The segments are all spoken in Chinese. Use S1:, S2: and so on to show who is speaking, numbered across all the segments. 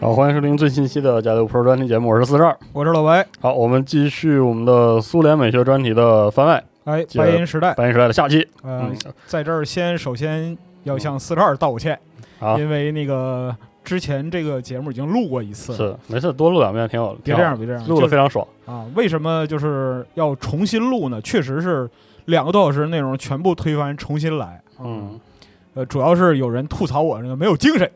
S1: 好，欢迎收听最新一期的《加六 Pro》专题节目，我是四十二。
S2: 我是老白，
S1: 好，我们继续我们的苏联美学专题的番外，
S2: 哎，
S1: 接着
S2: 白银时代，
S1: 白银时代的下期。
S2: 呃
S1: 嗯，，
S2: 在这儿先首先要向四十二道歉，
S1: 好，
S2: 因为那个之前这个节目已经录过一次了，
S1: 是没事，多录两遍挺好的。挺
S2: 别
S1: 好
S2: 这样，，别这样，
S1: 录的
S2: 就是
S1: 非常爽。
S2: 啊，为什么就是要重新录呢？确实是两个多小时内容全部推翻，重新来，
S1: 嗯
S2: 呃，主要是有人吐槽我那个没有精神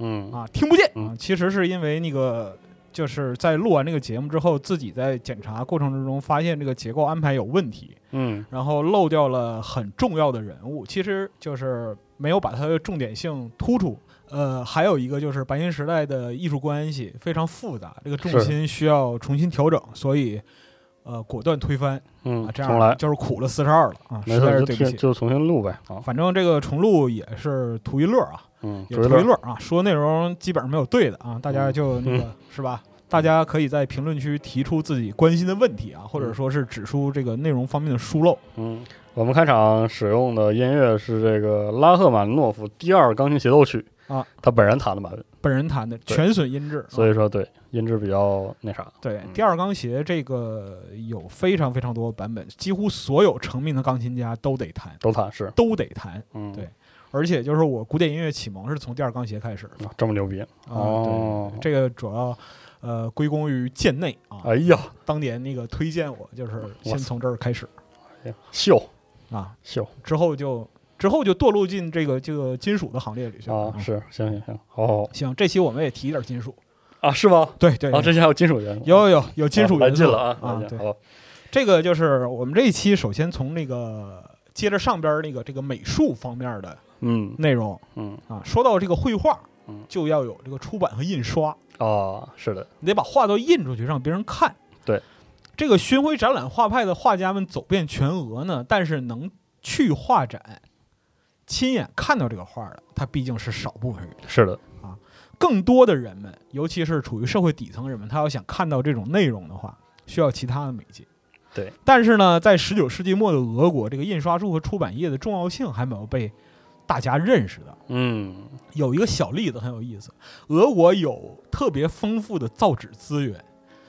S1: 嗯
S2: 啊，听不见
S1: 嗯
S2: 啊，其实是因为那个。就是在录完这个节目之后，自己在检查过程之中发现这个结构安排有问题，
S1: 嗯
S2: 然后漏掉了很重要的人物，其实就是没有把它的重点性突出。呃，还有一个就是白银时代的艺术关系非常复杂，这个重
S1: 是
S2: 心需要重新调整，所以呃果断推翻啊
S1: 嗯，，
S2: 这
S1: 重
S2: 样
S1: 来，
S2: 就是苦了四十二了啊，
S1: 没
S2: 实在
S1: 事
S2: 是
S1: 就
S2: 对不
S1: 听
S2: 起。啊
S1: 就重新录呗。好，
S2: 反正这个重录也是图一乐啊，
S1: 嗯，
S2: 也
S1: 主
S2: 是
S1: 意
S2: 图一
S1: 乐，嗯
S2: 乐啊，说内容基本上没有对的啊，大家就那个、是吧？大家可以在评论区提出自己关心的问题啊，或者说是指出这个内容方面的疏漏。
S1: 嗯。我们开场使用的音乐是这个拉赫玛诺夫第二钢琴协奏曲
S2: 啊，
S1: 他本人弹的版本，
S2: 本人弹的
S1: 对
S2: 全损音质，
S1: 所
S2: 以
S1: 以说对音质比较那啥。
S2: 对
S1: 嗯
S2: 第二钢协这个有非常非常多的版本，几乎所有成名的钢琴家都得弹，
S1: 都弹是，
S2: 都得弹。
S1: 嗯，
S2: 对而且就是我古典音乐启蒙是从第二钢协开始的
S1: 啊这么牛逼，
S2: 啊、
S1: 哦
S2: 对，这个主要呃归功于贱内啊，
S1: 哎呀，
S2: 当年那个推荐我就是先从这儿开始
S1: 哎呀秀
S2: 啊，
S1: 秀
S2: 之后就之后就堕落进这个这个金属的行列里去了
S1: 啊，
S2: 嗯
S1: 是，行行行，好好好
S2: 行，这期我们也提一点金属，
S1: 啊，是吗？
S2: 对对
S1: 啊，
S2: 对
S1: 这些还有金属元素，
S2: 有有有金属
S1: 来
S2: 元素
S1: 劲了啊，
S2: 啊
S1: 来，劲
S2: 对。
S1: 好，
S2: 这个就是我们这一期首先从那个接着上边儿那个这个美术方面的
S1: 嗯
S2: 内容
S1: 嗯
S2: 啊，说到这个绘画
S1: 嗯，
S2: 就要有这个出版和印刷，
S1: 啊，是的，
S2: 你得把画都印出去让别人看。
S1: 对，
S2: 这个巡回展览画派的画家们走遍全俄呢，但是能去画展。亲眼看到这个画的，他毕竟是少部分人。
S1: 是的，
S2: 更多的人们，尤其是处于社会底层人们，他要想看到这种内容的话，需要其他的媒介。
S1: 对，
S2: 但是呢，在十九世纪末的俄国，这个印刷术和出版业的重要性还没有被大家认识的。
S1: 嗯
S2: 有一个小例子很有意思，俄国有特别丰富的造纸资源，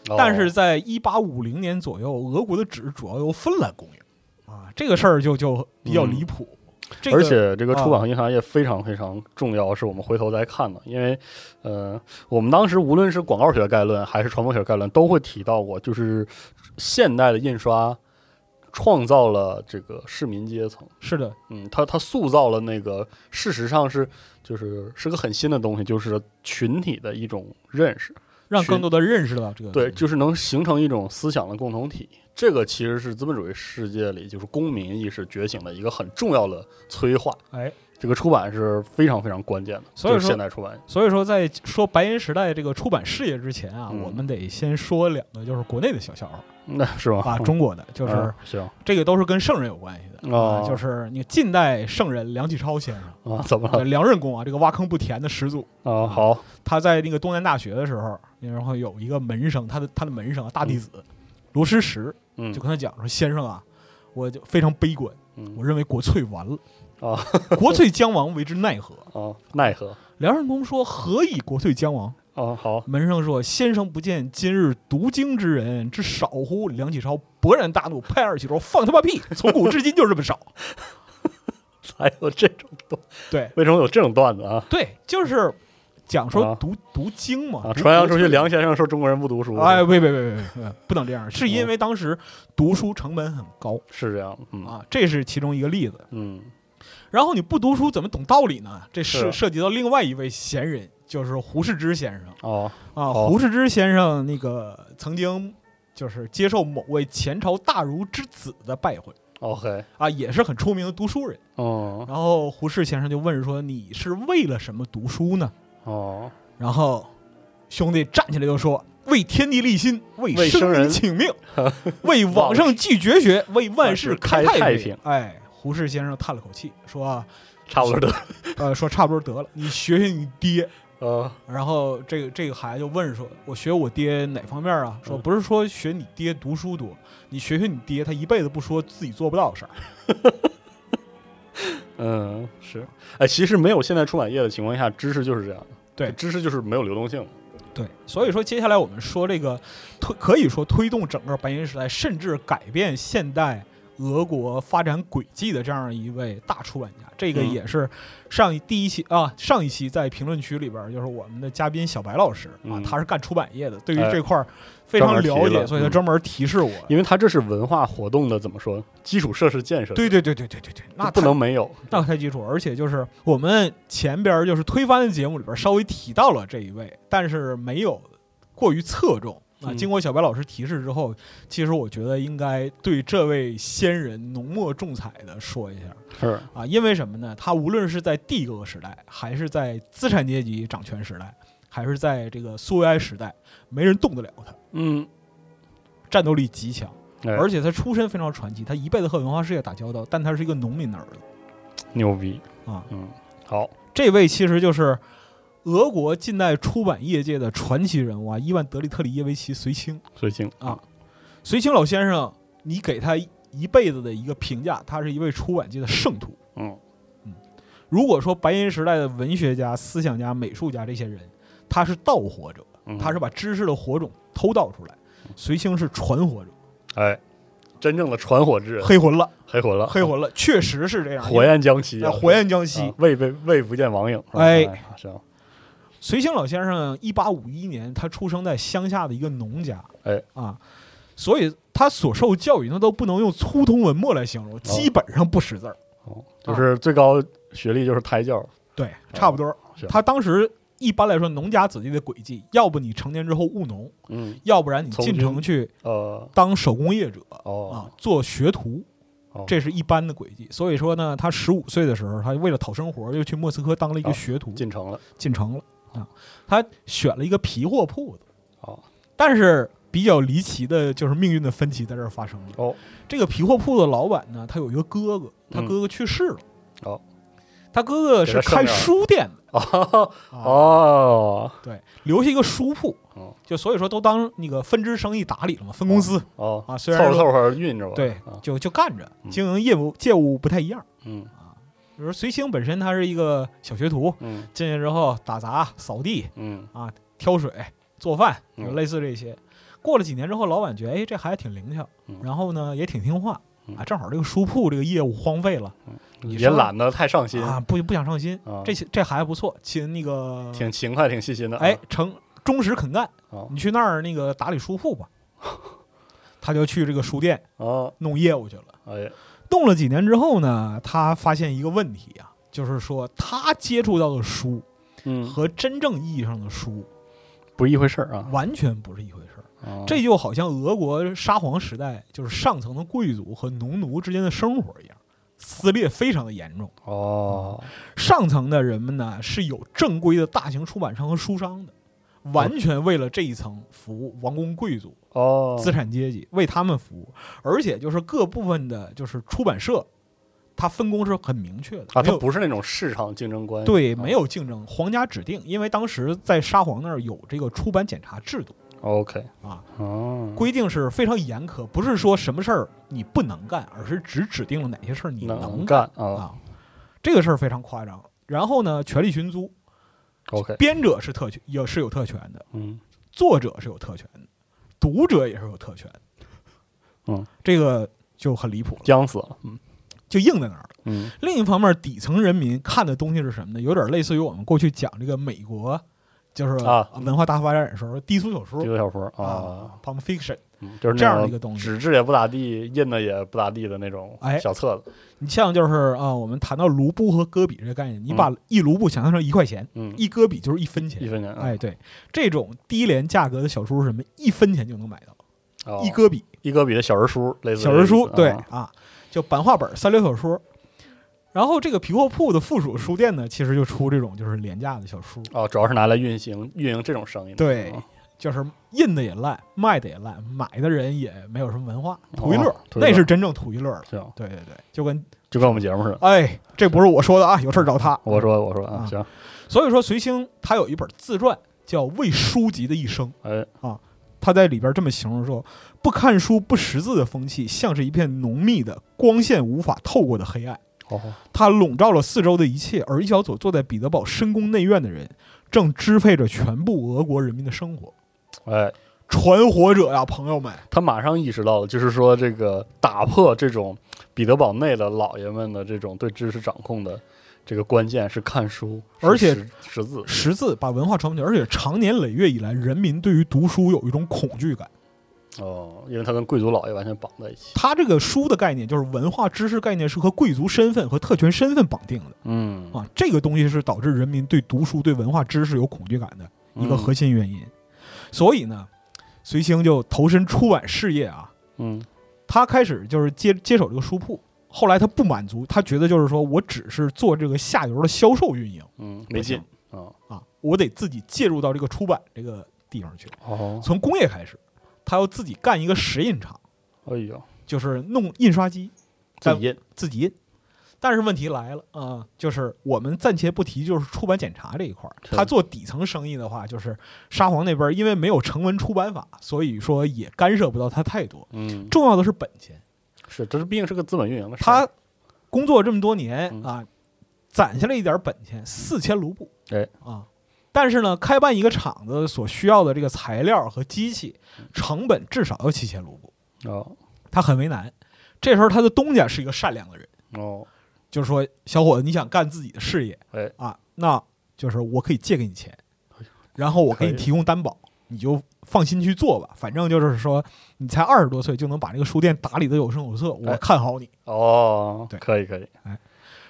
S1: 哦
S2: 但是在一八五零年左右，俄国的纸主要由芬兰供应啊，这个事儿就就比较离谱。这
S1: 嗯
S2: 个、
S1: 而且这个
S2: 啊
S1: 出版和银行业非常非常重要，是我们回头再看的，因为呃，我们当时无论是广告学概论还是传播学概论，都会提到过，就是现代的印刷创造了这个市民阶层，
S2: 是的，
S1: 嗯，它它塑造了那个事实上是就是是个很新的东西，就是群体的一种认识，
S2: 让
S1: 是
S2: 更多的认识到这个
S1: 对，就是能形成一种思想的共同体。这个其实是资本主义世界里就是公民意识觉醒的一个很重要的催化。
S2: 哎，
S1: 这个出版是非常非常关键的，
S2: 所以
S1: 就是
S2: 说
S1: 现代出版，
S2: 所以说在说白银时代这个出版事业之前啊，
S1: 嗯
S2: 我们得先说两个就是国内的小 笑话
S1: 那嗯是吧？
S2: 啊，中国的就、
S1: 就是行
S2: 这个都是跟圣人有关系的、
S1: 嗯哦
S2: 啊，就是那个近代圣人梁启超先生，
S1: 啊，怎么
S2: 对
S1: 了
S2: 梁任公啊，这个挖坑不填的始祖。
S1: 啊？好，
S2: 他在那个东南大学的时候，然后有一个门生，他的他的门生啊，大弟子、罗诗石
S1: 嗯
S2: 就跟他讲说：“先生啊，我就非常悲观，
S1: 嗯
S2: 我认为国粹完了
S1: 啊，
S2: 国粹将亡，为之奈何
S1: 啊，奈何？”
S2: 梁任公说：“何以国粹将亡
S1: 啊，好？”，
S2: 门生说：“先生不见今日读经之人之少乎？”梁启超勃然大怒，拍案而起说：“放他妈 屁！从古至今就是这么少。
S1: 还有这种段，”
S2: 对
S1: 为什么有这种段子啊？
S2: 对，就是讲说
S1: 啊
S2: 读、读经嘛，
S1: 啊，
S2: 读
S1: 传扬出去，
S2: 国粹
S1: 梁先生说中国人不读书，
S2: 哎，，别别别别别，不能这样，是因为当时读书成本很高
S1: 是这样，嗯
S2: 啊，这是其中一个例子。
S1: 嗯
S2: 然后你不读书怎么懂道理呢？这
S1: 是啊
S2: 涉涉及到另外一位贤人，就是胡适之先生
S1: 哦
S2: 啊。
S1: 好
S2: 胡适之先生那个曾经就是接受某位前朝大儒之子的拜会
S1: ，OK，
S2: 啊，也是很出名的读书人。
S1: 嗯
S2: 然后胡适先生就问说：“你是为了什么读书呢
S1: 哦，？”
S2: 然后兄弟站起来就说：“为天地立心，为
S1: 为生
S2: 生
S1: 人
S2: 民 请命。”为往上继绝学，为万事开
S1: 万事开太
S2: 太
S1: 平。
S2: 哎，胡适先生叹了口气，说啊：“
S1: 差不多 得，
S2: 呃，说差不多得了，你学学你爹。
S1: 呃”
S2: 然后这个这个孩子就问说：“我学我爹哪方面啊？”说
S1: 嗯
S2: 不是说学你爹读书多，你学学你爹，他一辈子不说自己做不到的事儿。
S1: 嗯是，哎，其实没有现代出版业的情况下，知识就是这样的，
S2: 对
S1: 知识就是没有流动性的，
S2: 对，所以说接下来我们说这个推，可以说推动整个白银时代，甚至改变现代俄国发展轨迹的这样一位大出版家，这个
S1: 嗯
S2: 也是上一第一期啊，上一期在评论区里边儿就是我们的嘉宾小白老师啊
S1: 嗯，
S2: 他是干出版业的，对于
S1: 哎
S2: 这块儿非
S1: 专
S2: 常
S1: 门
S2: 了
S1: 提了
S2: 解，所以他
S1: 嗯
S2: 专门提示我。
S1: 因为它这是文化活动的怎么说，基础设施建设，
S2: 对对对对对对对，那
S1: 这不
S2: 太
S1: 能没有，
S2: 那太基础，而且就是我们前边儿就是推翻的节目里边儿稍微提到了这一位，但是没有过于侧重。啊，
S1: 嗯
S2: 经过小白老师提示之后，其实我觉得应该对这位仙人浓墨重彩的说一下
S1: 是
S2: 啊，因为什么呢？他无论是在帝国时代，还是在资产阶级掌权时代，还是在这个苏维埃时代，没人动得了他，
S1: 嗯。
S2: 战斗力极强，
S1: 哎
S2: 而且他出身非常传奇，他一辈子和文化事业打交道，但他是一个农民的儿子
S1: 牛逼
S2: 啊，
S1: 嗯，好，
S2: 这位其实就是俄国近代出版业界的传奇人物啊，伊万·德里特里耶维奇·绥清。
S1: 随行
S2: 啊，绥清老先生，你给他一辈子的一个评价，他是一位出版界的圣徒。
S1: 嗯，
S2: 如果说白银时代的文学家、思想家、美术家这些人，他是盗火者，
S1: 嗯
S2: 他是把知识的火种偷盗出来。绥清是传火者，
S1: 哎，真正的传火之人，
S2: 黑魂了，
S1: 黑火了，
S2: 黑魂了，确实是这样。
S1: 火焰江西
S2: 哎
S1: 啊，
S2: 火焰江西，
S1: 啊未被未不见网影，是吧
S2: 哎，
S1: 行，
S2: 绥清老先生一八五一年，他出生在乡下的一个农家，
S1: 哎
S2: 啊，所以他所受教育，那都不能用粗通文墨来形容，基本上不识字儿。
S1: 哦，就是最高学历就是胎教，
S2: 对，差不多。
S1: 是
S2: 他当时一般来说，农家子弟的轨迹，要不你成年之后务农，
S1: 嗯，
S2: 要不然你
S1: 从
S2: 进城
S1: 军
S2: 去
S1: 呃，
S2: 当手工业者啊
S1: 哦，，
S2: 做学徒
S1: 哦。
S2: 这是一般的轨迹，所以说呢，他十五岁的时候，他为了讨生活，又去莫斯科当了一个
S1: 啊
S2: 学徒，
S1: 进城了，
S2: 进城了啊。他选了一个皮货铺子
S1: 哦，
S2: 但是比较离奇的就是命运的分歧在这儿发生了。
S1: 哦，
S2: 这个皮货铺的老板呢，他有一个哥哥，他
S1: 嗯
S2: 哥哥去世了。
S1: 哦，
S2: 他哥
S1: 给
S2: 哥
S1: 他
S2: 是
S1: 剩
S2: 开
S1: 点儿
S2: 书店的
S1: 哦，
S2: 啊，
S1: 哦，
S2: 对，留下一个书铺
S1: 哦，
S2: 就所以说都当那个分支生意打理了嘛，分公司
S1: 哦，
S2: 啊，虽
S1: 凑
S2: 然
S1: 合
S2: 说
S1: 凑合运着吧，
S2: 对
S1: 啊，
S2: 就就干着，
S1: 嗯
S2: 经营业务业务不太一样。
S1: 嗯，
S2: 比如随兴本身他是一个小学徒，
S1: 嗯
S2: 进去之后打杂、扫地、
S1: 嗯
S2: 挑水、做饭，
S1: 嗯
S2: 就类似这些。过了几年之后，老板觉得，哎，这孩子挺灵巧
S1: 嗯，
S2: 然后呢也挺听话
S1: 嗯
S2: 啊。正好这个书铺这个业务荒废了你
S1: 也
S2: 说
S1: 懒得太上心
S2: 啊，，不不想上心
S1: 啊。
S2: 这些这孩子不错，亲那个，
S1: 挺勤快，挺细心的啊。
S2: 哎，诚忠实肯干
S1: 哦。
S2: 你去那儿那个打理书铺吧，他就去这个书店
S1: 啊，
S2: 弄业务去了。
S1: 哎，
S2: 动了几年之后呢，他发现一个问题啊，就是说他接触到的书
S1: 嗯，
S2: 和真正意义上的书
S1: 不是一回事儿啊。
S2: 完全不是一回事儿。
S1: 啊
S2: 嗯这就好像俄国沙皇时代，就是上层的贵族和农奴之间的生活一样，撕裂非常的严重。
S1: 哦，
S2: 上层的人们呢是有正规的大型出版商和书商的，
S1: 啊
S2: 完全为了这一层服务，王公贵族、
S1: 哦，
S2: 资产阶级为他们服务，而且就是各部分的，就是出版社，它分工是很明确的
S1: 啊，
S2: 没
S1: 它
S2: 有
S1: 不是那种市场竞争关系，
S2: 对，
S1: 啊
S2: 没有竞争，皇家指定，因为当时在沙皇那儿有这个出版检查制度
S1: OK
S2: 啊，
S1: 哦，
S2: 规定是非常严苛，不是说什么事儿你不能干，而是只指定了哪些事儿你
S1: 能
S2: 能
S1: 干
S2: 干
S1: 啊
S2: 啊。这个事儿非常夸张。然后呢，权力寻租，
S1: ，OK，
S2: 编者是特权，也是有特权的，
S1: 嗯，
S2: 作者是有特权的，读者也是有特权。
S1: 嗯，
S2: 这个就很离谱了，
S1: 僵死了，嗯
S2: 就硬在那儿了。
S1: 嗯
S2: 另一方面，底层人民看的东西是什么呢？有点类似于我们过去讲这个美国，就是
S1: 啊
S2: 文化大发展的时候，低俗小
S1: 低
S2: 说
S1: 俗小说
S2: 啊
S1: 啊，
S2: ，pulp fiction。
S1: 嗯就是
S2: 这样的
S1: 种
S2: 一个东西
S1: 纸质也不咋地，印的也不咋地的那种
S2: 哎
S1: 小册子，
S2: 你像就是啊，我们谈到卢布和戈比这个概念，你把一卢布想象成一块钱，
S1: 嗯，
S2: 一戈比就是一分
S1: 一嗯
S2: 钱。
S1: 分钱，啊
S2: 哎，对，这种低廉价格的小说是什么？一分钱就能买到，
S1: 哦
S2: 一戈比
S1: 一戈比的小人书，类似
S2: 小人书，
S1: 这
S2: 对
S1: 个意思啊
S2: 啊，就版画本、三流小说。然后这个皮货铺的附属书店呢，其实就出这种就是廉价的小书，
S1: 哦，主要是拿来运行运营这种生意的，
S2: 对
S1: 啊
S2: 就是印的也烂，卖的也烂，买的人也没有什么文化，图一乐，
S1: 哦图一乐
S2: 那是真正图一乐了。
S1: 是吧
S2: 对对对，就跟
S1: 就跟我们节目似的。
S2: 哎，这不是我说的啊，有事儿找他。
S1: 我说我说啊，
S2: 啊
S1: 行，
S2: 所以说，随兴他有一本自传叫《为书籍的一生》，
S1: 哎，
S2: 他在里边这么形容说：不看书、不识字的风气，像是一片浓密的光线无法透过的黑暗，
S1: 哦，
S2: 它笼罩了四周的一切。而一小撮坐在彼得堡深宫内院的人，正支配着全部俄国人民的生活。
S1: 哎，
S2: 传火者呀、朋友们，
S1: 他马上意识到了，就是说这个打破这种彼得堡内的老爷们的这种对知识掌控的这个关键是看书，是
S2: 而且
S1: 识识字，
S2: 识字把文化传播去，而且长年累月以来，人民对于读书有一种恐惧感。
S1: 哦，因为他跟贵族老爷完全绑在一起。
S2: 他这个书的概念，就是文化知识概念，是和贵族身份和特权身份绑定的。
S1: 嗯
S2: 啊，这个东西是导致人民对读书、对文化知识有恐惧感的一个核
S1: 心，
S2: 心原因。所以呢，随兴就投身出版事业啊，
S1: 嗯
S2: 他开始就是接接手这个书铺。后来他不满足，他觉得就是说我只是做这个下游的销售运营
S1: 嗯，没劲啊。
S2: 啊，我得自己介入到这个出版这个地方去。
S1: 哦，
S2: 从工业开始，他要自己干一个实印厂，
S1: 哎呦，
S2: 就是弄印刷机
S1: 自己印
S2: 自己印。但是问题来了啊、就是我们暂且不提，就是出版检查这一块儿，
S1: 是
S2: 他做底层生意的话，就是沙皇那边儿因为没有成文出版法，所以说也干涉不到他太多。
S1: 嗯，
S2: 重要的是本钱，
S1: 是，这是毕竟是个资本运营的事儿。
S2: 他工作这么多年
S1: 嗯
S2: 啊，攒下了一点本钱，四千卢布，
S1: 哎
S2: 啊，但是呢，开办一个厂子所需要的这个材料和机器成本至少要七千卢布，
S1: 哦
S2: 他很为难。这时候他的东家是一个善良的人。
S1: 哦，
S2: 就是说小伙子，你想干自己的事业，
S1: 哎
S2: 啊，那就是我可以借给你钱，然后我给你
S1: 可以
S2: 提供担保，你就放心去做吧。反正就是说，你才二十多岁就能把这个书店打理得有声有色，我
S1: 哎
S2: 看好你。
S1: 哦，
S2: 对
S1: 可以可以，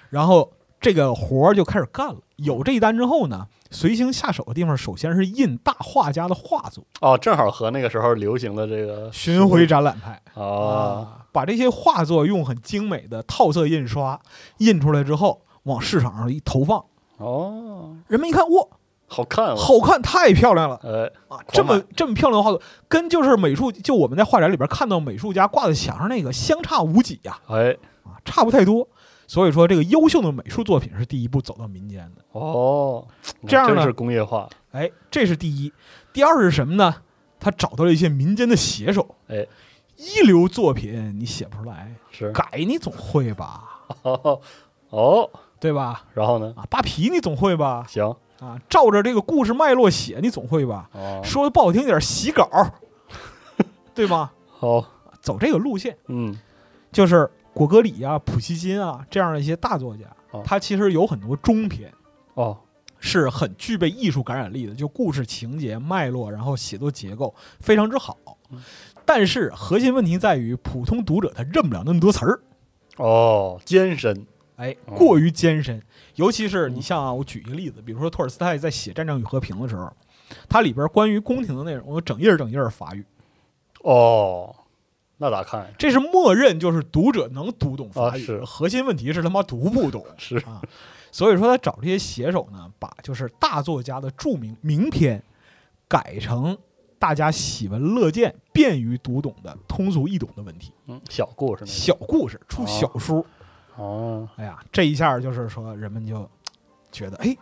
S2: 然后这个活儿就开始干了。有这一单之后呢，随行下手的地方首先是印大画家的画作，
S1: 哦，正好和那个时候流行的这个
S2: 巡回展览派。
S1: 哦，
S2: 啊，把这些画作用很精美的套色印刷印出来之后，往市场上一投放，
S1: 哦，
S2: 人们一看，哇，
S1: 好看哦，
S2: 好看，太漂亮了
S1: 呃，
S2: 啊！这
S1: 狂买
S2: 么这么漂亮的画作，跟就是美术，就我们在画展里边看到美术家挂在墙上那个相差无几呀、
S1: 哎，
S2: 啊，差不太多。所以说，这个优秀的美术作品是第一步走到民间的。
S1: 哦，
S2: 这样呢
S1: 真是工业化，
S2: 哎，这是第一。第二是什么呢？他找到了一些民间的写手。
S1: 哎，
S2: 一流作品你写不出来，
S1: 是
S2: 改你总会吧？
S1: 哦哦，
S2: 对吧？
S1: 然后呢？
S2: 啊，扒皮你总会吧？
S1: 行
S2: 啊，照着这个故事脉络写你总会吧？
S1: 哦，
S2: 说的不好听点儿，洗稿儿，对吗？
S1: 好，
S2: 走这个路线，
S1: 嗯
S2: 就是果戈里啊、普希金啊这样的一些大作家
S1: 哦，
S2: 他其实有很多中篇
S1: 哦，
S2: 是很具备艺术感染力的，就故事情节脉络，然后写作结构非常之好
S1: 嗯。
S2: 但是核心问题在于，普通读者他认不了那么多词儿，
S1: 哦，艰深，
S2: 哎，
S1: 哦
S2: 过于艰深。尤其是你
S1: 嗯
S2: 像啊，我举一个例子，比如说托尔斯泰在写《战争与和平》的时候，它里边关于宫廷的内容，我整页儿整页儿法语，
S1: 哦，那咋看呀？
S2: 这是默认就是读者能读懂法
S1: 啊
S2: 语，
S1: 是
S2: 核心问题是他妈读 不懂
S1: 是
S2: 啊。所以说他找这些写手呢，把就是大作家的著名名篇改成大家喜闻乐见、便于读懂的通俗易懂的文体，
S1: 嗯，小故事那
S2: 小故事出小书。
S1: 个。哦，
S2: 哎呀，这一下就是说人们就觉得，哎，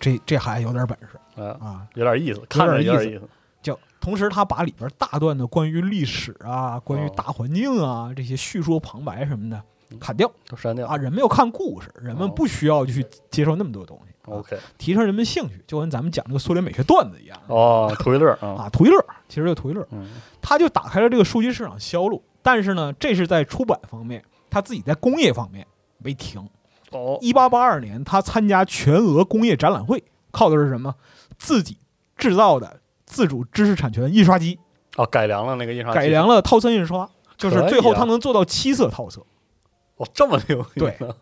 S2: 这这孩子有点本事
S1: 哎，
S2: 啊。
S1: 有点意思，看着有点
S2: 有点
S1: 意思。
S2: 就同时，他把里边大段的关于历史啊、关于
S1: 哦
S2: 大环境啊这些叙说旁白什么的
S1: 嗯
S2: 砍掉。
S1: 都删掉
S2: 啊，。人们要看故事，人们
S1: 哦
S2: 不需要去接受那么多东西，啊
S1: OK，
S2: 提升人们兴趣，就跟咱们讲这个苏联美学段子一样。
S1: 哦，图一乐啊，
S2: 啊，图一乐，其实就图一乐，
S1: 嗯，
S2: 他就打开了这个书籍市场销路。但是呢，这是在出版方面，他自己在工业方面没停。
S1: 哦，
S2: 一八八二年，他参加全俄工业展览会，靠的是什么？自己制造的自主知识产权印刷机，
S1: 哦，改良了那个印刷技术，
S2: 改良了套色印刷，就是
S1: 可以
S2: 最后
S1: 啊
S2: 他能做到七色套色。
S1: 哦，这么牛逼
S2: 对
S1: 呢，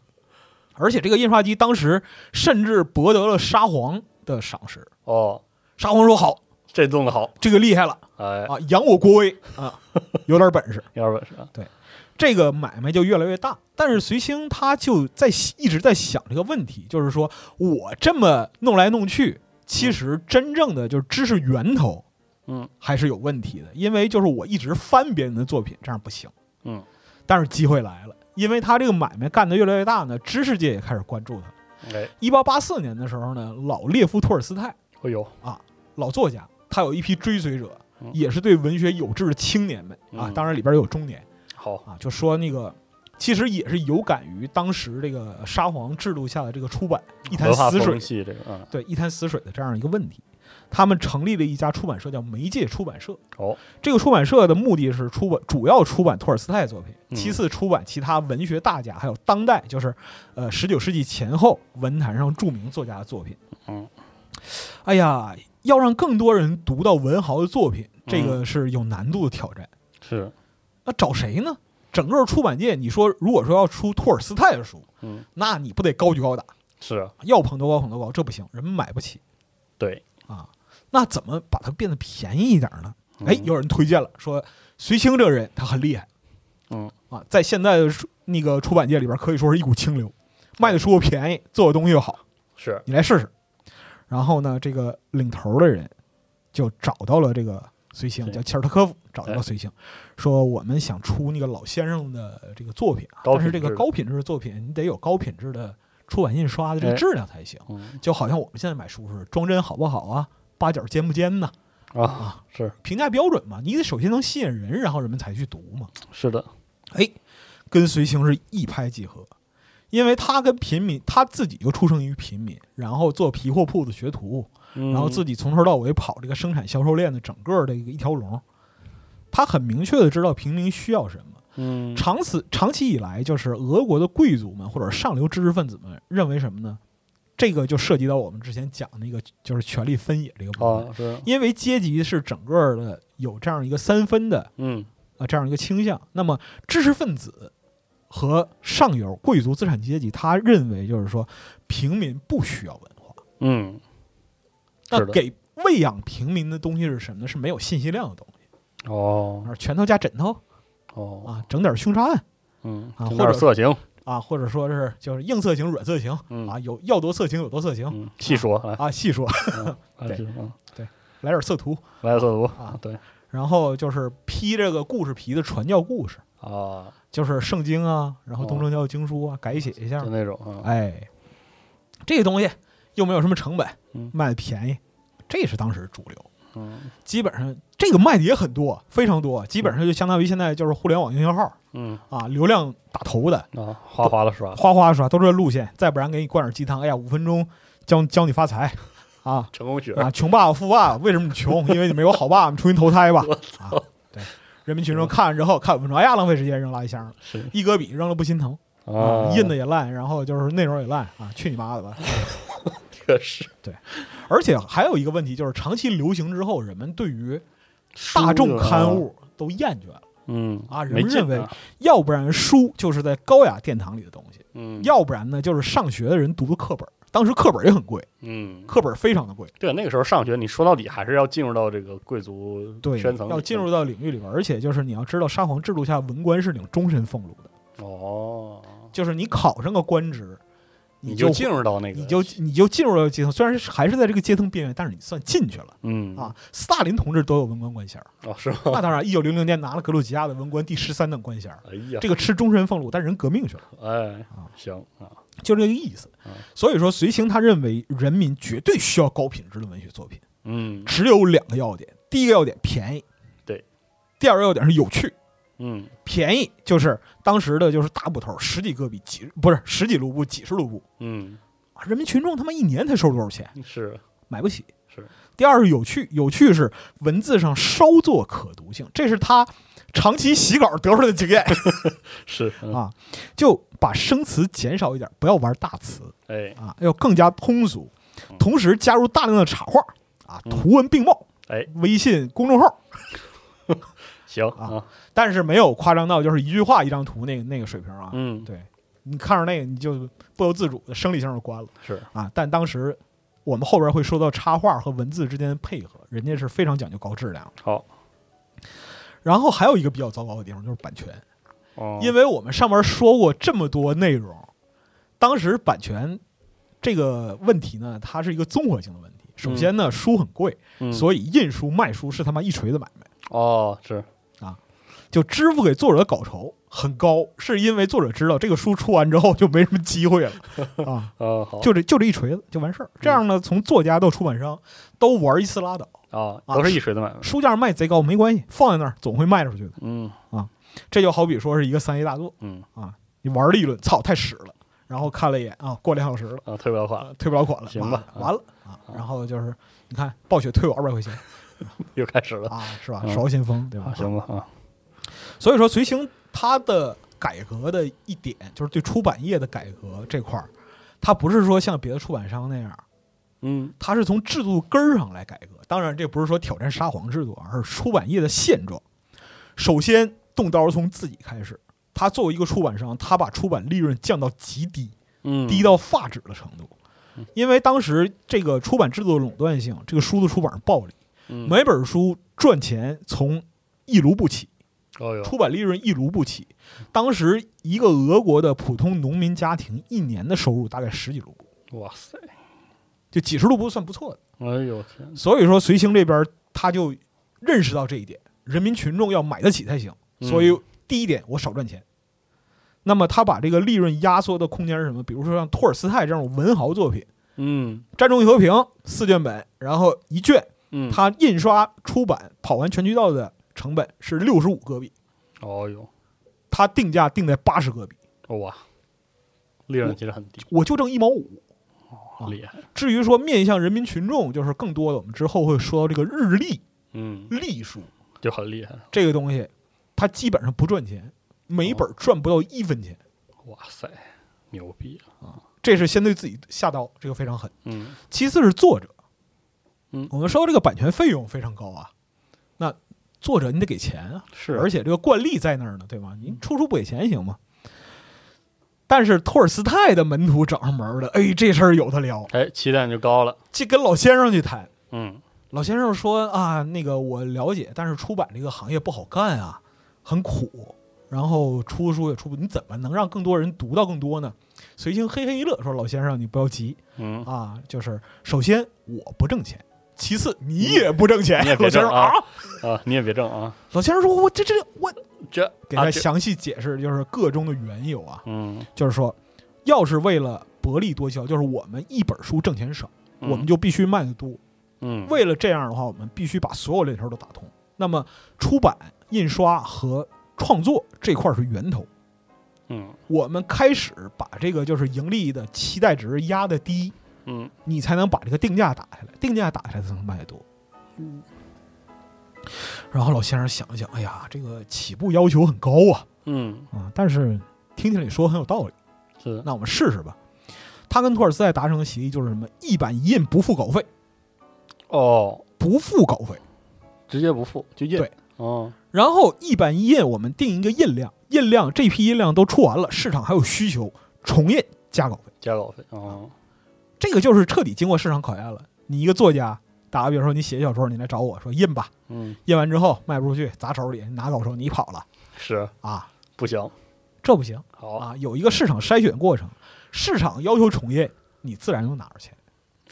S2: 而且这个印刷机当时甚至博得了沙皇的赏识。
S1: 哦，
S2: 沙皇说好，
S1: 这弄得好，
S2: 这个厉害了
S1: 哎，
S2: 啊，扬我国威 啊，有点本事。
S1: 有点本事啊，
S2: 这个买卖就越来越大。但是随兴他就在一直在想这个问题，就是说我这么弄来弄去，其实真正的就是知识源头，
S1: 嗯，
S2: 还是有问题的，因为就是我一直翻别人的作品，这样不行。
S1: 嗯，
S2: 但是机会来了，因为他这个买卖干得越来越大呢，知识界也开始关注他。
S1: 哎，
S2: 一八八四年的时候呢，老列夫·托尔斯泰
S1: 哎呦，
S2: 老作家，他有一批追随者
S1: 嗯，
S2: 也是对文学有志的青年们啊
S1: 嗯，
S2: 当然里边有中年
S1: 好，
S2: 啊，就说那个其实也是有感于当时这个沙皇制度下的这个出版一潭
S1: 文化
S2: 死水
S1: 风，气这个，嗯，
S2: 对一潭死水的这样一个问题。他们成立了一家出版社，叫媒介出版社。
S1: 哦，
S2: 这个出版社的目的是出版，主要出版托尔斯泰作品，
S1: 嗯
S2: 其次出版其他文学大家，还有当代，就是呃十九世纪前后文坛上著名作家的作品。
S1: 嗯，
S2: 哎呀，要让更多人读到文豪的作品，这
S1: 嗯
S2: 个是有难度的挑战。
S1: 是，
S2: 那找谁呢？整个出版界，你说如果说要出托尔斯泰的书，
S1: 嗯，
S2: 那你不得高举高打，
S1: 是啊，
S2: 要捧多高捧多高，这不行，人们买不起
S1: 对，
S2: 啊。那怎么把它变得便宜一点呢？
S1: 嗯
S2: 哎，有人推荐了，说隋青这个人他很厉害，
S1: 嗯
S2: 啊，在现在的书那个出版界里边可以说是一股清流，卖的书又便宜，做的东西又好，
S1: 是，
S2: 你来试试。然后呢，这个领头的人就找到了这个随行，
S1: 对
S2: 叫切尔特科夫，找到了随行，说我们想出那个老先生的这个作品啊，
S1: 高
S2: 但
S1: 品质
S2: 是这个高品质的作品，你得有高品质的出版印刷的这
S1: 哎
S2: 个质量才行。
S1: 嗯
S2: 就好像我们现在买书似的，装帧好不好啊？八角尖不尖呢？
S1: 啊，是
S2: 评价标准嘛，你得首先能吸引人，然后人们才去读嘛。
S1: 是的，
S2: 哎，跟随行是一拍即合，因为他跟平民，他自己就出生于平民，然后做皮货铺的学徒，
S1: 然
S2: 然后自己从头到尾跑这个生产销售链的整个的一个一条龙。他很明确的知道平民需要什么。
S1: 嗯
S2: 长此长期以来，就是俄国的贵族们或者上流知识分子们认为什么呢？这个就涉及到我们之前讲那个就是权力分野这个部分，
S1: 啊是，
S2: 因为阶级是整个的有这样一个三分的
S1: 嗯
S2: 啊这样一个倾向。那么知识分子和上游贵族资产阶级，他认为就是说平民不需要文化，
S1: 嗯，是
S2: 那
S1: 的
S2: 给喂养平民的东西是什么呢？是没有信息量的东西，
S1: 哦
S2: 而拳头加枕头
S1: 哦，
S2: 啊，整点凶杀案
S1: 嗯，
S2: 啊
S1: 整
S2: 或
S1: 点
S2: 者
S1: 色情，
S2: 啊，或者说是就是硬色情、软色情
S1: 嗯
S2: 啊，有要多色情有多色情
S1: 嗯，细说来，
S2: 啊，细说
S1: 来
S2: 对
S1: 继续啊
S2: 来点色图，
S1: 来色图
S2: 啊，
S1: 对
S2: 然后就是披这个故事皮的传教故事。
S1: 啊，
S2: 就是圣经啊，然后
S1: 哦
S2: 东正教经书啊，改写一下
S1: 就那种啊，
S2: 哎，这个东西又没有什么成本
S1: 嗯，
S2: 卖的便宜，这是当时主流。
S1: 嗯
S2: 基本上这个卖的也很多，非常多，基本上就相当于现在就是互联网营销号
S1: 嗯
S2: 啊，流量打头的，
S1: 啊，哗哗的刷，
S2: 哗哗刷都是这路线，再不然给你灌点鸡汤，哎呀，五分钟教教你发财啊
S1: 成功学，
S2: 啊，穷爸爸富爸爸，为什么你穷？因为你没有好爸爸，你重新投胎吧。啊，对，人民群众看完之后看五分钟，哎呀，浪费时间扔垃圾箱了，
S1: 是
S2: 一搁笔扔了不心疼
S1: 啊，
S2: 印的也烂，然后就是内容也烂啊，去你妈的吧！
S1: 确实，
S2: 而且还有一个问题就是，长期流行之后，人们对于大众刊物都厌倦了。
S1: 嗯
S2: 啊人
S1: 没
S2: 们
S1: 劲
S2: 认为
S1: 啊
S2: 要不然书就是在高雅殿堂里的东西，
S1: 嗯
S2: 要不然呢就是上学的人读的课本。当时课本也很贵，
S1: 嗯，
S2: 课本非常的贵，
S1: 对，那个时候上学，你说到底还是要进入到这个贵族
S2: 对，
S1: 圈层里，
S2: 要进入到领域里边，而且就是你要知道，沙皇制度下文官是领终身俸禄的，
S1: 哦，
S2: 就是你考上个官职，
S1: 你
S2: 就
S1: 就进入到那个，
S2: 你就你就进入了阶层，虽然是还是在这个阶层边缘，但是你算进去了
S1: 嗯
S2: 啊。斯大林同志都有文官 官衔儿，
S1: 哦是吗？
S2: 那当然，一九零零年拿了格鲁吉亚的文官第十三等官衔儿，
S1: 哎 呀，
S2: 这个吃终身俸禄，但人革命去了。
S1: 哎
S2: 啊
S1: 行啊，
S2: 就这个意思
S1: 嗯。
S2: 所以说，随行他认为人民绝对需要高品质的文学作品，
S1: 嗯
S2: 只有两个要点：第一个要点便宜，
S1: 对；
S2: 第二个要点是有趣。
S1: 嗯
S2: 便宜就是当时的就是大捕头，十几个币，几不是十几卢布，几十卢布
S1: 嗯
S2: 啊！人民群众他妈一年才收多少钱？
S1: 是
S2: 买不起。
S1: 是。
S2: 第二是有趣，有趣是文字上稍作可读性，这是他长期洗稿得出来的 经验
S1: 是嗯
S2: 啊。就把生词减少一点，不要玩大词。
S1: 哎
S2: 啊，要更加通俗
S1: 嗯，
S2: 同时加入大量的插画啊，
S1: 嗯
S2: 图文并茂。
S1: 哎，
S2: 微信公众号，
S1: 行
S2: 啊
S1: 啊
S2: 但是没有夸张到就是一句话一张图那个那个水平啊。
S1: 嗯
S2: 对你看着那个，你就不由自主的生理性就关了
S1: 是
S2: 啊。但当时我们后边会说到插画和文字之间的配合，人家是非常讲究高质量的。
S1: 好
S2: 然后还有一个比较糟糕的地方就是版权，
S1: 哦，
S2: 因为我们上面说过这么多内容，当时版权这个问题呢，它是一个综合性的问题。
S1: 嗯
S2: 首先呢，书很贵，
S1: 为
S2: 所以印书卖书是他妈一锤子买卖，
S1: 嗯哦是
S2: 就支付给作者的稿酬很高，是因为作者知道这个书出完之后就没什么机会 了啊，
S1: 哦好
S2: 就这就这一锤子就完事儿。
S1: 嗯
S2: 这样呢，从作家到出版商都玩一次拉倒，
S1: 啊
S2: 啊
S1: 都是一锤子买卖，
S2: 书价卖贼高没关系，放在那儿总会卖出去的。
S1: 嗯
S2: 这就好比说是一个三 A 大作，
S1: 嗯
S2: 你玩了一轮，操，太屎了，然后看了一眼啊，过两小时了。
S1: 啊退不了款，
S2: 啊，退不了款了，
S1: 行
S2: 完
S1: 吧
S2: 了完了啊。
S1: 啊
S2: 然后就是你看暴雪退我二百块钱
S1: 又开始了
S2: 啊，是吧？
S1: 嗯
S2: 少先锋对
S1: 啊？
S2: 吧
S1: 行吧啊
S2: 所以说，随行它的改革的一点就是对出版业的改革这块儿，它不是说像别的出版商那样，
S1: 嗯
S2: 它是从制度根儿上来改革。当然，这不是说挑战沙皇制度啊，而是出版业的现状。首先，动刀从自己开始。他作为一个出版商，他把出版利润降到极低，
S1: 嗯
S2: 低到发指的程度。因为当时这个出版制度的垄断性，这个书的出版是暴利，
S1: 嗯
S2: 每本书赚钱从一卢布起，
S1: 哦哟
S2: 出版利润一卢布起。当时一个俄国的普通农民家庭一年的收入大概十几卢布，
S1: 哇塞
S2: 就几十卢布算不错的。
S1: 哎呦天
S2: 所以说，随行这边他就认识到这一点，人民群众要买得起才行。
S1: 嗯
S2: 所以第一点，我少赚钱。那么他把这个利润压缩的空间是什么？比如说像托尔斯泰这种文豪作品。
S1: 嗯
S2: 《战争与和平》四卷本，然后一卷
S1: 嗯
S2: 它印刷出版跑完全渠道的成本是六十五戈币，
S1: 哦哟
S2: 它定价定在八十戈币，
S1: 哇利润其实很低
S2: 我就挣一毛五。啊
S1: 厉害
S2: 至于说面向人民群众，就是更多的，我们之后会说到这个日历
S1: 嗯
S2: 历书
S1: 就很厉害
S2: 这个东西，它基本上不赚钱，每一本赚不到一分钱。
S1: 哇塞牛逼啊了
S2: 这是先对自己下刀，这个非常狠。
S1: 嗯
S2: 其次是作者，
S1: 嗯
S2: 我们说这个版权费用非常高啊，那作者你得给钱啊，
S1: 是
S2: 而且这个惯例在那儿呢，对吧？您出书不给钱行吗？但是托尔斯泰的门徒找上门了，哎，这事儿有的聊，
S1: 哎期待就高了
S2: 这跟老先生去谈。
S1: 嗯
S2: 老先生说啊，那个我了解，但是出版这个行业不好干啊，很苦，然后出书也出不，你怎么能让更多人读到更多呢？随行嘿嘿一乐说：“老先生，你不要急
S1: 嗯
S2: 啊，就是首先我不挣钱，其次你也不挣钱。
S1: 你也
S2: 老
S1: 别
S2: 先
S1: 挣
S2: 生
S1: 啊！啊你也别挣啊
S2: 老先生说：“我这这我
S1: 这
S2: 给
S1: 啊
S2: 他
S1: 这
S2: 详细解释，就是个中的缘由啊，
S1: 嗯
S2: 就是说，要是为了薄利多销，就是我们一本书挣钱少，
S1: 嗯
S2: 我们就必须卖得多，
S1: 嗯，
S2: 为了这样的话，我们必须把所有链条都打通。那么，出版、印刷和创作这块儿是源头。
S1: 嗯
S2: 我们开始把这个就是盈利的期待值压得低，
S1: 嗯
S2: 你才能把这个定价打下来，定价打下来才能卖得多。
S3: 嗯
S2: 然后老先生想一想，哎呀，这个起步要求很高啊
S1: 嗯，
S2: 啊！但是听听你说很有道理，
S1: 是，
S2: 那我们试试吧。他跟托尔斯泰达成的协议就是什么，一版一印不付稿费，
S1: 哦，
S2: 不付稿费。
S1: 直接不付就印，
S2: 对，
S1: 哦，
S2: 然后一版一印，我们定一个印量，印量这批印量都出完了，市场还有需求，重印加稿费。
S1: 加稿费，哦，
S2: 这个就是彻底经过市场考验了。你一个作家，打个比方说，你写小说，你来找我说印吧，
S1: 嗯，
S2: 印完之后卖不出去，砸手里，拿稿酬你跑了
S1: 是
S2: 啊，
S1: 不行，
S2: 这不行。
S1: 好，
S2: 啊，有一个市场筛选过程，市场要求重印，你自然就拿着钱，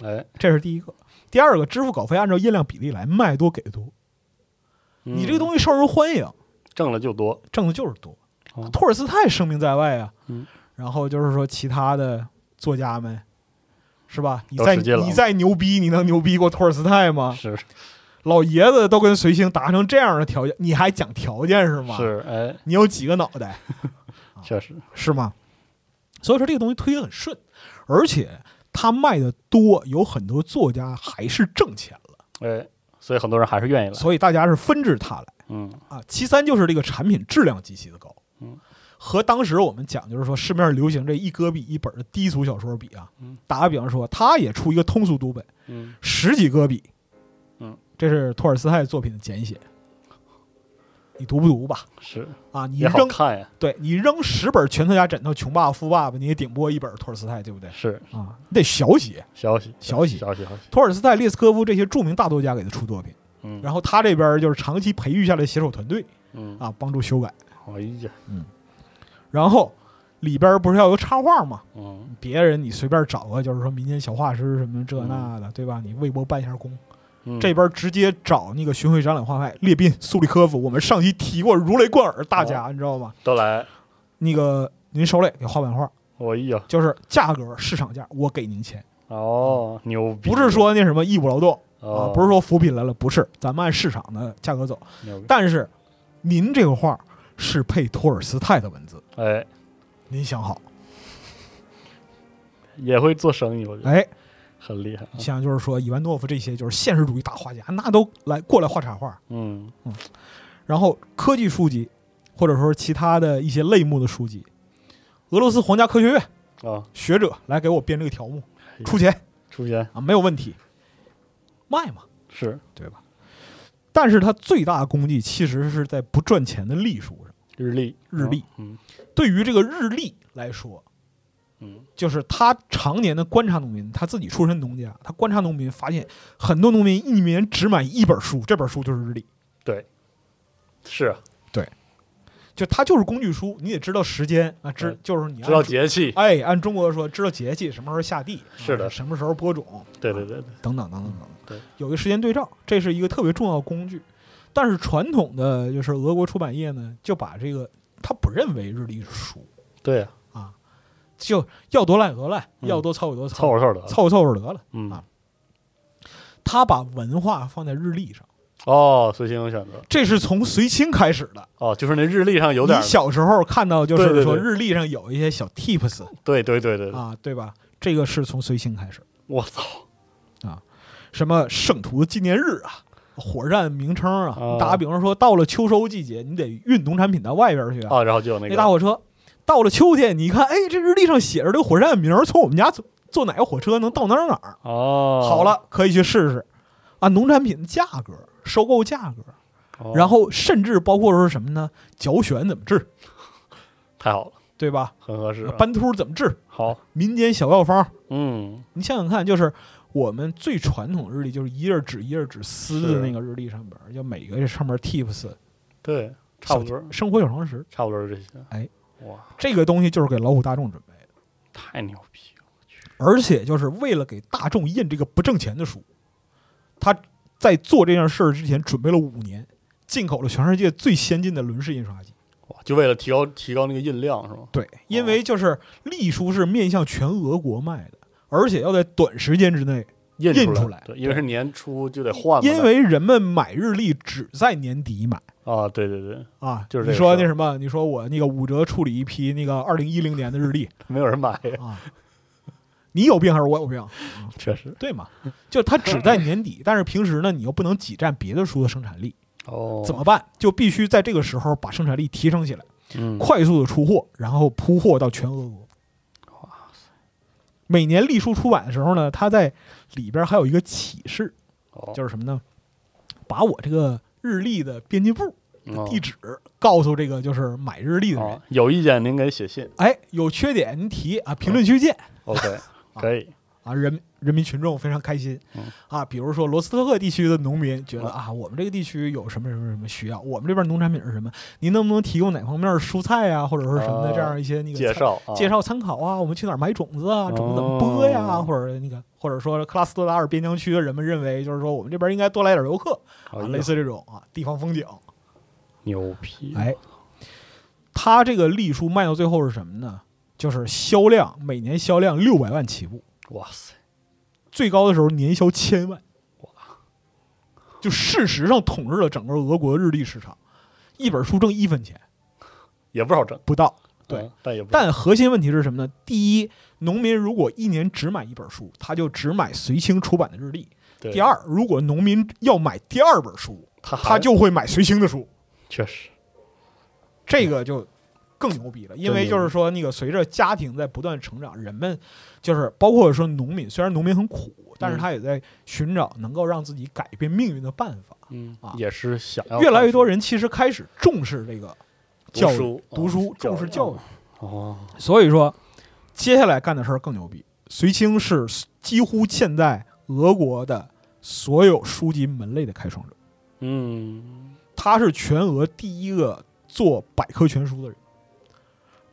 S1: 哎，
S2: 这是第一个。第二个，支付稿费按照印量比例来，卖多给多。你这个东
S1: 西
S2: 西受人欢迎，
S1: 嗯挣了就多，
S2: 挣的就是多
S1: 哦。
S2: 托尔斯泰声名在外啊，
S1: 嗯
S2: 然后就是说其他的作家们，是吧？你
S1: 都
S2: 再
S1: 使劲了
S2: 你再牛逼，你能牛逼过托尔斯泰吗？
S1: 是
S2: 老爷子都跟随行达成这样的条件，你还讲条件是吗？
S1: 是，哎，
S2: 你有几个脑袋？
S1: 确实，
S2: 是吗？所以说这个东西推得很顺，而且它卖的多，有很多作家还是挣钱了，
S1: 哎，所以很多人还是愿意来，
S2: 所以大家是纷至沓来
S1: 嗯
S2: 啊。其三就是这个产品质量极其的高
S1: 嗯，
S2: 和当时我们讲就是说市面上流行这一戈比一本的低俗小说比啊
S1: 嗯，
S2: 打个比方说，他也出一个通俗读本，
S1: 嗯，
S2: 十几戈比，
S1: 嗯，
S2: 这是托尔斯泰作品的简写，你读不读吧？
S1: 是
S2: 啊，你
S1: 也好
S2: 扔
S1: 看呀，
S2: 对你扔十本拳头加枕头穷爸爸富爸爸，你也顶不过一本托尔斯泰，对不对？
S1: 是
S2: 啊，你得小写。
S1: 消息，
S2: 消息
S1: 消息，消息，
S2: 托尔斯泰、列斯科夫这些著名大作家给他出作品，
S1: 嗯，
S2: 然后他这边就是长期培育下来的写手团队
S1: 嗯，
S2: 啊，帮助修改。
S1: 哎呀，
S2: 然后里边不是要有插画吗？
S1: 嗯，
S2: 别人你随便找个，就是说民间小画师什么这那的，对吧？你微博办一下工，
S1: 嗯
S2: 这边直接找那个巡回展览画派列宾、苏利科夫，我们上期提过如雷贯耳大家，
S1: 哦
S2: 你知道吗？
S1: 都来，
S2: 那个您手里给画版画，
S1: 我哎呀，
S2: 就是价格市场价，我给您钱，
S1: 哦，牛逼，
S2: 嗯不是说那什么义务劳动啊，
S1: 哦，
S2: 不是说扶贫来了，不是，咱们按市场的价格走。
S1: 牛逼，
S2: 但是您这个画是配托尔斯泰的文字，
S1: 哎，
S2: 您想好，
S1: 也会做生意，我觉得
S2: 哎，
S1: 很厉害啊，
S2: 像就是说伊万诺夫这些就是现实主义大画家，那都来过来画插画，
S1: 嗯
S2: 然后科技书籍，或者说其他的一些类目的书籍，俄罗斯皇家科学院
S1: 啊，
S2: 学者来给我编这个条目，
S1: 呀
S2: 出钱
S1: 出现
S2: 啊，没有问题，卖嘛，
S1: 是
S2: 对吧？但是它最大的功绩其实是在不赚钱的隶书上。
S1: 日历，
S2: 日历，
S1: 嗯
S2: 对于这个日历来说，
S1: 嗯
S2: 就是他常年的观察农民，他自己出身农家，他观察农民，发现很多农民一年只买一本书，这本书就是日历，
S1: 是啊
S2: 就他就是工具书，你得知道时间啊，知
S1: 嗯
S2: 就是你按
S1: 知道节气，
S2: 哎，按中国说，知道节气，什么时候下地，啊
S1: 是的
S2: 什么时候播种，
S1: 对对对对，
S2: 等等等等等，
S1: 对，
S2: 有一个时间对照，这是一个特别重要的工具。但是传统的就是俄国出版业呢，就把这个他不认为日历是书
S1: 对啊，
S2: 啊，就要多烂有多烂，
S1: 嗯
S2: 要多凑有多
S1: 凑
S2: 凑，
S1: 合凑合得了，
S2: 凑合凑合得了。
S1: 嗯
S2: 啊他把文化放在日历上，
S1: 哦，随心有选择，
S2: 这是从随亲开始的。
S1: 哦，就是那日历上有点儿
S2: 你，小时候看到，就是
S1: 对对
S2: 说
S1: 对
S2: 日历上有一些小 tips
S1: 对对对对，对
S2: 啊，对吧？这个是从随亲开始，
S1: 我操，
S2: 什么圣徒纪念日啊，火车站名称啊。
S1: 啊
S2: 你打个比方说，到了秋收季节，你得运农产品到外边去啊，
S1: 啊，然后就有那
S2: 那大
S1: 个，
S2: 火车。到了秋天，你一看，哎，这日历上写着这个火车站名儿，从我们家坐坐哪个火车能到哪儿哪儿？
S1: 哦，
S2: 好，了，可以去试试啊。农产品的价格、收购价格，然
S1: 后
S2: 后甚至包括说什么呢？绞选怎么治，
S1: 太好了，
S2: 对吧？
S1: 很合适啊，
S2: 斑秃怎么治？
S1: 好，
S2: 民间小药方，
S1: 嗯，
S2: 你想想看，就是我们最传统日历，就是一页纸一页纸撕的
S1: 是
S2: 那个日历上边，就每个这上面 tips
S1: 对，差不多
S2: 小生活小常识，
S1: 差不多是这些，
S2: 哎，
S1: 哇，
S2: 这个东西就是给老虎大众准备的，
S1: 太牛逼了，
S2: 而且就是为了给大众印这个不挣钱的书，他在做这件事儿之前准备了五年，进口了全世界最先进的轮式印刷机。
S1: 哇，就为了提高提高那个印量是吗？
S2: 对，因为就是隶书是面向全俄国卖的，而且要在短时间之内
S1: 印
S2: 印
S1: 出来，
S2: 出来
S1: 对，因为是年初就得换嘛，
S2: 因为人们买日历只在年底买
S1: 啊，对对对，
S2: 啊。
S1: 就是这个
S2: 你说
S1: 事
S2: 那
S1: 儿
S2: 什么，你说我那个五折处理一批那个二零一零年的日 历
S1: 没有人 买，
S2: 啊，你有病还是我有病？
S1: 确实。
S2: 对嘛？ 就它只在年底，但是平时呢，你又不能挤占别的书的生产力，
S1: 哦，
S2: 怎么办？就必须在这个时候把生产力提升起来，
S1: 嗯
S2: 快速的出货，然后铺货到全俄国。每年历书出版的时候呢，它在里边还有一个启示，
S1: 哦
S2: 就是什么呢？把我这个日历的编辑部
S1: 哦
S2: 地址告诉这个就是买日历的人
S1: 啊。，有意见您给写信
S2: 哎，有缺点您提
S1: 嗯
S2: 啊，评论区见
S1: ，OK，可以，
S2: 啊，人人民群众非常开心
S1: 嗯
S2: 啊。比如说罗斯特克地区的农民觉得
S1: 嗯
S2: 啊，我们这个地区有什么什么什么需要，我们这边农产品是什么，您能不能提供哪方面的蔬菜啊，或者说什么的
S1: 哦
S2: 这样一些那个
S1: 介
S2: 参
S1: 绍啊
S2: 介绍参考啊，我们去哪儿买种子啊，种子怎么播呀，
S1: 哦
S2: 或者那个，或者说克拉斯诺达尔边疆区的人们认为，就是说我们这边应该多来点游客
S1: 哎
S2: 啊，
S1: 呀
S2: 类似这种啊，地方风景。
S1: 牛批，
S2: 哎，他这个栗书卖到最后是什么呢？就是销量每年销量六百万起步，
S1: 哇塞，
S2: 最高的时候年销千万，就事实上统治了整个俄国日历市场，一本书挣一分钱
S1: 也不少挣，
S2: 不到。对
S1: 嗯，但也不少
S2: 但核心问题是什么呢？第一，农民如果一年只买一本书，他就只买随清出版的日历；
S1: 对
S2: 第二，如果农民要买第二本书，
S1: 他
S2: 他
S1: 他
S2: 就会买随清的书。
S1: 确实
S2: 这个就更牛逼了，因为
S1: 真牛逼
S2: 就是说，那个随着家庭在不断成长，人们就是包括说农民，虽然农民很苦，但是他也在寻找能够让自己改变命运的办法。
S1: 嗯
S2: 啊
S1: 也是想要
S2: 越来越多
S1: 人
S2: 人其实开始重视这个教育、
S1: 书嗯
S2: 读书，重视教育。
S1: 哦，
S2: 所以说，接下来干的事儿更牛逼。随清是几乎现在俄国的所有书籍门类的开创者，
S1: 嗯，
S2: 他是全俄第一个做百科全书的人，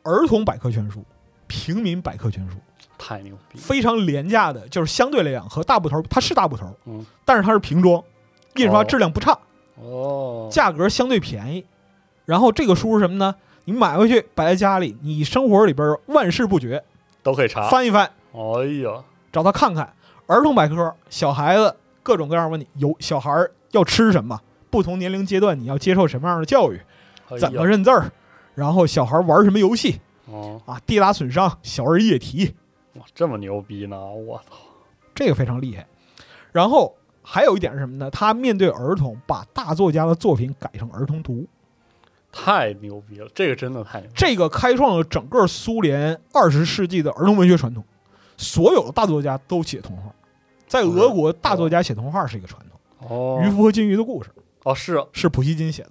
S2: 儿童百科全书、平民百科全书，
S1: 太牛逼，
S2: 非常廉价的，就是相对来讲和大部头，它是大部头，
S1: 嗯
S2: 但是它是平装，印刷
S1: 哦
S2: 质量不差，
S1: 哦，
S2: 价格相对便宜。然后这个书是什么呢？你买回去摆在家里，你生活里边万事不绝，
S1: 都可以查，
S2: 翻一翻，
S1: 哎呀，
S2: 找他看看。儿童百科，小孩子各种各样问题，有小孩儿要吃什么，不同年龄阶段你要接受什么样的教育，
S1: 哎呀
S2: 怎么认字儿，然后小孩玩什么游戏
S1: 哦，
S2: 啊，跌打损伤，小儿夜啼，
S1: 哇，这么牛逼呢，我操，
S2: 这个非常厉害。然后还有一点是什么呢？他面对儿童，把大作家的作品改成儿童读，
S1: 太牛逼了，这个真的太牛逼了，
S2: 这个开创了整个苏联二十世纪的儿童文学传统。所有的大作家都写童话，在俄国，大作家写童话是一个传统。
S1: 哦，
S2: 渔夫和金鱼的故事
S1: 哦是啊
S2: 是普希金写的。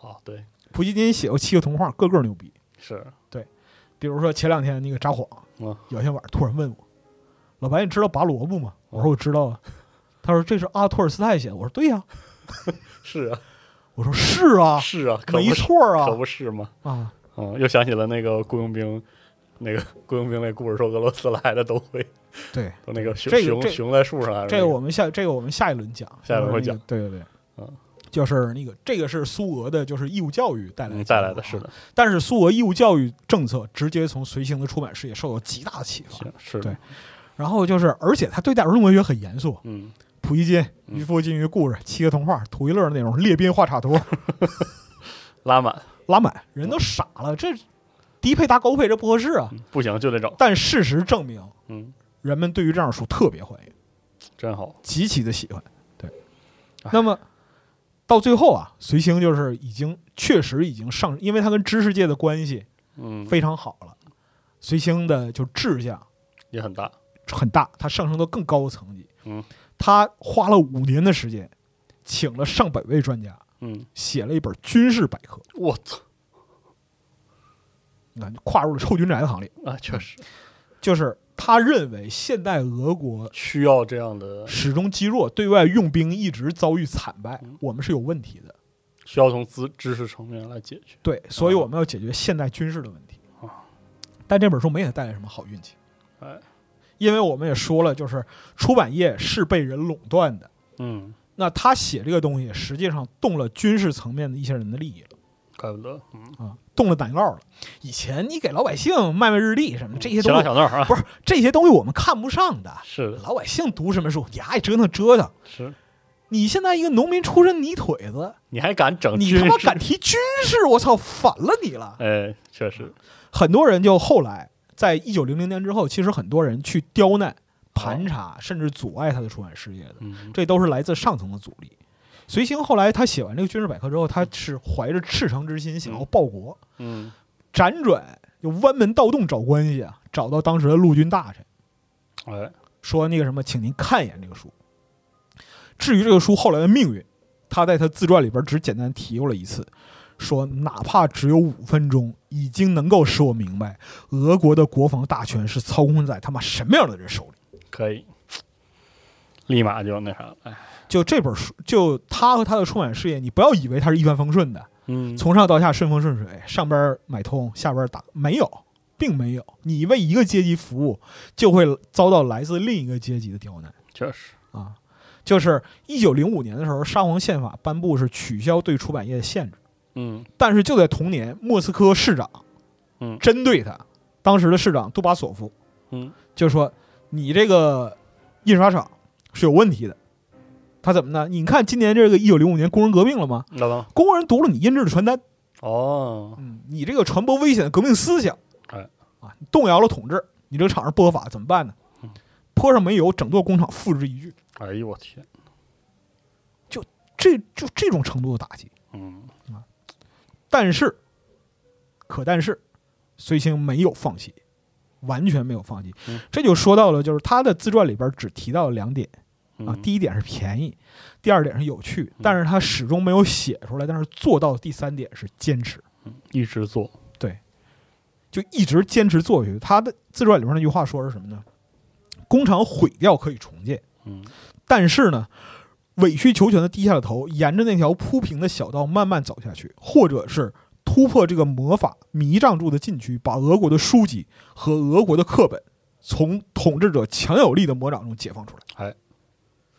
S1: 哦，对，
S2: 普希金写过七个童话，个个牛逼。
S1: 是啊
S2: 比如说前两天那个札幌
S1: 嗯，
S2: 有一天晚上突然问我：“老白，你知道拔萝卜吗？”我说：“我知道啊。”他说：“这是阿托尔斯泰写的。”我说：“对呀、
S1: 是啊
S2: 我说：“是啊，
S1: 是啊，可
S2: 没
S1: 不是
S2: 错啊
S1: 可不是吗？
S2: 啊。
S1: 嗯，又想起了那个雇佣兵，那个雇佣兵那故事，说俄罗斯来的都会，”
S2: 对，
S1: 都那个熊
S2: 这个
S1: 熊
S2: 这
S1: 熊在树上还是
S2: 这
S1: 那
S2: 个
S1: 个
S2: 我们下这个我们下一轮讲，
S1: 下一轮会
S2: 就是那个
S1: 讲。
S2: 对对对，
S1: 嗯
S2: 就是那个这个是苏俄的，就是义务教育带来
S1: 嗯
S2: 的
S1: 带来的
S2: 啊
S1: 是的，
S2: 但是苏俄义务教育政策直接从随行的出版事业受到极大的启发。
S1: 行是
S2: 对
S1: 的，
S2: 然后就是，而且他对待儿童文学很严肃，
S1: 嗯，
S2: 溥仪金、
S1: 嗯
S2: 渔夫金鱼故事、七个童话、图一乐那种列宾画插图
S1: 拉满
S2: 拉满，人都傻了，这低配搭高配这不合适啊。
S1: 嗯不行就得整，
S2: 但事实证明，
S1: 嗯，
S2: 人们对于这样的书特别欢迎，
S1: 真好，
S2: 极其的喜欢。对
S1: 哎，
S2: 那么到最后啊，随行就是已经确实已经上，因为他跟知识界的关系
S1: 嗯，
S2: 非常好了，随行的就志向
S1: 也很大，
S2: 很大，他上升到更高的层级。
S1: 嗯，
S2: 他花了五年的时间，请了上百位专家，
S1: 嗯，
S2: 写了一本军事百科。
S1: 我操
S2: 你看，跨入了臭军宅的行列。
S1: 啊，确实
S2: 就是他认为现代俄国
S1: 需要这样的，
S2: 始终积弱，对外用兵一直遭遇惨败
S1: 嗯，
S2: 我们是有问题的。
S1: 需要从知知识层面来解决，
S2: 对，所以我们要解决现代军事的问题
S1: 啊。
S2: 但这本书没给他带来什么好运气，
S1: 哎，
S2: 因为我们也说了，就是出版业是被人垄断的。
S1: 嗯，
S2: 那他写这个东西，实际上动了军事层面的一些人的利益了。
S1: 怪不得，嗯，
S2: 啊，动了胆告了。以前你给老百姓卖卖日历什么的，这些
S1: 小
S2: 东
S1: 打
S2: 西
S1: 小闹啊，
S2: 不是这些东西我们看不上的，
S1: 是的，
S2: 老百姓读什么书，你爱折腾折腾。
S1: 是，
S2: 你现在一个农民出身泥腿子，
S1: 你还敢整
S2: 你
S1: 哦军
S2: 他妈
S1: 事
S2: 敢提军事，我操，反了你了！
S1: 哎，确实，
S2: 很多人就后来在一九零零年之后，其实很多人去刁难、盘查，甚至阻碍他的出版事业的，
S1: 嗯，
S2: 这都是来自上层的阻力。随行后来他写完这个军事百科之后，他是怀着赤诚之心想要报国，
S1: 嗯，
S2: 辗转就弯门盗洞找关系啊，找到当时的陆军大臣，
S1: 哎，
S2: 说那个什么，请您看一眼这个书。至于这个书后来的命运，他在他自传里边只简单提过了一次，说哪怕只有五分钟，已经能够使我明白，俄国的国防大权是操控在他妈什么样的人手里。
S1: 可以，立马就那啥了，哎，
S2: 就这本书，就他和他的出版事业，你不要以为他是一帆风顺的，
S1: 嗯，
S2: 从上到下顺风顺水，上边买通，下边打，没有，并没有。你为一个阶级服务，就会遭到来自另一个阶级的刁难。
S1: 确实，
S2: 啊，就是一九零五年的时候，沙皇宪法颁布是取消对出版业的限制，
S1: 嗯，
S2: 但是就在同年，莫斯科市长，
S1: 嗯
S2: 针对他，当时的市长杜巴索夫，
S1: 嗯，
S2: 就说你这个印刷厂是有问题的。他怎么呢？你看今年这个一九零五年工人革命了吗？
S1: 嗯老王，
S2: 工人读了你印制的传单，
S1: 哦，
S2: 嗯，你这个传播危险的革命思想，
S1: 哎，
S2: 啊，你动摇了统治，你这个厂是不合法，怎么办呢
S1: 嗯？
S2: 泼上煤油，整座工厂付之一炬，
S1: 哎呦我天，
S2: 这就这种程度的打击。
S1: 嗯，
S2: 啊但是，可但是，随行没有放弃，完全没有放弃。
S1: 嗯
S2: 这就说到了，就是他的自传里边只提到了两点啊，
S1: 嗯，
S2: 第一点是便宜，第二点是有趣，但是他始终没有写出来，但是做到第三点是坚持，
S1: 一直做，
S2: 就一直坚持做下去。他的自传里边那句话说是什么呢？工厂毁掉可以重建，
S1: 嗯，
S2: 但是呢，委曲求全的低下了头，沿着那条铺平的小道慢慢走下去，或者是突破这个魔法迷障住的禁区，把俄国的书籍和俄国的课本从统治者强有力的魔掌中解放出来。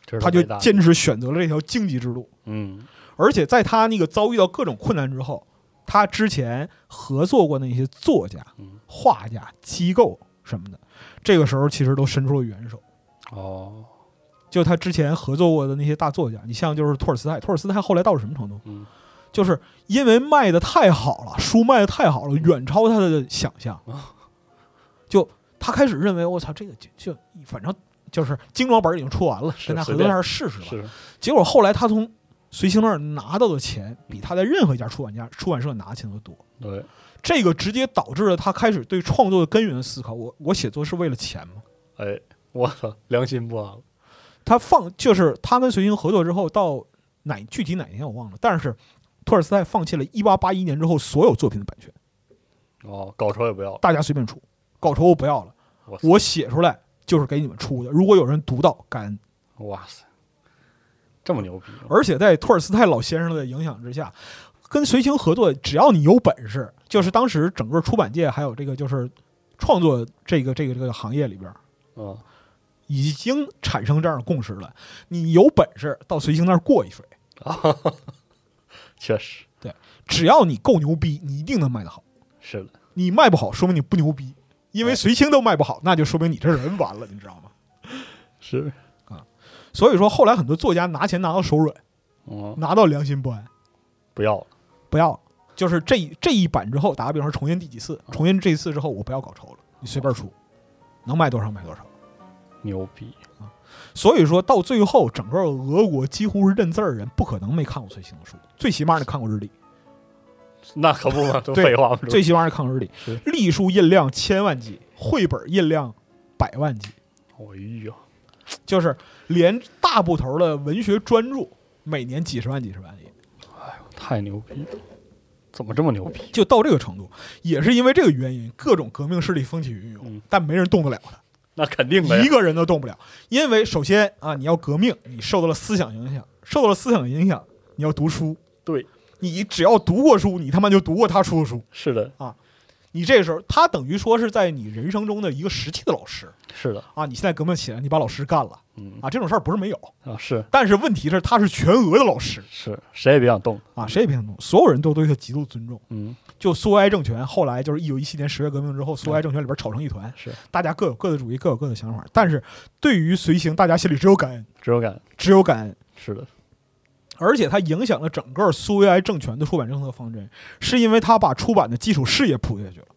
S1: 这是
S2: 他就
S1: 伟大的，
S2: 坚持选择了这条荆棘之路，
S1: 嗯，
S2: 而且在他那个遭遇到各种困难之后，他之前合作过那些作家
S1: 嗯、
S2: 画家、机构什么的，这个时候其实都伸出了援手。
S1: 哦，
S2: 就他之前合作过的那些大作家，你像就是托尔斯泰，托尔斯泰后来到了什么程度？
S1: 嗯，
S2: 就是因为卖的太好了，书卖的太好了，远超他的想象
S1: 啊。
S2: 就他开始认为，我操，这个就就反正就是精装本已经出完了，
S1: 是
S2: 跟他合
S1: 随
S2: 作一
S1: 便
S2: 下试试吧。
S1: 是，
S2: 结果后来他从随行那儿拿到的钱，比他在任何一家出版家出版社拿的钱都多。
S1: 对，
S2: 这个直接导致了他开始对创作的根源的思考：我我写作是为了钱吗？
S1: 哎，我操，良心不安了，
S2: 他放就是他跟随行合作之后，到哪具体哪一天我忘了，但是托尔斯泰放弃了1881年之后所有作品的版权，
S1: 哦，稿酬也不要了，
S2: 大家随便出，稿酬我不要了
S1: 我，操
S2: 我写出来就是给你们出的，如果有人读到，感恩。
S1: 哇塞，这么牛逼，啊
S2: 而且在托尔斯泰老先生的影响之下，跟随行合作，只要你有本事，就是当时整个出版界还有这个就是创作这个这个这个行业里边，
S1: 嗯，
S2: 已经产生这样的共识了，你有本事到随行那儿过一水。
S1: 确实
S2: 只要你够牛逼，你一定能卖得好。
S1: 是的，
S2: 你卖不好，说明你不牛逼，因为
S1: 哎
S2: 随清都卖不好，那就说明你这人完了，你知道吗？
S1: 是，
S2: 所以说，后来很多作家拿钱拿到手软，
S1: 嗯，
S2: 拿到良心不安，
S1: 不要了，
S2: 不要了。就是这一这一版之后，打个比方说重印第几次，重印这一次之后，我不要搞酬了，你随便出，能卖多少卖多少。
S1: 牛逼，
S2: 所以说到最后，整个俄国几乎是认字儿人不可能没看过最新的书，最起码得看过日历，
S1: 那可不嘛，都
S2: 对
S1: 废话嘛，
S2: 最起码得看过日历
S1: 是，
S2: 历书印量千万计，绘本印量百万计。
S1: 哎呦，
S2: 就是连大部头的文学专著，每年几十万、几十万也
S1: 太牛逼了，怎么这么牛逼？
S2: 就到这个程度，也是因为这个原因，各种革命势力风起云涌，
S1: 嗯
S2: 但没人动得了他，
S1: 那肯定的
S2: 一
S1: 呀，
S2: 个人都动不了。因为首先啊，你要革命，你受到了思想影响，受到了思想影响，你要读书，
S1: 对，
S2: 你只要读过书，你他妈就读过他出的书。
S1: 是的，
S2: 你这个时候，他等于说是在你人生中的一个实际的老师
S1: 是的，
S2: 啊。你现在革命起来，你把老师干了
S1: 嗯
S2: 啊，这种事儿不是没有，
S1: 啊是
S2: 但是问题是他是全俄的老师
S1: 是，谁也别想动，
S2: 啊，谁也别想动，所有人都对他极度尊重。
S1: 嗯
S2: 就苏维埃政权后来就是一九一七年十月革命之后，苏维埃政权里边吵成一团，
S1: 嗯是
S2: 大家各有各的主义，各有各的想法。但是对于随行，大家心里只有感恩，
S1: 只有感
S2: 只有感恩。
S1: 是的，
S2: 而且它影响了整个苏维埃政权的出版政策方针，是因为它把出版的基础事业铺下去了。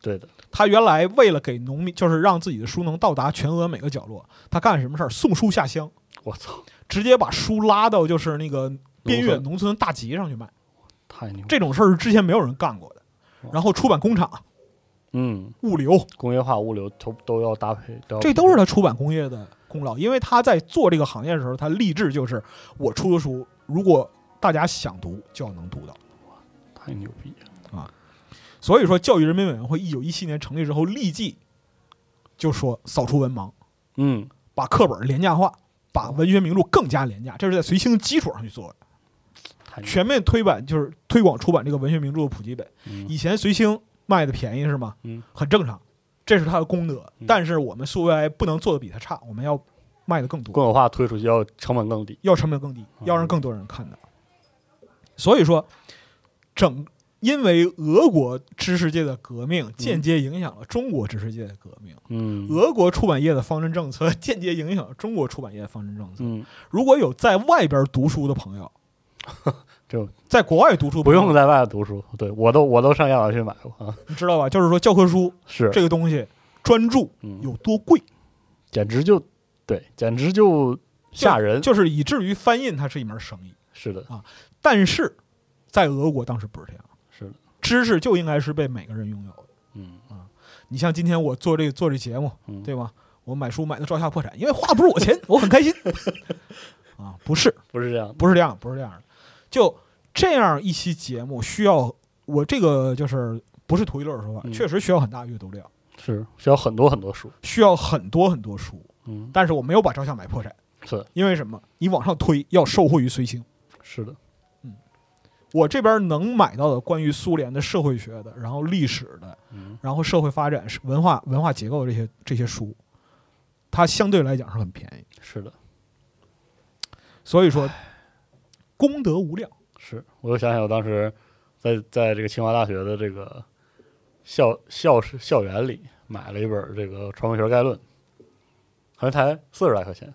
S1: 对的，
S2: 他原来为了给农民，就是让自己的书能到达全俄每个角落，他干什么事儿？送书下乡，
S1: 我操，
S2: 直接把书拉到就是那个边
S1: 农
S2: 远
S1: 村
S2: 农村大集上去卖。
S1: 太牛了，
S2: 这种事儿是之前没有人干过的。
S1: 哦
S2: 然后出版工厂、
S1: 嗯，
S2: 物流，
S1: 工业化物流都都要搭配，要
S2: 这都是他出版工业的功劳，因为他在做这个行业的时候，他立志就是我出的书，如果大家想读，就要能读到。
S1: 太牛逼了，
S2: 所以说，教育人民委员会一九一七年成立之后，立即就说扫除文盲，
S1: 嗯，
S2: 把课本廉价化，把文学名著更加廉价，这是在随行的基础上去做的，
S1: 太牛
S2: 全面推版就是推广出版这个文学名著的普及本。
S1: 嗯
S2: 以前随行卖的便宜是吗？
S1: 嗯，
S2: 很正常，这是它的功德
S1: 嗯。
S2: 但是我们苏维埃不能做的比它差，我们要卖的更多。
S1: 公有化推出去要成本更低，
S2: 要成本更低，
S1: 啊
S2: 要让更多人看到。所以说，整因为俄国知识界的革命间接影响了中国知识界的革命，
S1: 嗯
S2: 俄国出版业的方针政策 间接影响了中国出版业的方针政策。
S1: 嗯，，
S2: 如果有在外边读书的朋友
S1: 就
S2: 在国外读书的
S1: 不
S2: 朋友
S1: 用，在外头读书，对我都我都上亚马逊买过啊，
S2: 你知道吧？就是说教科书
S1: 是，
S2: 这个东西专注
S1: 嗯，
S2: 有多贵，
S1: 简直就对，简直就吓人，
S2: 就是以至于翻印它是一门生意。
S1: 是的，
S2: 但是在俄国当时不是这样，
S1: 是的，
S2: 知识就应该是被每个人拥有的。
S1: 嗯
S2: 你像今天我做这做这节目
S1: 嗯，
S2: 对吧？我买书买的照下破产，因为花不是我钱，我很开心。 啊，不是，
S1: 不是这样的，
S2: 不是这样，不是这样的。就这样一期节目，需要我这个就是不是图一乐的说法，
S1: 嗯
S2: 确实需要很大阅读量，
S1: 是需要很多很多书，
S2: 需要很多很多书。
S1: 嗯，
S2: 但是我没有把照相买破产，
S1: 是
S2: 因为什么？你往上推要受惠于随行。
S1: 是的，
S2: 我这边能买到的关于苏联的社会学的，然后历史的，
S1: 嗯
S2: 然后社会发展、文化文化结构的这些这些书，它相对来讲是很便宜。
S1: 是的，
S2: 所以说，功德无量。
S1: 是我又想想我当时在在这个清华大学的这个校校是校园里买了一本这个《传播学概论》，好像才四十来块钱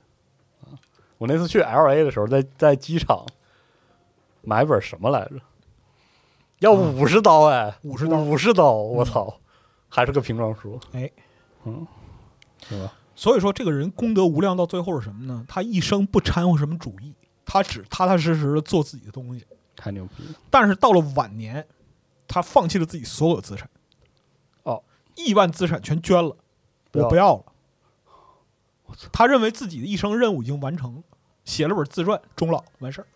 S1: 啊。我那次去 L A 的时候，在在机场买本什么来着？要五十刀哎，
S2: 50刀
S1: 五十刀，我操，还是个瓶装书，
S2: 哎，
S1: 嗯，是吧？
S2: 所以说，这个人功德无量到最后是什么呢？他一生不掺和什么主义，他只踏踏实实的做自己的东西。
S1: 太牛逼了！
S2: 但是到了晚年，他放弃了自己所有资产，
S1: 哦，
S2: 亿万资产全捐了，
S1: 不要
S2: 我不要了
S1: 操。
S2: 他认为自己的一生任务已经完成了，写了本自传，终老完事儿。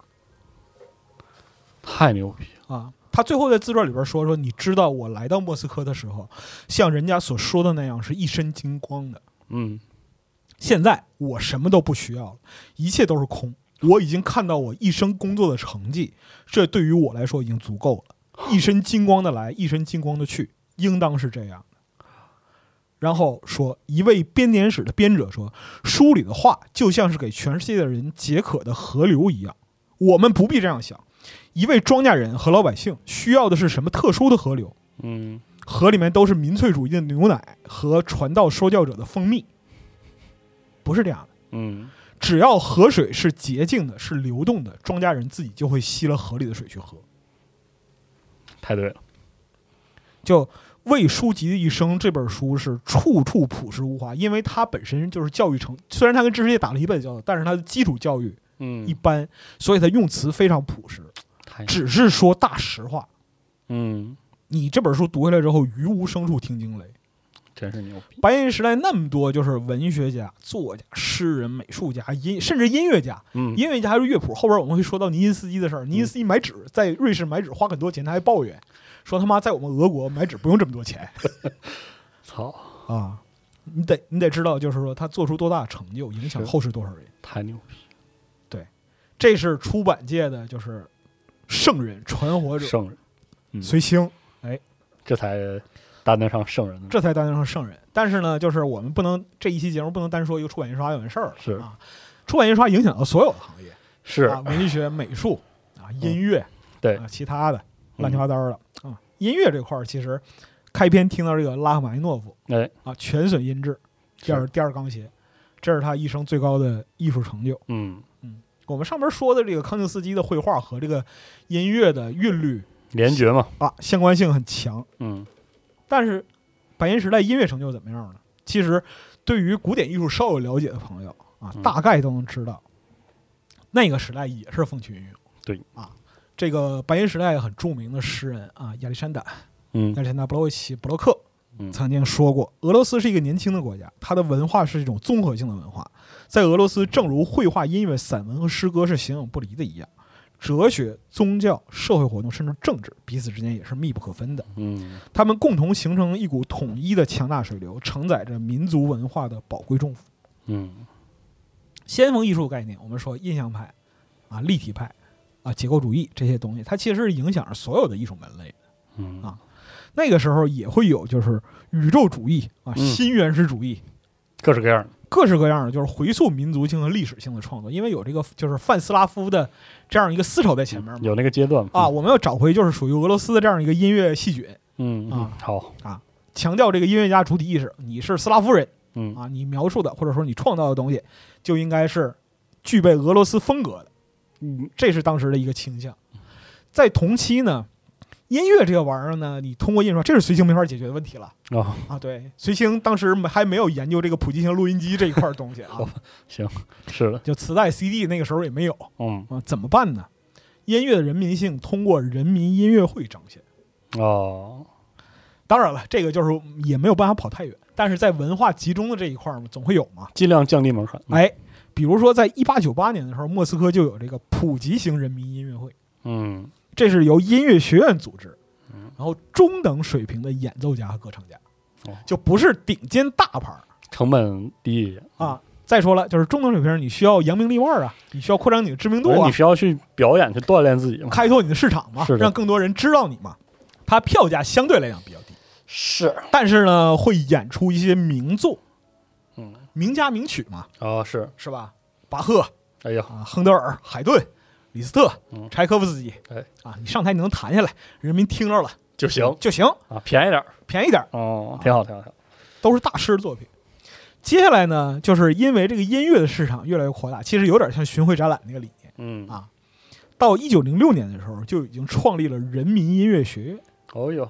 S1: 太牛逼了！
S2: 啊，他最后在自传里边说说，你知道我来到莫斯科的时候，像人家所说的那样是一身金光的。
S1: 嗯，
S2: 现在我什么都不需要了，一切都是空。我已经看到我一生工作的成绩，这对于我来说已经足够了。一身金光的来，一身金光的去，应当是这样的。然后说，一位编年史的编者说，书里的话就像是给全世界的人解渴的河流一样，我们不必这样想。一位庄稼人和老百姓需要的是什么特殊的河流？
S1: 嗯，
S2: 河里面都是民粹主义的牛奶和传道说教者的蜂蜜，不是这样的。
S1: 嗯，
S2: 只要河水是洁净的、是流动的，庄稼人自己就会吸了河里的水去喝。
S1: 太对了，
S2: 就《为书籍的一生》这本书是处处朴实无华，因为它本身就是教育成，虽然它跟知识界打了一辈子交道，但是它的基础教育
S1: 嗯哎
S2: 一，般，所以它用词非常朴实，
S1: 太，
S2: 只是说大实话。
S1: 嗯，
S2: 你这本书读下来之后，于无声处听惊雷。
S1: 真是牛逼，
S2: 白银时代那么多就是文学家、作家、诗人、美术家、音甚至音乐家，
S1: 嗯，
S2: 音乐家还是乐谱。后边我们会说到尼因斯基的事儿。尼因斯基买纸，在瑞士买纸花很多钱，他还抱怨说他妈在我们俄国买纸不用这么多钱
S1: 操，
S2: 啊！ 你得你得知道，就是说他做出多大的成就，影响
S1: 是
S2: 后世多少人。
S1: 太牛逼
S2: 这是出版界的就是圣人、传火
S1: 了，
S2: 者、
S1: 圣人。嗯
S2: 随兴。
S1: 这才担得上圣人的。
S2: 这才担当上圣人。但是呢，就是我们不能这一期节目不能单说一个出版印刷就完事儿了，
S1: 是
S2: 啊，出版印刷影响到所有的行业，
S1: 是嗯
S2: 啊，文学、美术啊，音乐，
S1: 对嗯
S2: 啊，其他的乱七八糟的、啊，音乐这块儿其实开篇听到这个拉赫玛尼诺夫
S1: 哎，
S2: 啊，全损音质，第二第二钢琴，这是他一生最高的艺术成就。
S1: 嗯，
S2: 我们上面说的这个康定斯基的绘画和这个音乐的韵律
S1: 联觉嘛，
S2: 啊，相关性很强。
S1: 嗯
S2: 但是白银时代音乐成就怎么样呢？其实对于古典艺术稍有了解的朋友啊
S1: 嗯，
S2: 大概都能知道，那个时代也是风起云涌。
S1: 对
S2: 啊，这个白银时代很著名的诗人啊，亚历山大
S1: 嗯
S2: 亚历山大布洛维奇布洛克
S1: 嗯
S2: 曾经说过，俄罗斯是一个年轻的国家，它的文化是一种综合性的文化。在俄罗斯，正如绘画、音乐、散文和诗歌是形影不离的一样，哲学、宗教、社会活动甚至政治彼此之间也是密不可分的。
S1: 嗯
S2: 它们共同形成一股统一的强大水流，承载着民族文化的宝贵重负。
S1: 嗯
S2: 先锋艺术概念，我们说印象派啊、立体派啊、结构主义这些东西，它其实是影响着所有的艺术门类的。
S1: 嗯
S2: 啊那个时候也会有就是宇宙主义啊、
S1: 嗯
S2: 新原始主义，
S1: 各式各样的，
S2: 各式各样的就是回溯民族性和历史性的创作，因为有这个就是泛斯拉夫的这样一个思潮在前面嘛。
S1: 有那个阶段嘛
S2: 啊，，我们要找回就是属于俄罗斯的这样一个音乐细菌，
S1: 嗯嗯
S2: 啊
S1: 好，
S2: 强调这个音乐家主体意识，你是斯拉夫人，
S1: 嗯
S2: 啊，你描述的或者说你创造的东西，就应该是具备俄罗斯风格的，
S1: 嗯
S2: 这是当时的一个倾向。在同期呢，音乐这个玩意儿呢，你通过印刷，这是随行没法解决的问题了
S1: 啊，
S2: 啊。对，随行当时没还没有研究这个普及型录音机这一块儿东西啊
S1: 是的，
S2: 就磁带、CD 那个时候也没有
S1: 嗯
S2: 啊，怎么办呢？音乐的人民性通过人民音乐会彰显。
S1: 哦
S2: 当然了，这个就是也没有办法跑太远，但是在文化集中的这一块儿嘛，总会有嘛。
S1: 尽量降低门槛，嗯
S2: 哎，比如说在一八九八年的时候，莫斯科就有这个普及型人民音乐会，
S1: 嗯
S2: 这是由音乐学院组织
S1: 嗯，
S2: 然后中等水平的演奏家和歌唱家
S1: 哦，
S2: 就不是顶尖大牌儿
S1: 成本低一点
S2: 啊。再说了，就是中等水平，你需要扬名立万啊，你需要扩张你的知名度
S1: 反正
S2: 啊
S1: 你，是要去表演去锻炼自己嘛，
S2: 开拓你的市场嘛
S1: 是，的
S2: 让更多人知道你嘛。它票价相对来讲比较低，
S1: 是
S2: 但是呢，会演出一些名作、
S1: 嗯
S2: 名家名曲嘛，
S1: 啊是，
S2: 是吧？巴赫、
S1: 哎呀
S2: 啊，亨德尔、海顿、李斯特
S1: 嗯、
S2: 柴可夫斯基，
S1: 哎
S2: 啊，你上台你能弹下来，人民听着了
S1: 就行
S2: 就行，
S1: 啊，便宜点儿
S2: 便宜点儿，
S1: 哦，挺好挺好挺好，
S2: 啊都是大师的作品。接下来呢，就是因为这个音乐的市场越来越扩大，其实有点像巡回展览那个理念。
S1: 嗯
S2: 啊到一九零六年的时候，就已经创立了人民音乐学院，
S1: 哦哟，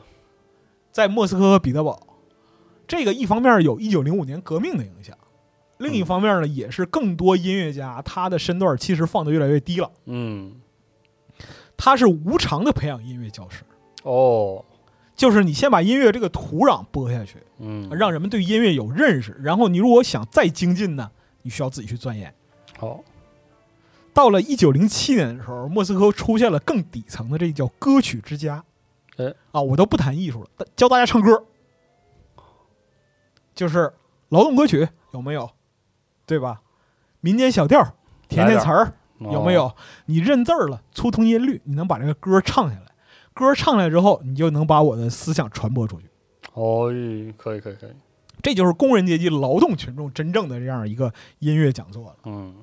S2: 在莫斯科和彼得堡。这个一方面有一九零五年革命的影响，另一
S1: 嗯
S2: 方面呢，也是更多音乐家他的身段其实放得越来越低了，
S1: 嗯
S2: 他是无偿的培养音乐教师。
S1: 哦
S2: 就是你先把音乐这个土壤播下去，
S1: 嗯，
S2: 让人们对音乐有认识，然后你如果想再精进呢，你需要自己去钻研。
S1: 好
S2: 到了一九零七年的时候，莫斯科出现了更底层的，这叫歌曲之家
S1: 哎。
S2: 啊，我都不谈艺术了，但教大家唱歌，就是劳动歌曲有没有？对吧？民间小调，填填词儿有
S1: 哦
S2: 没？有？你认字儿了，粗通音律，你能把这个歌唱下来。歌唱下来之后，你就能把我的思想传播出去。
S1: 哦，可以可以可以，
S2: 这就是工人阶级劳动群众真正的这样一个音乐讲座了。
S1: 嗯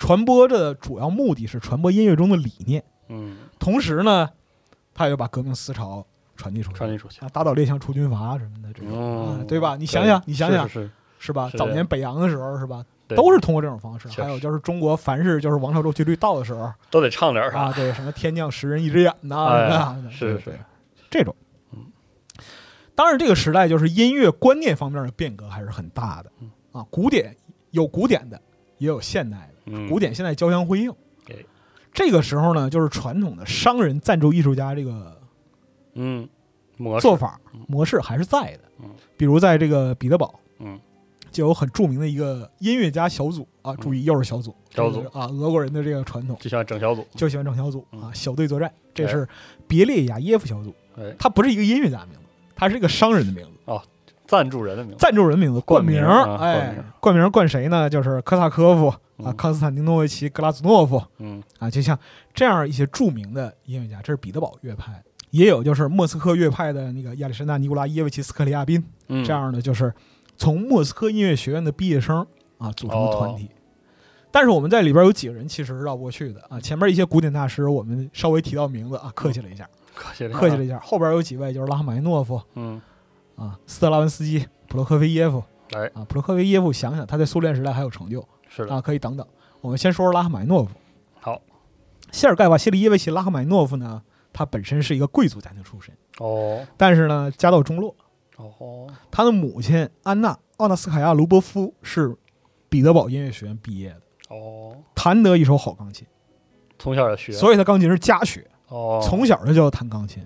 S2: 传播的主要目的是传播音乐中的理念，
S1: 嗯，
S2: 同时呢，他也把革命思潮传递出去
S1: 传递出去
S2: 啊，，打倒列强除军阀什么的这种，
S1: 嗯
S2: 啊，对吧？你
S1: 可
S2: 想
S1: 以
S2: 想，你想
S1: 是
S2: 想，
S1: 是是
S2: 是吧？
S1: 是
S2: 早年北洋的时候，是吧？
S1: 对
S2: 都是通过这种方式。
S1: 确实
S2: 还有就是中国，凡是就是王朝周期率到的时候
S1: 都得唱点儿
S2: 啊，对什么天降十人一只眼呐，
S1: 哎
S2: 什么的
S1: 是
S2: 对
S1: 是
S2: 对这种
S1: 嗯。
S2: 当然，这个时代就是音乐观念方面的变革还是很大的
S1: 嗯
S2: 啊。古典有古典的，也有现代的。
S1: 嗯
S2: 古典现代交相辉映
S1: 哎。
S2: 这个时候呢，就是传统的商人赞助艺术家这个
S1: 嗯模式
S2: 做法
S1: 嗯
S2: 模式还是在的
S1: 嗯。
S2: 比如在这个彼得堡，
S1: 嗯，
S2: 就有很著名的一个音乐家小组啊，注意又是小组，
S1: 小组
S2: 这个啊，俄国人的这个传统
S1: 就像整小组，
S2: 就喜欢整小组
S1: 嗯
S2: 啊，小队作战，这
S1: 哎
S2: 是别列雅耶夫小组，
S1: 哎，
S2: 他不是一个音乐家的名字，他是一个商人的名字。
S1: 赞助人的名字，
S2: 赞助人名字
S1: 冠
S2: 名
S1: 名
S2: 儿，
S1: 啊冠
S2: 哎
S1: 名儿，
S2: 冠名儿冠谁呢？就是科萨科夫啊，
S1: 嗯
S2: 康斯坦丁诺维奇·格拉兹诺夫
S1: 嗯，
S2: 啊，就像这样一些著名的音乐家，这是彼得堡乐派也有就是莫斯科乐派的那个亚历山大·尼古拉耶维奇·斯克里亚宾
S1: 嗯
S2: 这样的，就是从莫斯科音乐学院的毕业生啊组成的团
S1: 哦
S2: 体。但是我们在里边有几个人其实是绕不过去的
S1: 嗯
S2: 啊，前面一些古典大师我们稍微提到名字啊，客气了一下，
S1: 客气了，啊
S2: 客气了，一下，后边有几位就是拉赫玛尼诺夫，
S1: 嗯，
S2: 啊，斯特拉文斯基、普罗科菲耶夫，
S1: 哎
S2: 啊，普罗科菲耶夫，想想他在苏联时代还有成就是
S1: 的，
S2: 啊，可以等等。我们先说说拉赫买诺夫。
S1: 好，
S2: 谢尔盖瓦谢利耶维奇·拉赫买诺夫呢，他本身是一个贵族家庭出身，
S1: 哦
S2: 但是呢家道中落。
S1: 哦，
S2: 他的母亲安娜·奥纳斯卡亚·卢波夫是彼得堡音乐学院毕业的，
S1: 哦，
S2: 弹得一手好钢琴，
S1: 从小也学，
S2: 所以他钢琴是家学，
S1: 啊哦，
S2: 从小他就要弹钢琴。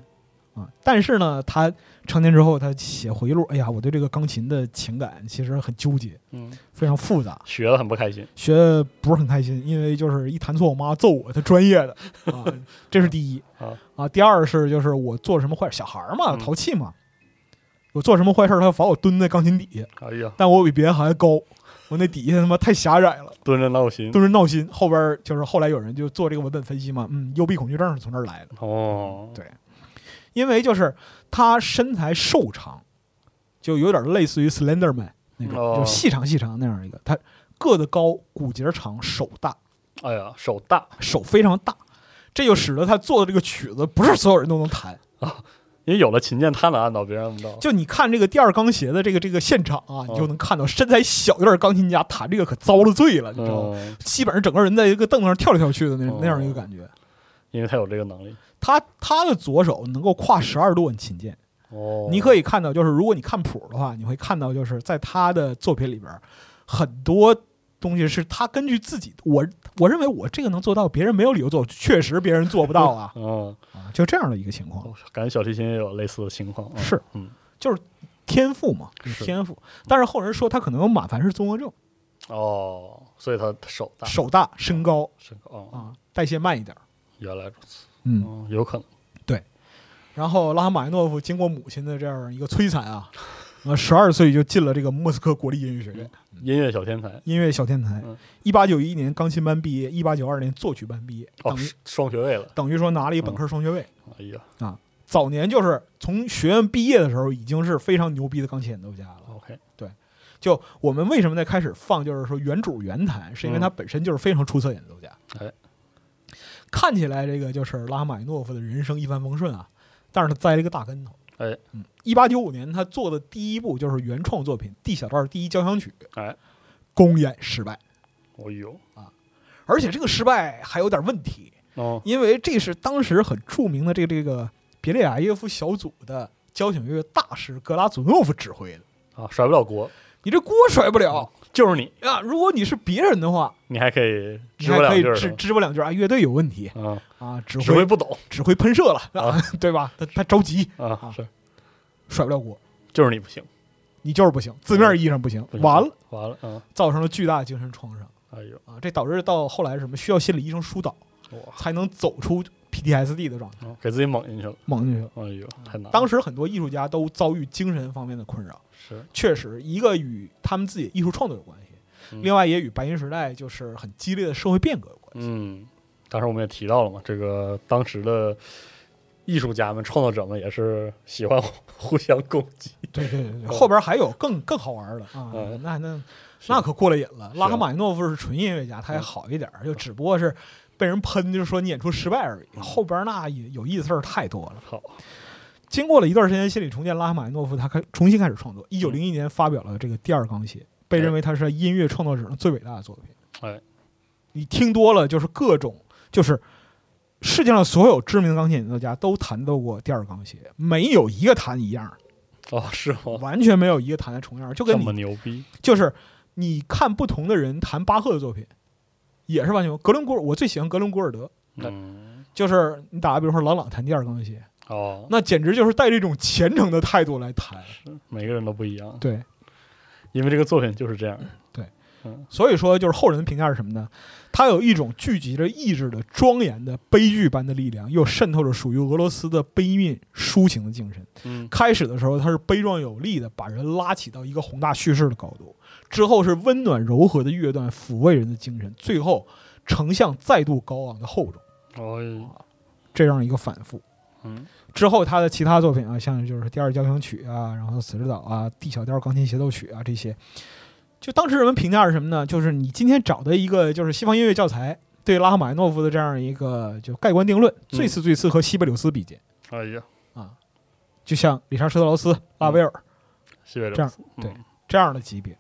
S2: 啊，但是呢，他成年之后，他写回忆录，哎呀，我对这个钢琴的情感其实很纠结，
S1: 嗯，
S2: 非常复杂。
S1: 学的很不开心，
S2: 学的不是很开心，因为就是一弹错，我妈揍我，她专业的啊， 这是第一
S1: 啊
S2: 啊。第二是就是我做什么坏事，小孩儿嘛，
S1: 嗯
S2: 淘气嘛，我做什么坏事，他把我蹲在钢琴底下，
S1: 哎呀，
S2: 但我比别人还高，我那底下他妈太狭窄了，
S1: 蹲着闹心，
S2: 顿时闹心。后边儿就是后来有人就做这个文本分析嘛，嗯，幽闭恐惧症是从这儿来的，
S1: 哦，
S2: 对因为就是他身材瘦长，就有点类似于 Slenderman 那种，
S1: 哦
S2: 就细长细长那样一个，他个子高，骨节长，手大。
S1: 哎呀，手大，
S2: 手非常大，这就使得他做的这个曲子不是所有人都能弹。
S1: 因为有了琴键，他能按到，别人按不到，
S2: 就你看这个第二钢协的这个这个现场啊，你就能看到身材小点儿钢琴家弹这个可遭了罪了，你知道吗？
S1: 嗯，
S2: 基本上整个人在一个凳子上跳来跳去的那
S1: 哦
S2: 那样一个感觉。
S1: 因为他有这个能力，
S2: 他他的左手能够跨十二度按琴键，
S1: 哦，
S2: 你可以看到，就是如果你看谱的话，你会看到，就是在他的作品里边，很多东西是他根据自己，我我认为我这个能做到，别人没有理由做，确实别人做不到啊
S1: 嗯，哦
S2: 啊，就这样的一个情况。
S1: 感觉小提琴也有类似的情况，嗯
S2: 是，
S1: 嗯，
S2: 天赋嘛，
S1: 是
S2: 天赋。但是后人说他可能有马凡氏综合症，
S1: 哦，所以他手大，
S2: 手大身高
S1: 身高，哦，
S2: 啊，代谢慢一点儿。
S1: 原来如此，
S2: 嗯，
S1: 嗯，有可能，
S2: 然后拉赫玛尼诺夫经过母亲的这样一个摧残啊， 呃，十二岁就进了这个莫斯科国立音乐学院，
S1: 音乐小天才，
S2: 音乐小天才
S1: 嗯。
S2: 一八九一年钢琴班毕业，一八九二年作曲班毕业，
S1: 哦
S2: 等于，
S1: 双学位了，
S2: 等于说拿了一本科双学位。
S1: 哎呀
S2: 早年就是从学院毕业的时候，已经是非常牛逼的钢琴演奏家了。
S1: ，OK，
S2: 就我们为什么在开始放，就是说原主原弹，是因为他本身就是非常出色演奏家。
S1: 嗯哎，
S2: 看起来这个就是拉赫玛尼诺夫的人生一帆风顺啊，但是他栽了一个大跟头。
S1: 哎，
S2: 嗯，一八九五年他做的第一部就是原创作品《D 小调第一交响曲》，
S1: 哎，
S2: 公演失败，
S1: 哦呦，
S2: 而且这个失败还有点问题，
S1: 哦，
S2: 因为这是当时很著名的这个这个别列亚耶夫小组的交响乐大师格拉祖诺夫指挥的，
S1: 啊，甩不了锅，
S2: 你这锅甩不了。
S1: 就是你，
S2: 啊，如果你是别人的话，
S1: 你还可以
S2: 你
S1: 支不
S2: 还可
S1: 两
S2: 以
S1: 句儿
S2: 支
S1: 是吧，
S2: 支拨两句啊，乐队有问题
S1: 嗯，
S2: 啊，指
S1: 指挥
S2: 挥
S1: 不懂
S2: 指挥喷射了啊
S1: 啊，
S2: 对吧？他他着急，
S1: 啊
S2: 啊，
S1: 是，
S2: 甩不了锅，
S1: 就是你不行，
S2: 你就是不行，字面意义上不行
S1: 不，行
S2: 完了，，
S1: 完了，嗯，
S2: 造成了巨大的精神创伤
S1: 哎呦，
S2: 啊，这导致到后来什么需要心理医生疏导
S1: 哇，
S2: 才能走出 PTSD 的状态，
S1: 哦给自己蒙进去了，
S2: 蒙进去了。
S1: 哎呦，太难了，
S2: 当时很多艺术家都遭遇精神方面的困扰，
S1: 是，
S2: 确实，一个与他们自己的艺术创作有关系，
S1: 嗯
S2: 另外也与白银时代就是很激烈的社会变革有关系。
S1: 嗯，当时我们也提到了嘛，这个当时的艺术家们、创作者们也是喜欢 互相攻击。
S2: 对对对对，
S1: 嗯
S2: 后边还有更更好玩的啊
S1: 嗯！
S2: 那那
S1: 是
S2: 那可过了瘾了。拉赫
S1: 是
S2: 玛尼诺夫是纯音乐家，他还
S1: 嗯
S2: 好一点儿，就只不过是被人喷，就是说你演出失败而已。后边那也有意思事儿太多了。
S1: 嗯好，
S2: 经过了一段时间心理重建，拉赫玛尼诺夫他开重新开始创作。一九零一年发表了这个《第二钢协》，
S1: 嗯
S2: 被
S1: 哎
S2: 认为他是音乐创作史上最伟大的作品。
S1: 哎，
S2: 你听多了就是各种就是。世界上所有知名的钢琴演奏家都弹奏过《第二钢协》，没有一个弹一样儿，
S1: 哦，是吗？
S2: 完全没有一个弹的重样儿，就
S1: 这
S2: 跟你
S1: 么牛逼
S2: 就是你看不同的人弹巴赫的作品，也是完全不格伦古尔，我最喜欢格伦古尔德。
S1: 嗯，
S2: 就是你打个比如说朗朗弹第二钢琴，
S1: 哦，
S2: 那简直就是带这种虔诚的态度来弹。
S1: 是每个人都不一样，
S2: 对，
S1: 因为这个作品就是这样。
S2: 所以说就是后人的评价是什么呢？他有一种聚集着意志的庄严的悲剧般的力量，又渗透着属于俄罗斯的悲悯抒情的精神。
S1: 嗯，
S2: 开始的时候，它是悲壮有力的，把人拉起到一个宏大叙事的高度；之后是温暖柔和的乐段抚慰人的精神；最后，成像再度高昂的厚重，
S1: 哦，
S2: 这样一个反复。
S1: 嗯
S2: 之后他的其他作品啊，像就是《第二交响曲》啊，然后《死之岛》啊，《D 小调钢琴协奏曲啊》这些，就当时人们评价是什么呢？就是你今天找的一个就是西方音乐教材对拉赫玛尼诺夫的这样一个就盖棺定论，最次最次和西贝柳斯比肩、
S1: 哎呀，
S2: 啊，就像理查施特劳斯、拉威尔
S1: 西北柳
S2: 这样
S1: 斯
S2: 对
S1: 嗯
S2: 这样的级别。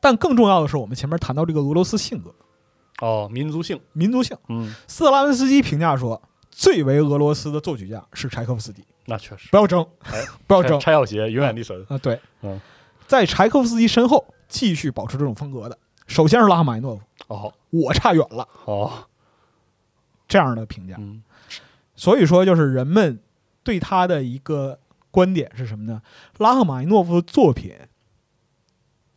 S2: 但更重要的是，我们前面谈到这个俄罗斯性格、
S1: 哦，民族性，
S2: 民族性，
S1: 嗯，
S2: 斯特拉文斯基评价说，最为俄罗斯的作曲家是柴可夫斯基，
S1: 那确实
S2: 不要争，
S1: 哎
S2: 不要
S1: 拆
S2: 争，
S1: 拆小鞋，永远的神，
S2: 啊，对，
S1: 嗯
S2: 在柴可夫斯基身后继续保持这种风格的，首先是拉赫玛尼诺夫，
S1: 哦
S2: 我差远了
S1: 哦，
S2: 这样的评价。
S1: 嗯
S2: 所以说，就是人们对他的一个观点是什么呢？拉赫玛尼诺夫的作品，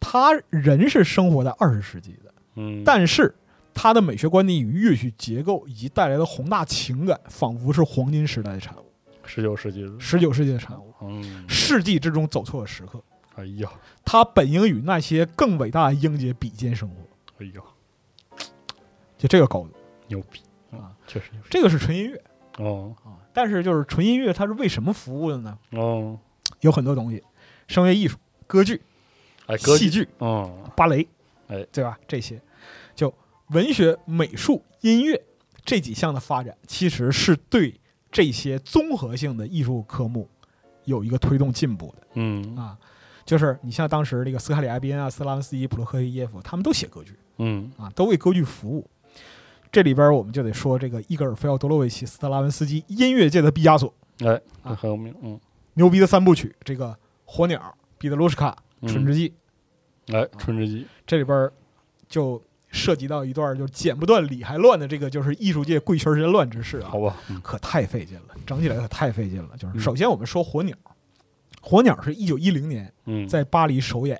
S2: 他人是生活在二十世纪的，
S1: 嗯，
S2: 但是他的美学观点与乐曲结构以及带来的宏大情感，仿佛是黄金时代的产物，
S1: 十九世纪的，
S2: 十九世纪的产物，
S1: 嗯，
S2: 世纪之中走错的时刻。
S1: 哎呀，
S2: 他本应与那些更伟大的英杰比肩生活，
S1: 哎呀，
S2: 就这个高度。
S1: 牛逼
S2: 啊，
S1: 确实牛逼，
S2: 这个是纯音乐
S1: 哦
S2: 啊，但是就是纯音乐它是为什么服务的呢？
S1: 哦，
S2: 有很多东西，声乐艺术、歌剧、
S1: 哎，歌
S2: 戏，剧、
S1: 嗯，
S2: 芭蕾，
S1: 哎，
S2: 对吧？这些就文学、美术、音乐这几项的发展，其实是对这些综合性的艺术科目有一个推动进步的
S1: 嗯
S2: 啊。就是你像当时这个斯卡里埃宾啊、斯拉文斯基、普罗科菲耶夫，他们都写歌剧
S1: 嗯
S2: 啊，都为歌剧服务。这里边我们就得说这个伊格尔·菲奥多洛维奇·斯特拉文斯基，音乐界的毕加索。
S1: 哎，
S2: 啊
S1: 这很有名，嗯，
S2: 牛逼的三部曲，这个《火鸟》《彼得卢什卡》《
S1: 嗯
S2: 春之祭》啊
S1: 哎，春之祭，
S2: 这里边儿就涉及到一段就是剪不断理还乱的这个就是艺术界贵圈之间乱之事啊
S1: 好，吧，嗯
S2: 可太费劲了，整起来可太费劲了。就是
S1: 嗯
S2: 首先我们说《火鸟》，《火鸟》是一九一零年
S1: 嗯，
S2: 在巴黎首演，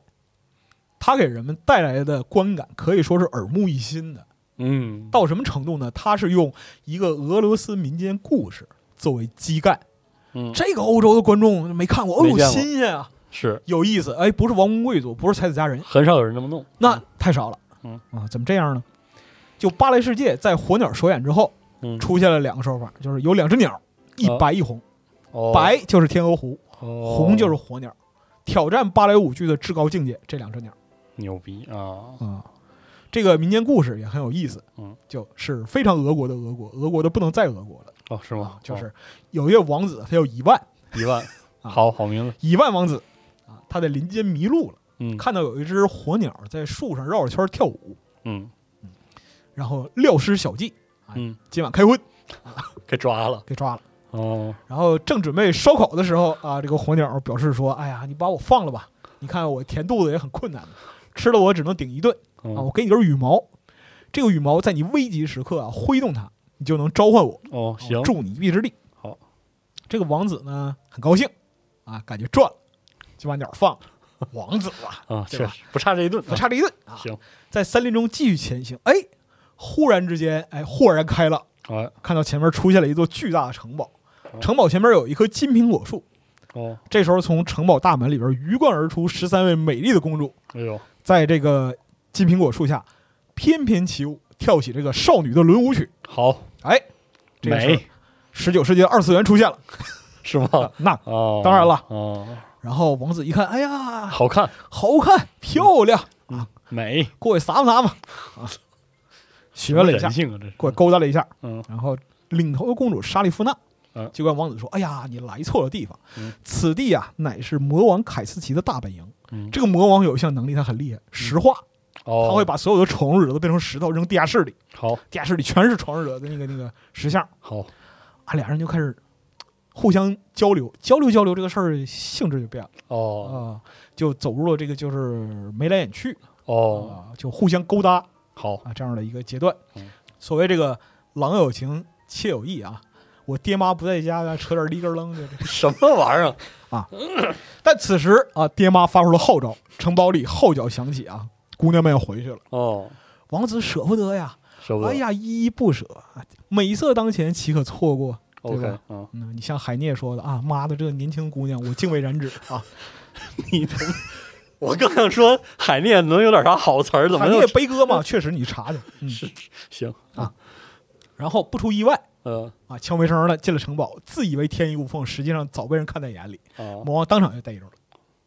S2: 它给人们带来的观感可以说是耳目一新的。
S1: 嗯，
S2: 到什么程度呢？它是用一个俄罗斯民间故事作为基干，
S1: 嗯
S2: 这个欧洲的观众没看过，哎
S1: 没
S2: 呦
S1: 见过
S2: 新鲜啊！
S1: 是
S2: 有意思，哎，不是王公贵族，不是才子佳人，
S1: 很少有人这么弄，
S2: 那太少了。
S1: 嗯
S2: 啊，怎么这样呢？就芭蕾世界在火鸟首演之后，
S1: 嗯，
S2: 出现了两个说法，就是有两只鸟，一白一红，
S1: 哦
S2: 白就是天鹅湖，
S1: 哦
S2: 红就是火鸟，挑战芭蕾舞剧的至高境界。这两只鸟
S1: 牛逼啊，
S2: 啊，这个民间故事也很有意思，
S1: 嗯，
S2: 就是非常俄国的俄国，俄国的不能再俄国了，
S1: 哦，是吗？
S2: 啊就是有一个王子，他有一万
S1: 一万，
S2: 啊
S1: 好好名字，
S2: 一万王子啊，他在林间迷路了，
S1: 嗯
S2: 看到有一只火鸟在树上绕着圈跳舞。
S1: 嗯
S2: 然后料师小计，啊
S1: 嗯，
S2: 今晚开荤，
S1: 给抓了，
S2: 给抓了。
S1: 哦，
S2: 然后正准备烧烤的时候啊，这个火鸟表示说：“哎呀，你把我放了吧，你看我填肚子也很困难的，吃了我只能顶一顿
S1: 嗯
S2: 啊，我给你根羽毛，这个羽毛在你危急时刻啊挥动它，你就能召唤我，
S1: 哦，行
S2: 我，助你一臂之力。”
S1: 好，
S2: 这个王子呢很高兴啊，感觉赚了，就把鸟放了。王子啊，
S1: 啊，
S2: 对
S1: 确
S2: 吧
S1: 实不差这一顿，
S2: 我差这一顿啊，
S1: 行，
S2: 在森林中继续前行，哎，忽然之间，哎，豁然开朗。
S1: 哎，
S2: 看到前面出现了一座巨大的城堡，
S1: 哦
S2: 城堡前面有一棵金苹果树。
S1: 哦，
S2: 这时候，从城堡大门里边鱼贯而出十三位美丽的公主，
S1: 哎呦，
S2: 在这个金苹果树下翩翩起舞，跳起这个少女的轮舞曲。
S1: 好，
S2: 哎，这个
S1: 美
S2: 十九世纪的二次元出现了，
S1: 是吗？
S2: 那
S1: 哦，
S2: 啊当然了
S1: 哦，
S2: 然后王子一看，哎呀，
S1: 好看，
S2: 好看，漂亮，
S1: 美，
S2: 过去撒吧撒吧，啊，学了一
S1: 什么
S2: 下
S1: 人，性啊，这是，
S2: 过去勾搭了一下，
S1: 嗯，
S2: 然后领头的公主莎莉夫娜
S1: 嗯，
S2: 就跟王子说：“哎呀，你来错了地方
S1: 嗯，
S2: 此地啊乃是魔王凯斯奇的大本营。
S1: 嗯
S2: 这个魔王有一项能力，他很厉害，石化，
S1: 哦，
S2: 他会把所有的宠物惹都变成石头扔地下室里，
S1: 好，
S2: 地下室里全是宠物惹的那个那个石像
S1: 好，
S2: 啊。”俩人就开始互相交流，交流交流这个事儿性质就变了啊、
S1: 哦，
S2: 就走入了这个就是眉来眼去啊、
S1: 哦，
S2: 就互相勾搭。
S1: 好，
S2: 啊这样的一个阶段
S1: 嗯。
S2: 所谓这个郎有情妾有意啊，我爹妈不在家，扯点离根楞的。
S1: 什么玩意儿？
S2: 但此时啊，爹妈发出了号召，城堡里号角响起啊，姑娘们要回去了。
S1: 哦，
S2: 王子舍不得呀，
S1: 舍不得
S2: 哎呀，依依不舍，美色当前岂可错过？对
S1: ，OK，
S2: 吧
S1: 嗯，
S2: 嗯，你像海涅说的啊，妈的，这个年轻姑娘，我敬为染指 啊。
S1: 你他妈，我刚想说海涅能有点啥好词儿，怎么
S2: 海
S1: 又
S2: 涅悲歌嘛，确实你查的。嗯，
S1: 是行
S2: 然后不出意外，
S1: 呃
S2: 啊，悄没声儿的进了城堡，自以为天衣无缝，实际上早被人看在眼里。
S1: 啊
S2: 魔王当场就逮住了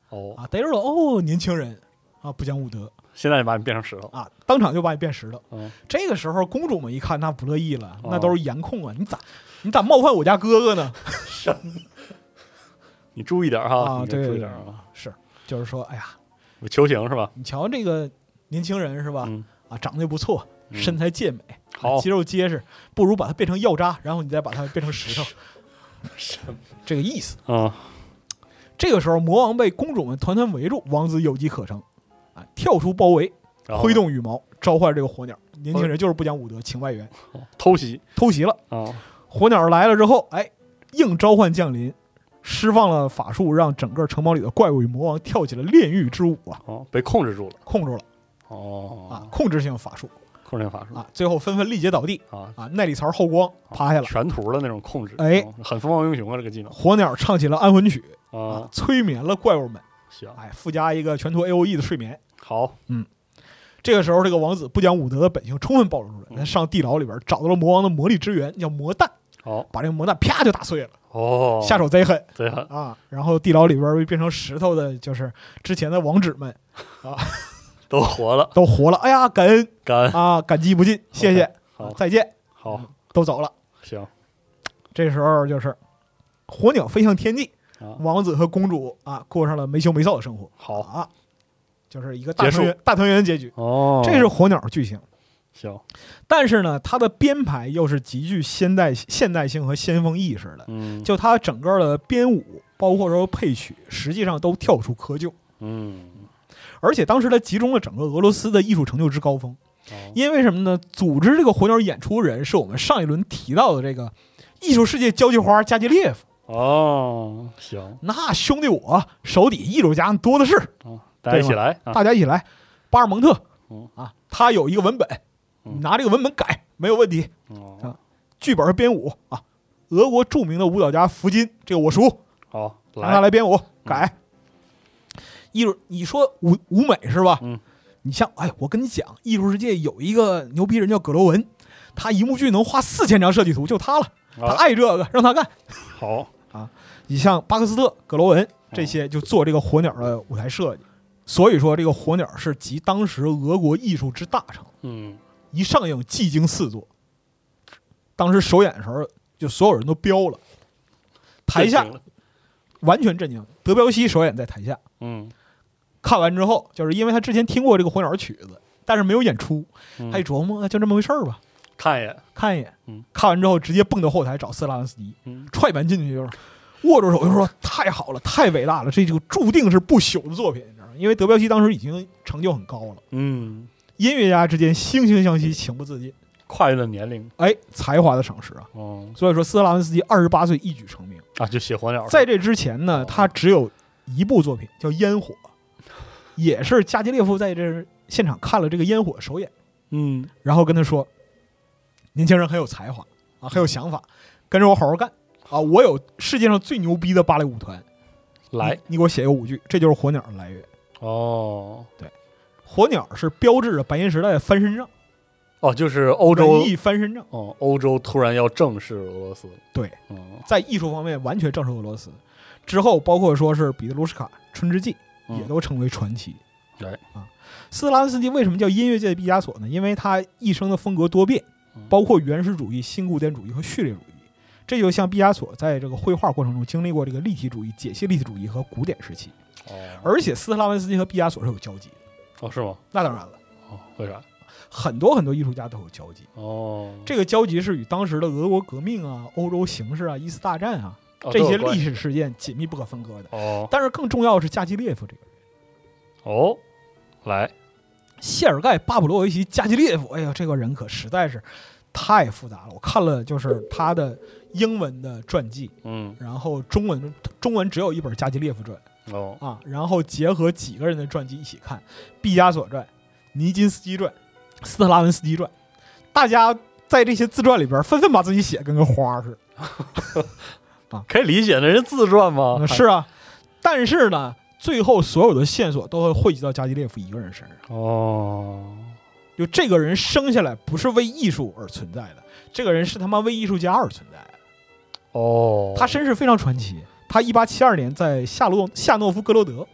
S1: 哦，
S2: 啊，逮住了哦，年轻人啊，不讲武德
S1: 现在就把你变成石头，
S2: 啊，当场就把你变石头。
S1: 嗯
S2: 这个时候，公主们一看，那不乐意了，那
S1: 哦
S2: 都是颜控啊，你咋你咋冒犯我家哥哥呢？
S1: 你注意点儿哈，
S2: 啊
S1: 你注
S2: 对
S1: 意点儿啊，
S2: 是，就是说，哎呀，
S1: 有球形是吧？
S2: 你瞧这个年轻人是吧？
S1: 嗯
S2: 啊，长得也不错，
S1: 嗯
S2: 身材健美，
S1: 好
S2: 肌肉结实，不如把它变成药渣，然后你再把它变成 石头，这个意思。
S1: 啊
S2: 这个时候，魔王被公主们团团围住，王子有机可乘，啊，跳出包围，
S1: 然后
S2: 挥动羽毛，召唤这个火鸟。年轻人就是不讲武德，请外援，
S1: 偷袭
S2: 偷袭了。
S1: 啊
S2: 火鸟来了之后，哎，硬召唤降临，释放了法术，让整个城堡里的怪物与魔王跳起了炼狱之舞啊，
S1: 哦，被控制住了
S2: 控住了啊，
S1: 哦，
S2: 控制性法术
S1: 控制性法术
S2: 啊，最后纷纷力竭倒地
S1: 啊，
S2: 啊，耐力槽后光趴下了。
S1: 全图的那种控制，
S2: 哎
S1: 哦，很凤凰英雄啊，这个技能
S2: 火鸟唱起了安魂曲啊，
S1: 啊，
S2: 催眠了怪物们，
S1: 行
S2: 哎，附加一个全图 A O E 的睡眠。
S1: 好，
S2: 这个时候，这个王子不讲武德的本性充分暴露
S1: 嗯
S2: 出来，他上地牢里边找到了魔王的魔力之源，叫魔弹，
S1: 好
S2: 把这个魔弹啪就打碎了，
S1: 哦，
S2: 下手贼狠
S1: 对啊，
S2: 啊！然后地牢里边变成石头的，就是之前的王子们
S1: 都活了，
S2: 都活了，哎呀，感恩
S1: 干
S2: 啊，感激不尽，谢谢，
S1: 好
S2: 再见，
S1: 好
S2: 都走了。
S1: 行
S2: 这时候就是火鸟飞向天际，
S1: 啊，
S2: 王子和公主啊过上了没羞没臊的生活，
S1: 好
S2: 啊，就是一个大
S1: 结束
S2: 团圆大团圆结局，
S1: 哦，
S2: 这是火鸟剧情。
S1: 行，
S2: 但是呢，它的编排又是极具现代现代性和先锋意识的。
S1: 嗯
S2: 就它整个的编舞，包括说配曲，实际上都跳出窠臼。
S1: 嗯，
S2: 而且当时它集中了整个俄罗斯的艺术成就之高峰。
S1: 哦
S2: 因为什么呢？组织这个火鸟演出人是我们上一轮提到的这个艺术世界交际花加吉列夫。
S1: 哦，行
S2: 那兄弟我手底艺术家多的是，
S1: 啊，大家一起
S2: 对
S1: 来啊，
S2: 大家一起来。巴尔蒙特
S1: 嗯，
S2: 啊，他有一个文本，
S1: 嗯
S2: 拿这个文本改没有问题。
S1: 哦，
S2: 剧本和编舞啊，俄国著名的舞蹈家福金，这个我熟，
S1: 好，
S2: 让他
S1: 来，啊嗯
S2: 来编舞改。艺术，你说舞舞美是吧？
S1: 嗯，
S2: 你像，哎，我跟你讲，艺术世界有一个牛逼人叫葛罗文，他一幕剧能画四千张设计图，就他了，他
S1: 啊
S2: 爱这个，让他干。
S1: 好，
S2: 你像巴克斯特、葛罗文
S1: 嗯
S2: 这些，就做这个火鸟的舞台设计。所以说，这个火鸟是集当时俄国艺术之大成。
S1: 嗯，
S2: 一上映技惊四座，当时首演的时候就所有人都飙了，台下
S1: 震惊了
S2: 完全震惊。德彪西首演在台下，
S1: 嗯，
S2: 看完之后，就是因为他之前听过这个火鸟曲子，但是没有演出，
S1: 嗯
S2: 他一琢磨就这么回事儿吧，
S1: 看一眼，
S2: 看一眼
S1: 嗯。
S2: 看完之后直接蹦到后台找斯拉文斯基，
S1: 嗯，
S2: 踹门进去就是握住手就说太好了，太伟大了，这就注定是不朽的作品，你知道吗？因为德彪西当时已经成就很高了，
S1: 嗯，
S2: 音乐家之间惺惺相惜，情不自禁。
S1: 跨越了年龄，
S2: 哎，才华的赏识啊！
S1: 哦
S2: 所以说，斯特拉文斯基二十八岁一举成名。
S1: 啊，就写火鸟，
S2: 在这之前呢，他只有一部作品叫《烟火》，也是加基列夫在这现场看了这个烟火首演，
S1: 嗯，
S2: 然后跟他说：“年轻人很有才华啊，
S1: 嗯
S2: 很有想法，跟着我好好干啊！我有世界上最牛逼的芭蕾舞团，
S1: 来
S2: 你，你给我写一个舞剧。”这就是火鸟的来源。
S1: 哦
S2: 火鸟是标志着白银时代的翻身仗，
S1: 哦，就是欧洲
S2: 文艺翻身仗，
S1: 哦，欧洲突然要正视俄罗斯了，
S2: 对，
S1: 嗯，
S2: 在艺术方面完全正视俄罗斯。之后，包括说是彼得卢什卡《春之祭》。
S1: 嗯
S2: 也都成为传奇。
S1: 哎
S2: 啊，斯特拉文斯基为什么叫音乐界的毕加索呢？因为他一生的风格多变
S1: 嗯，
S2: 包括原始主义、新古典主义和序列主义。这就像毕加索在这个绘画过程中经历过这个立体主义、解析立体主义和古典时期。
S1: 哦，
S2: 而且斯特拉文斯基和毕加索是有交集的，
S1: 哦是吗？
S2: 那当然了，
S1: 哦，为啥？
S2: 很多很多艺术家都有交集。
S1: 哦，
S2: 这个交集是与当时的俄国革命啊、欧洲形势啊、一次大战啊
S1: 哦
S2: 这
S1: 都有
S2: 些
S1: 关
S2: 历史事件紧密不可分割的。
S1: 哦
S2: 但是更重要的是加基列夫这个人。
S1: 哦，来，
S2: 谢尔盖·巴甫洛维奇·加基列夫，哎呀，这个人可实在是太复杂了。我看了就是他的英文的传记，
S1: 嗯，
S2: 然后中文中文只有一本《加基列夫传
S1: 哦》
S2: 啊，然后结合几个人的传记一起看，毕加索传、尼金斯基传、斯特拉文斯基传，大家在这些自传里边纷纷把自己写得跟个花儿似的。
S1: 可以理解，那人自传吗？
S2: 嗯是啊，但是呢，最后所有的线索都会汇集到加基列夫一个人身上。
S1: 哦，
S2: 就这个人生下来不是为艺术而存在的，这个人是他妈为艺术家而存在的。
S1: 哦，
S2: 他身世非常传奇。他一八七二年在夏洛夏诺夫格罗德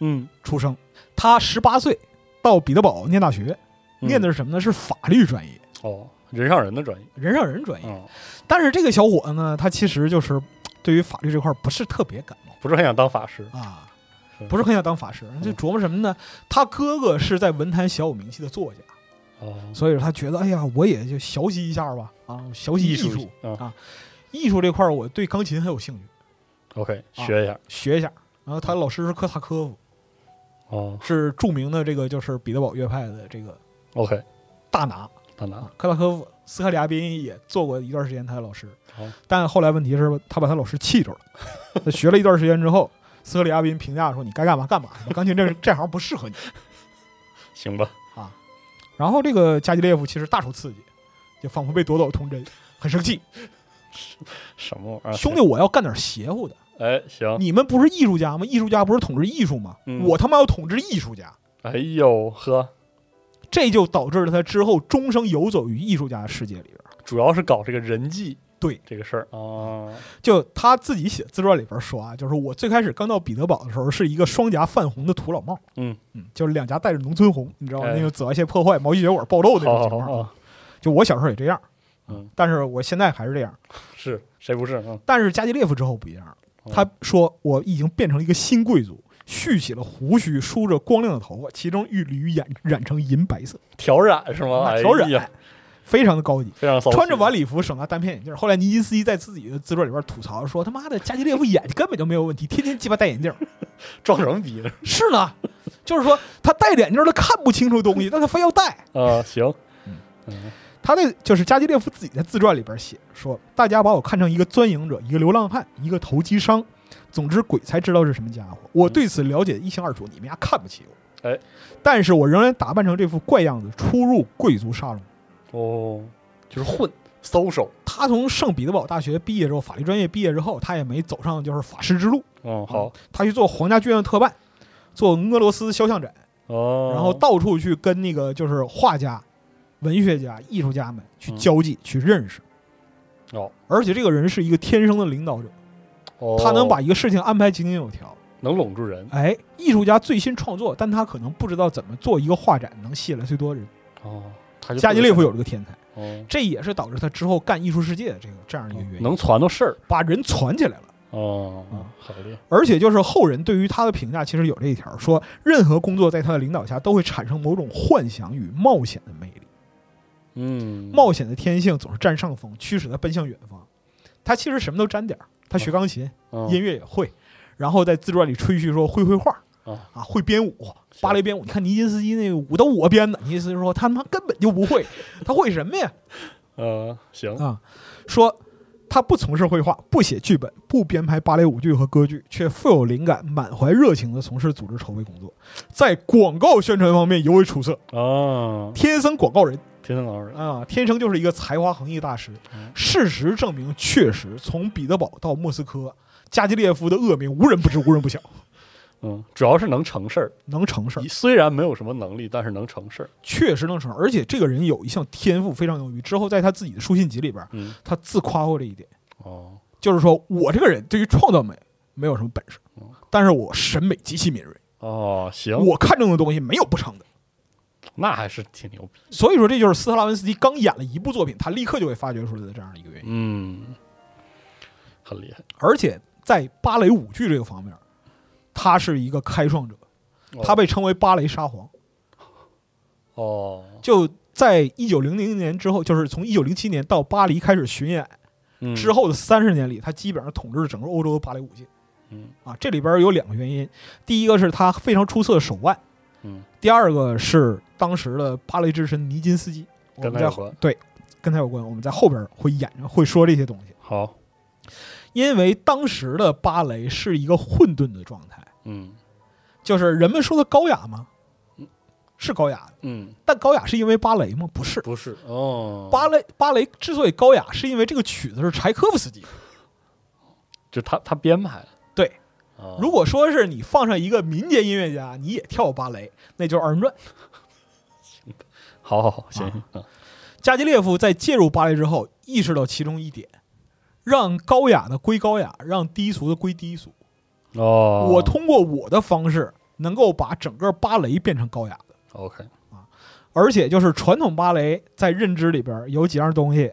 S1: 嗯，
S2: 出生，他十八岁到彼得堡念大学，
S1: 嗯
S2: 念的是什么呢？是法律专业，
S1: 哦，人上人的专业，
S2: 人上人专业。
S1: 嗯，
S2: 但是这个小伙子呢，他其实就是对于法律这块儿不是特别感冒
S1: 不是很想当法师，嗯
S2: 啊
S1: 是，
S2: 不是很想当法师，就琢磨什么呢？他哥哥是在文坛小有名气的作家，
S1: 哦，
S2: 所以说他觉得，哎呀，我也就学习一下吧，啊，学习艺术
S1: 术，，嗯
S2: 艺术这块儿我对钢琴很有兴趣，
S1: ，OK，
S2: 啊
S1: 学一下，
S2: 学一下。然后他老师是科塔科夫，
S1: 哦
S2: 是著名的这个就是彼得堡乐派的这个
S1: ，OK，
S2: 大拿
S1: 大拿
S2: 啊，科塔科夫。斯科里亚宾也做过一段时间他的老师
S1: 哦，
S2: 但后来问题是他把他老师气着了。他学了一段时间之后，斯科里亚宾评价说：“你该干嘛干嘛，钢琴这这行不适合你。”
S1: 行吧，
S2: 然后这个加基列夫其实大受刺激，就仿佛被夺走童真，很生气。
S1: 什么玩意儿？
S2: 兄弟，，我要干点邪乎的。
S1: 哎，行，
S2: 你们不是艺术家吗？艺术家不是统治艺术吗？
S1: 嗯
S2: 我他妈要统治艺术家，
S1: 哎呦呵，
S2: 这就导致了他之后终生游走于艺术家的世界里边。
S1: 主要是搞这个人际，
S2: 对
S1: 这个事儿啊，
S2: 就他自己写自传里边说啊，就是我最开始刚到彼得堡的时候，是一个双颊泛红的土老帽，
S1: 嗯
S2: 嗯，就是两颊带着农村红，你知道吗？
S1: 哎
S2: 那个紫外线破坏、毛细血管暴露的那种
S1: 好
S2: 情
S1: 好好，
S2: 况。
S1: 啊
S2: 就我小时候也这样，
S1: 嗯，
S2: 但是我现在还是这样。
S1: 是谁不是？嗯，
S2: 但是加基列夫之后不一样了，
S1: 哦
S2: 他说我已经变成了一个新贵族，蓄起了胡须，梳着光亮的头发，其中一缕染染成银白色，
S1: 挑染是吗？哎
S2: 挑染、
S1: 呀，
S2: 非常的高级。
S1: 非常骚气，
S2: 穿着晚礼服，手拿单片眼镜。后来尼基斯基在自己的自传里边吐槽说：“他妈的，加基列夫眼睛根本就没有问题，天天鸡巴戴眼镜。
S1: 装什么逼呢？”
S2: 是呢，就是说他戴着眼镜他看不清楚东西，但他非要戴。
S1: 啊，行
S2: 嗯，
S1: 嗯，
S2: 他的就是加基列夫自己在自传里边写说，大家把我看成一个钻营者，一个流浪汉，一个投机商，总之鬼才知道是什么家伙。我对此了解一清二楚，你们家看不起我。
S1: 哎，
S2: 但是我仍然打扮成这副怪样子，出入贵族沙龙。
S1: 哦，就是混，social，
S2: 他从圣彼得堡大学毕业之后，法律专业毕业之后，他也没走上就是法师之路，
S1: 嗯，好，
S2: 他去做皇家剧院特办，做俄罗斯肖像展，
S1: 哦，
S2: 然后到处去跟那个就是画家、文学家、艺术家们去
S1: 嗯
S2: 交际、去认识。
S1: 哦，
S2: 而且这个人是一个天生的领导者，
S1: 哦
S2: 他能把一个事情安排井井有条。
S1: 能拢住人，
S2: 哎，艺术家最新创作，但他可能不知道怎么做一个画展能吸引来最多人。
S1: 哦，他就
S2: 加基列夫有这个天才，
S1: 哦，
S2: 这也是导致他之后干艺术世界的这个这样一个原因，
S1: 能传到事儿，
S2: 把人攒起来了。
S1: 哦
S2: 嗯，
S1: 好厉害，
S2: 而且就是后人对于他的评价，其实有这一条，说任何工作在他的领导下都会产生某种幻想与冒险的魅力，
S1: 嗯，
S2: 冒险的天性总是占上风，驱使他奔向远方。他其实什么都沾点儿，他学钢琴，
S1: 嗯
S2: 音乐也会，然后在自传里吹嘘说会绘画，
S1: 啊
S2: 会编舞，芭蕾编舞。你看尼金斯基那个舞都我编的，尼金斯基说他他妈根本就不会，他会什么呀？
S1: 呃，行，
S2: 啊，说他不从事绘画，不写剧本，不编排芭蕾舞剧和歌剧，却富有灵感，满怀热情地从事组织筹备工作，在广告宣传方面尤为出色，
S1: 啊，
S2: 天生广告人
S1: 天生老人，
S2: 啊，天生就是一个才华横溢大师
S1: 嗯。
S2: 事实证明，确实从彼得堡到莫斯科，加基列夫的恶名无人不知，无人不晓。
S1: 嗯，主要是能成事儿，
S2: 能成事儿，
S1: 虽然没有什么能力，但是能成事儿，
S2: 确实能成事儿。而且这个人有一项天赋非常牛逼，之后在他自己的书信集里边儿，
S1: 嗯，
S2: 他自夸过这一点，
S1: 哦，
S2: 就是说我这个人对于创造美没有什么本事
S1: 嗯，
S2: 但是我审美极其敏锐，
S1: 哦，行，
S2: 我看中的东西没有不成的。
S1: 那还是挺牛逼，
S2: 所以说，这就是斯特拉文斯基刚演了一部作品，他立刻就给发掘出来的这样的一个原因。
S1: 嗯，很厉害，
S2: 而且在芭蕾舞剧这个方面，他是一个开创者，
S1: 哦
S2: 他被称为芭蕾沙皇。
S1: 哦，
S2: 就在一九零零年之后，就是从一九零七年到巴黎开始巡演
S1: 嗯
S2: 之，后的三十年里，他基本上统治了整个欧洲的芭蕾舞界。
S1: 嗯
S2: 啊，这里边有两个原因，第一个是他非常出色的手腕，
S1: 嗯，
S2: 第二个是当时的芭蕾之神尼金斯基，我
S1: 跟他
S2: 们在
S1: 有
S2: 后
S1: 关
S2: 对跟他有关，我们在后边会演会说这些东西，
S1: 好，
S2: 因为当时的芭蕾是一个混沌的状态，
S1: 嗯
S2: 就是人们说的高雅吗？是高雅的，
S1: 嗯，
S2: 但高雅是因为芭蕾吗？不是，
S1: 不是，哦，
S2: 芭蕾芭蕾之所以高雅，是因为这个曲子是柴可夫斯基的。
S1: 就他他编排的，
S2: 对
S1: 哦，
S2: 如果说是你放上一个民间音乐家，你也跳芭蕾，那就是二人转。
S1: 好好好，行
S2: 啊
S1: 行嗯
S2: 加基列夫在介入巴黎之后，意识到其中一点，让高雅的归高雅，让低俗的归低俗。
S1: 哦，
S2: 我通过我的方式，能够把整个芭蕾变成高雅的。
S1: OK，
S2: 而且就是传统芭蕾在认知里边有几样东西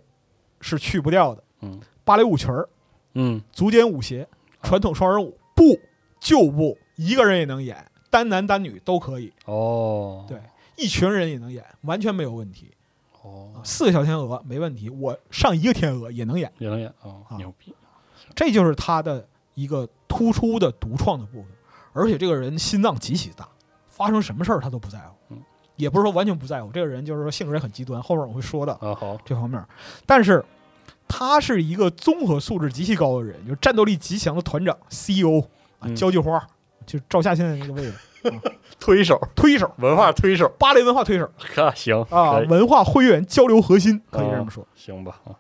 S2: 是去不掉的：
S1: 嗯
S2: 芭蕾舞裙儿、
S1: 嗯
S2: 足尖舞鞋、传统双人舞、步、旧步，一个人也能演，单男单女都可以，
S1: 哦，
S2: 对一群人也能演，完全没有问题。
S1: 哦，
S2: 四个小天鹅没问题，我上一个天鹅也能演。
S1: 也能演哦
S2: 啊，
S1: 牛逼，
S2: 这就是他的一个突出的独创的部分。而且这个人心脏极其大，发生什么事儿他都不在乎
S1: 嗯，
S2: 也不是说完全不在乎。这个人就是说性格也很极端，后边我会说的
S1: 啊好，
S2: 这方面。但是他是一个综合素质极其高的人，就是战斗力极强的团长、CEO 啊，
S1: 嗯
S2: 交际花，就是赵夏现在那个位 置，
S1: 推手，
S2: 推手，
S1: 文化推手，
S2: 芭蕾文化推手
S1: 哈，行
S2: 啊，
S1: 可以
S2: 文化会员交流核心，可以这
S1: 哦
S2: 么说。
S1: 行吧，啊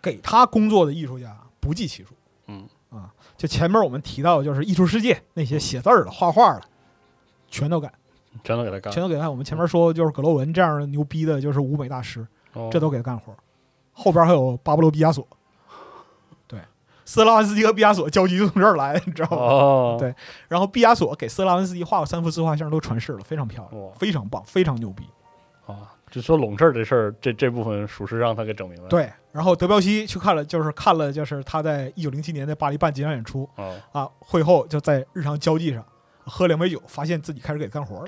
S2: 给他工作的艺术家不计其数。
S1: 嗯
S2: 啊，就前面我们提到，的就是艺术世界那些写字儿的、画画的，全都干，
S1: 全都给他干
S2: 全，都给他干。我们前面说，就是葛罗文这样的牛逼的，就是舞美大师，
S1: 哦
S2: 这都给他干活。后边还有巴勃罗·毕加索，对，斯拉文斯基和毕加索交集就从这儿来，你知道吗？
S1: 哦，
S2: 对然后毕加索给斯拉文斯基画过三幅自画像，都传世了，非常漂亮
S1: 哇，
S2: 非常棒，非常牛逼。
S1: 啊，就说拢事儿这事儿，这这部分属实让他给整明白了，
S2: 对，然后德彪西去看了，就是看了，就是他在一九零七年在巴黎办几场演出，
S1: 哦，
S2: 啊，会后就在日常交际上喝两杯酒，发现自己开始给干活了。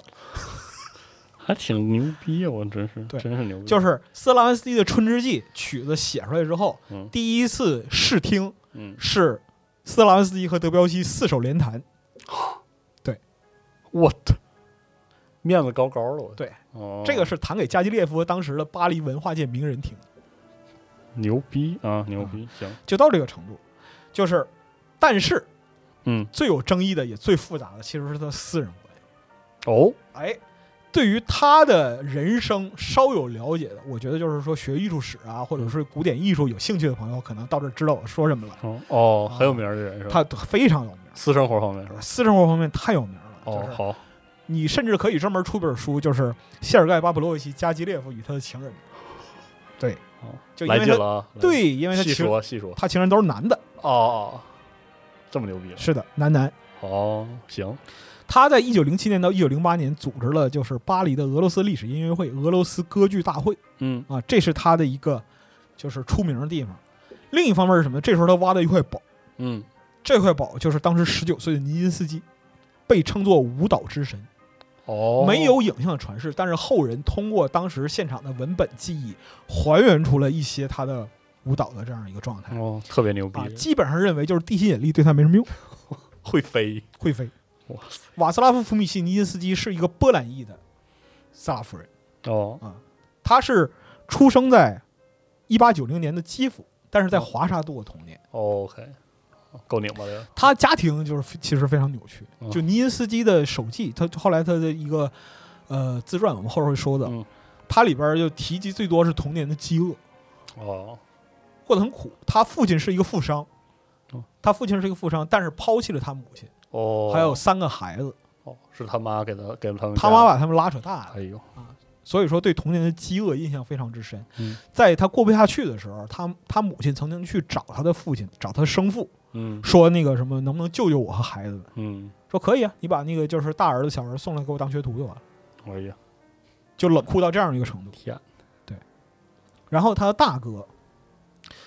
S1: 还挺牛逼啊，我真是，
S2: 对
S1: 真是牛逼，
S2: 就是是斯拉文斯基的《春之祭》曲子写出来之后，
S1: 嗯
S2: 第一次试听
S1: 嗯，
S2: 是斯拉文斯基和德彪西四手联弹，
S1: 我的面子高高了，我
S2: 对，
S1: 哦，
S2: 这个是弹给加基列夫和当时的巴黎文化界名人听的，
S1: 牛逼啊，牛逼，行，
S2: 就到这个程度。就是，但是
S1: 嗯，
S2: 最有争议的也最复杂的其实是他私人关系。
S1: 哦，
S2: 哎，对于他的人生稍有了解的，我觉得就是说学艺术史啊，或者
S1: 嗯
S2: 是古典艺术有兴趣的朋友，可能到这儿知道我说什么了。
S1: 哦 哦，
S2: 啊
S1: 很有名儿的人是吧？
S2: 他非常有名，
S1: 私生活方面是吧？
S2: 私生活方面太有名了。
S1: 哦
S2: 就，是啊
S1: 好，
S2: 你甚至可以专门出本书，就是谢尔盖·巴甫洛维奇·加基列夫与他的情人。对，
S1: 哦
S2: 就因
S1: 来
S2: 为
S1: 劲
S2: 他
S1: 了啊，来劲，
S2: 对，因为他
S1: 细
S2: 情啊
S1: 说细说，
S2: 他情人都是男的，
S1: 哦哦，这么牛逼，
S2: 是的，男男。
S1: 哦，行，
S2: 他在一九零七年到一九零八年组织了就是巴黎的俄罗斯历史音乐会、俄罗斯歌剧大会。
S1: 嗯，
S2: 啊，这是他的一个就是出名的地方。另一方面是什么？这时候他挖到一块宝，
S1: 嗯，
S2: 这块宝就是当时十九岁的尼金斯基，被称作舞蹈之神，
S1: 哦，
S2: 没有影像的传世，但是后人通过当时现场的文本记忆，还原出了一些他的舞蹈的这样一个状态
S1: 哦，特别牛逼
S2: 啊，，基本上认为就是地心引力对他没什么用，
S1: 会飞，
S2: 会飞。
S1: 哇
S2: 瓦斯拉夫·福米契尼金斯基是一个波兰裔的斯拉夫人，
S1: 哦，
S2: 他是出生在一八九零年的基辅，但是在
S1: 哦
S2: 华沙度过童年。
S1: OK，够拧巴的。
S2: 他家庭就是非其实非常扭曲
S1: 嗯。
S2: 就尼因斯基的手记，他后来他的一个呃自传，我们后边会说的
S1: 嗯，
S2: 他里边就提及最多是童年的饥饿，
S1: 哦，
S2: 过得很苦。他父亲是一个富商
S1: 哦，
S2: 他父亲是一个富商，但是抛弃了他母亲，
S1: 哦，
S2: 还有三个孩子，
S1: 哦，是他妈给他给了他们
S2: 他
S1: 家
S2: 妈，把他们拉扯大
S1: 哎
S2: 的，
S1: 呦，
S2: 所以说对童年的饥饿印象非常之深
S1: 嗯。
S2: 在他过不下去的时候，他他母亲曾经去找他的父亲，找他生父，
S1: 嗯
S2: 说那个什么能不能救救我和孩子们。
S1: 嗯，
S2: 说可以啊，你把那个就是大儿子、小儿子送来给我当学徒就完了，
S1: 哎呀，
S2: 就冷酷到这样一个程度。
S1: 天，
S2: 然后他的大哥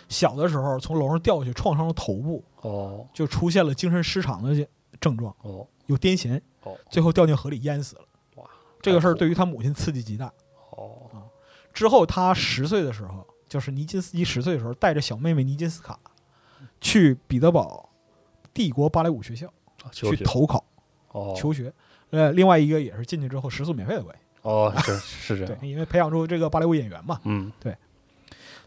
S2: 小的时候从楼上掉下去，创伤了头部，
S1: 哦
S2: 就出现了精神失常的症状，
S1: 哦
S2: 有癫痫，
S1: 哦
S2: 最后掉进河里淹死了。
S1: 哇，
S2: 这个事儿对于他母亲刺激极大。
S1: 哦，
S2: 之后他十岁的时候，就是尼金斯基十岁的时候，带着小妹妹尼金斯卡去彼得堡帝国芭蕾舞学校
S1: 求
S2: 去
S1: 学
S2: 投考
S1: 啊哦
S2: 求学。呃，另外一个也是进去之后食宿免费的关系，
S1: 哦是是这
S2: 对
S1: 样，，
S2: 因为培养出这个芭蕾舞演员嘛。
S1: 嗯，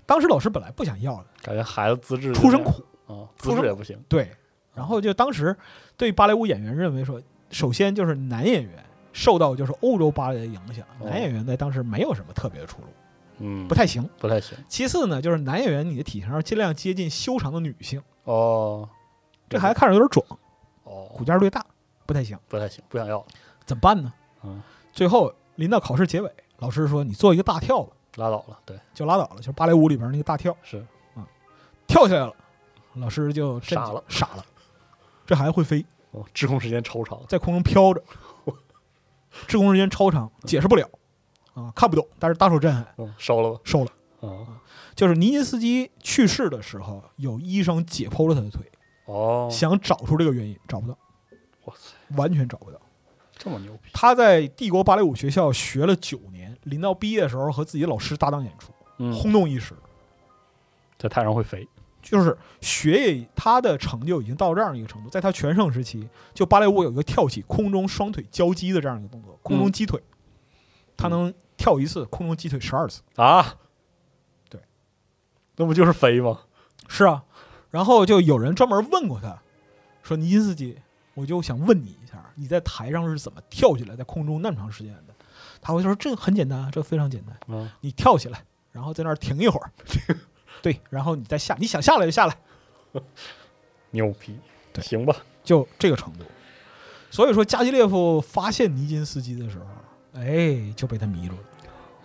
S2: 当时老师本来不想要的，
S1: 感觉孩子资质
S2: 出身苦，
S1: 啊，资
S2: 出身
S1: 质也不行，
S2: 对。然后就当时对芭蕾舞演员认为说，首先就是男演员受到就是欧洲芭蕾的影响，
S1: 哦
S2: 男演员在当时没有什么特别的出路，
S1: 嗯，
S2: 不太行。
S1: 不太行
S2: 其次呢，就是男演员你的体型要尽量接近修长的女性，
S1: 哦，
S2: 这孩子看着有点壮，
S1: 哦
S2: 骨架略大，不太行，
S1: 不太行，不想要，
S2: 怎么办呢？
S1: 嗯，
S2: 最后临到考试结尾，老师说你做一个大跳吧，
S1: 拉倒了，对，
S2: 就拉倒了，就是芭蕾舞里边那个大跳，
S1: 是
S2: 跳下来了，老师就震惊
S1: 傻了，
S2: 傻了，这孩子会飞，
S1: 哦，滞空时间超长，
S2: 在空中飘着，滞空时间超长，解释不了啊，看不懂，但是大受震撼，
S1: 嗯，烧了吧，
S2: 收了。
S1: 嗯，
S2: 就是尼金斯基去世的时候，有医生解剖了他的腿，
S1: 哦，
S2: 想找出这个原因，找不到，
S1: 哇塞，
S2: 完全找不到。
S1: 这么牛逼，
S2: 他在帝国芭蕾舞学校学了九年，临到毕业的时候和自己的老师搭档演出，
S1: 嗯，
S2: 轰动一时。
S1: 在太阳会飞，
S2: 就是学业，他的成就已经到这样一个程度，在他全盛时期，就芭蕾舞有一个跳起空中双腿交击的这样一个动作，
S1: 嗯
S2: 空中击腿，他能跳一次空中击腿十二次。
S1: 啊，
S2: 对，
S1: 那不就是飞吗？
S2: 是啊，然后就有人专门问过他，说尼金斯基，我就想问你一下，你在台上是怎么跳起来，在空中那么长时间的？他会说这很简单啊，这非常简单，
S1: 嗯，
S2: 你跳起来，然后在那儿停一会儿， 对，然后你再下，你想下来就下来，
S1: 牛逼，
S2: 对
S1: 行吧，
S2: 就这个程度。所以说，加基列夫发现尼金斯基的时候，哎，就被他迷住了。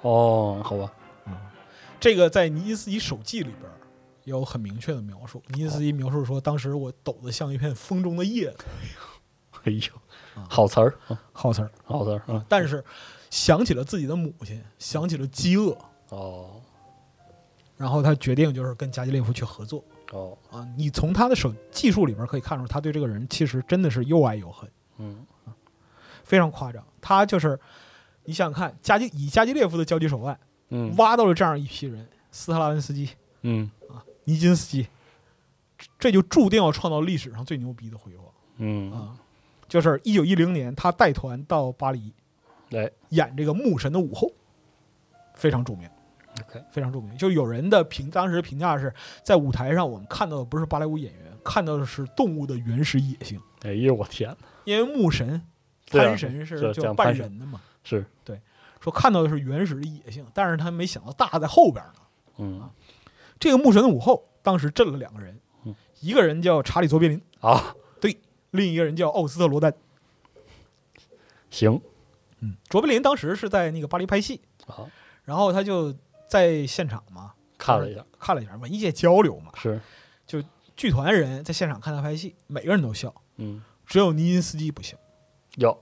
S1: 哦，好吧，
S2: 这个在尼金斯基手记里边儿有很明确的描述。尼金斯基描述说，当时我抖得像一片风中的叶子，
S1: 哎呦
S2: 啊，
S1: 好词儿，嗯
S2: 好词儿。
S1: 好词儿，嗯，
S2: 但是想起了自己的母亲，想起了饥饿，
S1: 哦，
S2: 然后他决定就是跟加基列夫去合作
S1: 哦，
S2: 啊。你从他的手技术里边可以看出，他对这个人其实真的是又爱又恨，
S1: 嗯，
S2: 非常夸张。他就是你想想看，加基以加基列夫的交际手腕，
S1: 嗯，
S2: 挖到了这样一批人：斯特拉文斯基、
S1: 嗯，
S2: 尼金斯基，这这就注定要创造历史上最牛逼的辉煌
S1: 嗯，
S2: 啊！就是一九一零年，他带团到巴黎
S1: 哎
S2: 演这个《牧神的午后》，非常著名。
S1: ，OK，
S2: 非常著名。就有人的评当时的评价是在舞台上，我们看到的不是芭蕾舞演员，看到的是动物的原始野性。
S1: 哎呦，我天呐，
S2: 因为牧神、
S1: 对啊
S2: 潘神
S1: 是
S2: 是
S1: 啊
S2: 就
S1: 讲
S2: 半
S1: 潘神
S2: 人的嘛，
S1: 是，
S2: 说看到的是原始的野性，但是他没想到大在后边呢。
S1: 嗯，
S2: 这个牧神的午后当时震了两个人
S1: 嗯，
S2: 一个人叫查理·卓别林，
S1: 啊，
S2: 另一个人叫奥斯特罗丹。
S1: 行，
S2: 嗯，卓别林当时是在那个巴黎拍戏，
S1: 啊，
S2: 然后他就在现场嘛
S1: 看了一下，
S2: 看了一下文艺界交流嘛，
S1: 是，
S2: 剧团人在现场看他拍戏，每个人都笑，
S1: 嗯，
S2: 只有尼金斯基不笑。
S1: 要，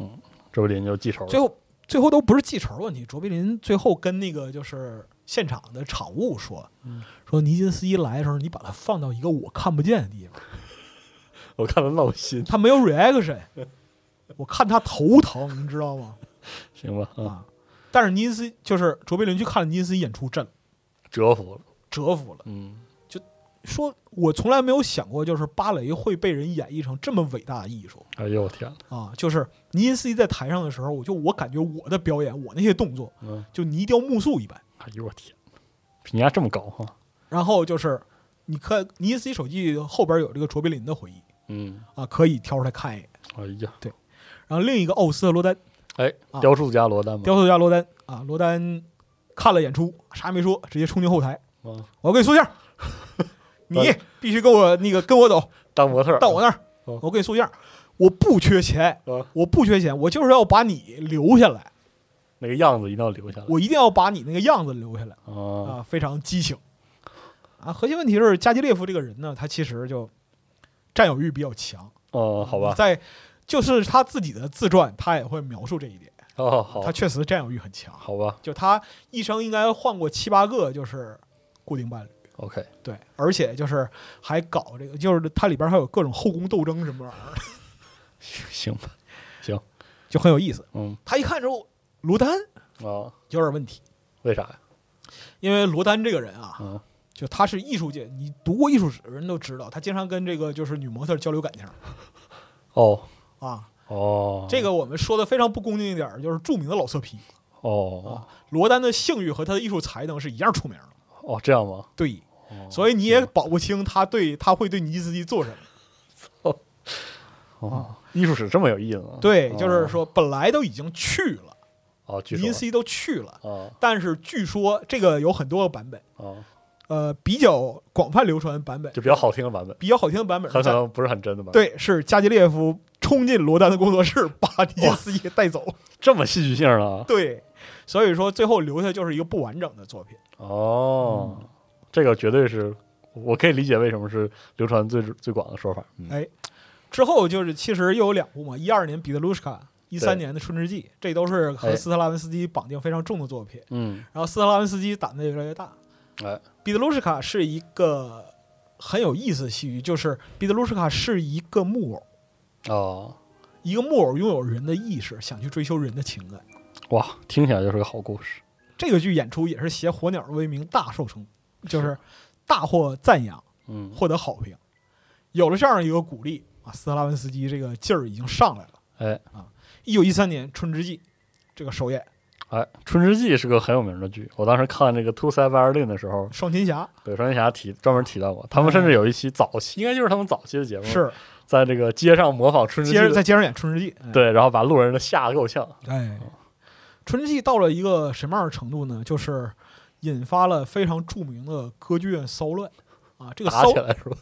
S1: 嗯，这不林就记仇
S2: 最
S1: 了，
S2: 后最后都不是记仇问题，卓别林最后跟那个就是现场的场务说，
S1: 嗯
S2: 说尼金斯基来的时候，你把他放到一个我看不见的地方，
S1: 我看他闹心，
S2: 他没有 reaction，我看他头疼，你知道吗？
S1: 行吧，嗯，
S2: 啊，但是尼金斯就是卓别林去看了尼金斯基演出，震了，
S1: 折服了，
S2: 折服了，
S1: 嗯，
S2: 说我从来没有想过，就是芭蕾会被人演绎成这么伟大的艺术
S1: 哎呦，我天呐，
S2: 啊！就是尼金斯基在台上的时候，我就我感觉我的表演，我那些动作
S1: 嗯，
S2: 就泥雕木塑一般。
S1: 哎呦，我天呐，评价这么高哈，然
S2: 然后就是你看尼金斯基手记后边有这个卓别林的回忆
S1: 嗯，
S2: 啊，可以挑出来看一眼。
S1: 哎呀，
S2: 然后另一个奥斯特罗丹，
S1: 哎
S2: 啊，
S1: 雕塑家罗丹吧，
S2: 雕塑家罗丹啊，罗丹看了演出，啥也没说，直接冲进后台，
S1: 嗯，
S2: 我跟你说相儿， 你必须跟我那个跟我走，
S1: 当模特儿，
S2: 到我那儿，
S1: 嗯
S2: 我跟你说相儿，我不缺钱，
S1: 嗯
S2: 我不缺钱，我就是要把你留下来，
S1: 那个样子一定要留下来，
S2: 我一定要把你那个样子留下来。
S1: 啊，
S2: 啊，非常激情啊。核心问题是，加基列夫这个人呢，他其实就占有欲比较强。
S1: 哦，好吧，
S2: 在就是他自己的自传，他也会描述这一点。
S1: 哦，好
S2: 他，确实占有欲很强，
S1: 好吧
S2: 就他一生应该换过七八个，就是固定伴侣。
S1: ，OK，
S2: 对，而且就是还搞这个，就是它里边还有各种后宫斗争什么玩意儿，
S1: 行吧，
S2: 就很有意思。
S1: 嗯，
S2: 他一看之后，罗丹
S1: 啊，
S2: 有点问题，
S1: 为啥呀？
S2: 因为罗丹这个人啊，
S1: 嗯，
S2: 就他是艺术界，你读过艺术史的人都知道，他经常跟这个就是女模特交流感情
S1: 哦，
S2: 啊。
S1: 哦，
S2: 这，个我们说的非常不公正一点儿，就是著名的老色批
S1: 哦，
S2: 罗丹的性欲和他的艺术才能是一样出名的。
S1: 哦，这样吗？
S2: 对，
S1: 哦
S2: 所以你也保不清他对他会对尼基斯基做什么。
S1: 哦，艺术史这么有意思吗？
S2: 对，
S1: 哦
S2: 就是说本来都已经去了，
S1: 哦，据
S2: 尼
S1: 说
S2: 基斯基都去了，
S1: 哦
S2: 但是据说这个有很多个版本，
S1: 哦，
S2: 呃，比较广泛流传的版本，
S1: 就比较好听的版本，
S2: 比较好听的版本
S1: 很
S2: 是
S1: 可
S2: 在
S1: 能不是很真的版本。
S2: 对，是加基列夫冲进罗丹的工作室，把尼基斯基带走。
S1: 这么戏剧性啊！
S2: 对，所以说最后留下就是一个不完整的作品。
S1: 哦，这个绝对是我可以理解为什么是流传最最广的说法。
S2: 之后就是其实又有两部嘛，一二年《彼得卢什卡》，一
S1: 对
S2: 三年的《春之祭》，这都是和斯特拉文斯基绑定非常重的作品。
S1: 嗯，
S2: 然后斯特拉文斯基胆子也越来越大。
S1: 哎，
S2: 彼得卢什卡是一个很有意思的戏剧，就是彼得卢什卡是一个木偶，
S1: 哦，
S2: 一个木偶拥有人的意识，想去追求人的情感。
S1: 哇，听起来就是个好故事。
S2: 这个剧演出也是携《火鸟》的威名大受成，就是大获赞扬，
S1: 嗯，
S2: 获得好评。有了这样一个鼓励啊，斯特拉文斯基这个劲儿已经上来了。
S1: 哎
S2: 啊，一九一三年《春之祭》这个首演，
S1: 哎，《春之祭》是个很有名的剧，我当时看这个《Two Side Violin》的时候，
S2: 双琴侠
S1: 对双剑侠提专门提到过，他们甚至有一期早期，应该就是他们早期的节目，
S2: 是
S1: 在这个街上模仿《春之祭
S2: 接着》
S1: 的，
S2: 在街上演《春之祭》哎。
S1: 对，然后把路人的吓得够呛。
S2: 哎，春之祭到了一个什么样的程度呢？就是引发了非常著名的歌剧院骚乱啊！这个
S1: 打
S2: 骚
S1: 起来是吧？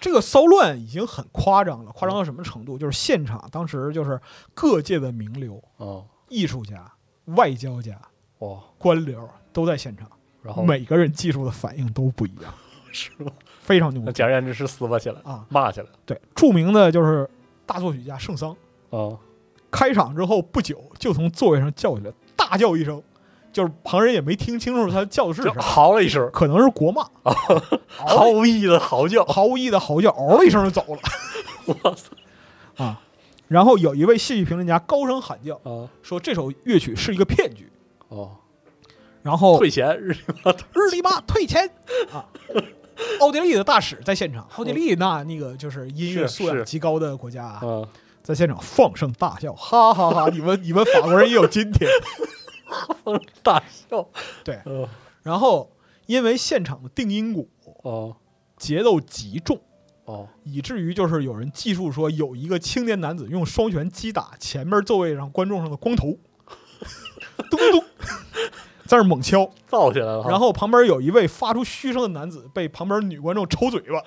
S2: 这个骚乱已经很夸张了，夸张到什么程度？就是现场当时就是各界的名流、
S1: 嗯，
S2: 艺术家、外交家、
S1: 哇，
S2: 官僚都在现场，
S1: 然后
S2: 每个人技术的反应都不一样，
S1: 是吧？
S2: 非常牛
S1: 那
S2: 逼
S1: 简而言之是撕巴起来，
S2: 啊！
S1: 骂起来。
S2: 对，著名的就是大作曲家圣桑，啊
S1: 嗯，
S2: 开场之后不久就从座位上叫起来，大叫一声，就是旁人也没听清楚他叫的是
S1: 就
S2: 啥。
S1: 嚎了一声，
S2: 可能是 国骂，
S1: 毫
S2: 毫
S1: 无意义的嚎叫。
S2: 毫无意义的嚎叫，嗷的一声就走了
S1: 哇塞！
S2: 啊。然后有一位戏剧评论家高声喊叫
S1: 啊，
S2: 说这首乐曲是一个骗局，
S1: 哦，
S2: 然后
S1: 退钱日
S2: 啊日你妈 退钱啊！奥地利的大使在现场，奥地利那那个就是音乐
S1: 哦是
S2: 素养
S1: 是
S2: 极高的国家啊，
S1: 啊，
S2: 在现场放声大笑，哈哈哈！你们你们法国人也有 今天。
S1: 大笑。
S2: 对
S1: 呃，
S2: 然后因为现场的定音鼓
S1: 哦
S2: 节奏极重，
S1: 哦
S2: 以至于就是有人记述说，有一个青年男子用双拳击打前面座位上观众上的光头，咚咚 咚，在那儿猛敲。
S1: 造起来了哈。
S2: 然后旁边有一位发出嘘声的男子被旁边女观众抽嘴巴，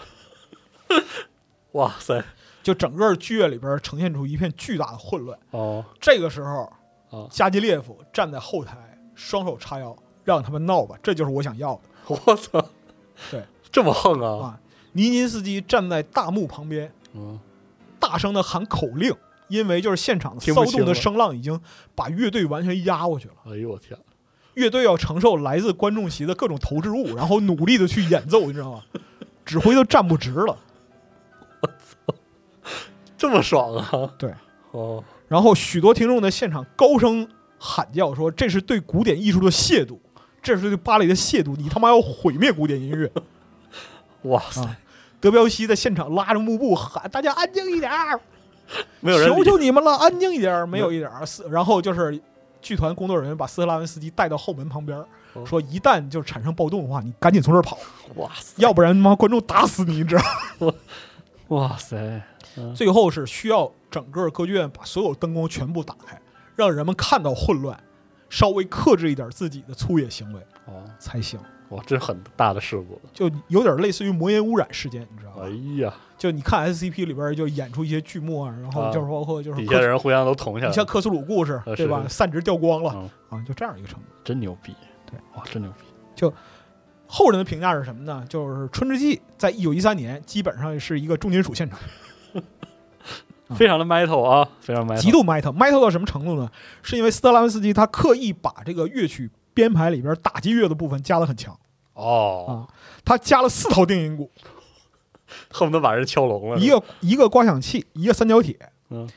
S1: 哇塞，
S2: 就整个剧院里边呈现出一片巨大的混乱。
S1: 哦
S2: 这个时候
S1: 啊，
S2: 加基列夫站在后台，双手叉腰，让他们闹吧，这就是我想要的。
S1: 我操，
S2: 对，
S1: 这么横啊！
S2: 啊尼金斯基站在大幕旁边，
S1: 嗯，
S2: 大声的喊口令，因为就是现场的
S1: 听不
S2: 骚
S1: 清
S2: 动的
S1: 了
S2: 声浪已经把乐队完全压过去了。
S1: 哎呦我天，
S2: 乐队要承受来自观众席的各种投掷物，然后努力的去演奏，你知道吗？指挥都站不直了。
S1: 这么爽啊！
S2: 对，
S1: 哦，
S2: 然后许多听众在现场高声喊叫说：“这是对古典艺术的亵渎，这是对巴黎的亵渎！你他妈要毁灭古典音乐
S1: 哇塞，
S2: 啊！”德彪西在现场拉着幕布喊：“大家安静一点儿，
S1: 没有人
S2: 求
S1: 理
S2: 求你们了，安静一点儿！”没有一点儿。斯然后就是剧团工作人员把斯特拉文斯基带到后门旁边儿，
S1: 哦
S2: 说：“一旦就产生暴动的话，你赶紧从这儿 跑，
S1: 哇塞，
S2: 要不然他妈观众打死你，你知道吗？”
S1: 哇塞，
S2: 最后是需要整个歌剧院把所有灯光全部打开，让人们看到混乱，稍微克制一点自己的粗野行为
S1: 哦，
S2: 才行。
S1: 哇，这很大的事故了。
S2: 就有点类似于魔烟污染事件，你知道
S1: 哎
S2: 吧？
S1: 呀，
S2: 就你看 S C P 里边就演出一些剧目啊，然后就是包括就是
S1: 底下
S2: 克
S1: 人互相都捅下
S2: 你
S1: 来
S2: 像
S1: 了，
S2: 克苏鲁故事
S1: 呃
S2: 对吧？
S1: 是
S2: 散值掉光了
S1: 嗯
S2: 啊，就这样一个程度。
S1: 真牛逼！
S2: 对，
S1: 哇，真牛逼！
S2: 后人的评价是什么呢？就是《春之祭》在一九一三年基本上是一个重金属现场，嗯
S1: 非常的 metal 啊，非常 metal，
S2: 极度 metal，metal 到什么程度呢？是因为斯特拉文斯基他刻意把这个乐曲编排里边打击乐的部分加得很强
S1: 哦，
S2: 啊，他加了四套定音鼓，
S1: 恨不得把人敲聋了。
S2: 一个一个刮响器，一个三角铁，
S1: 嗯，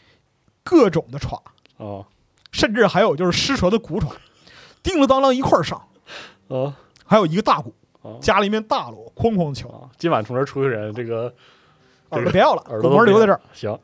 S2: 各种的歘，
S1: 哦
S2: 甚至还有就是失舌的鼓歘，叮了当啷一块儿上，
S1: 哦
S2: 还有一个大鼓，
S1: 哦
S2: 加了一面大锣，哐哐敲，
S1: 哦，今晚从这儿出去人，这个
S2: 耳朵不要了，
S1: 耳
S2: 鼓
S1: 朵
S2: 膜留在这儿。
S1: 行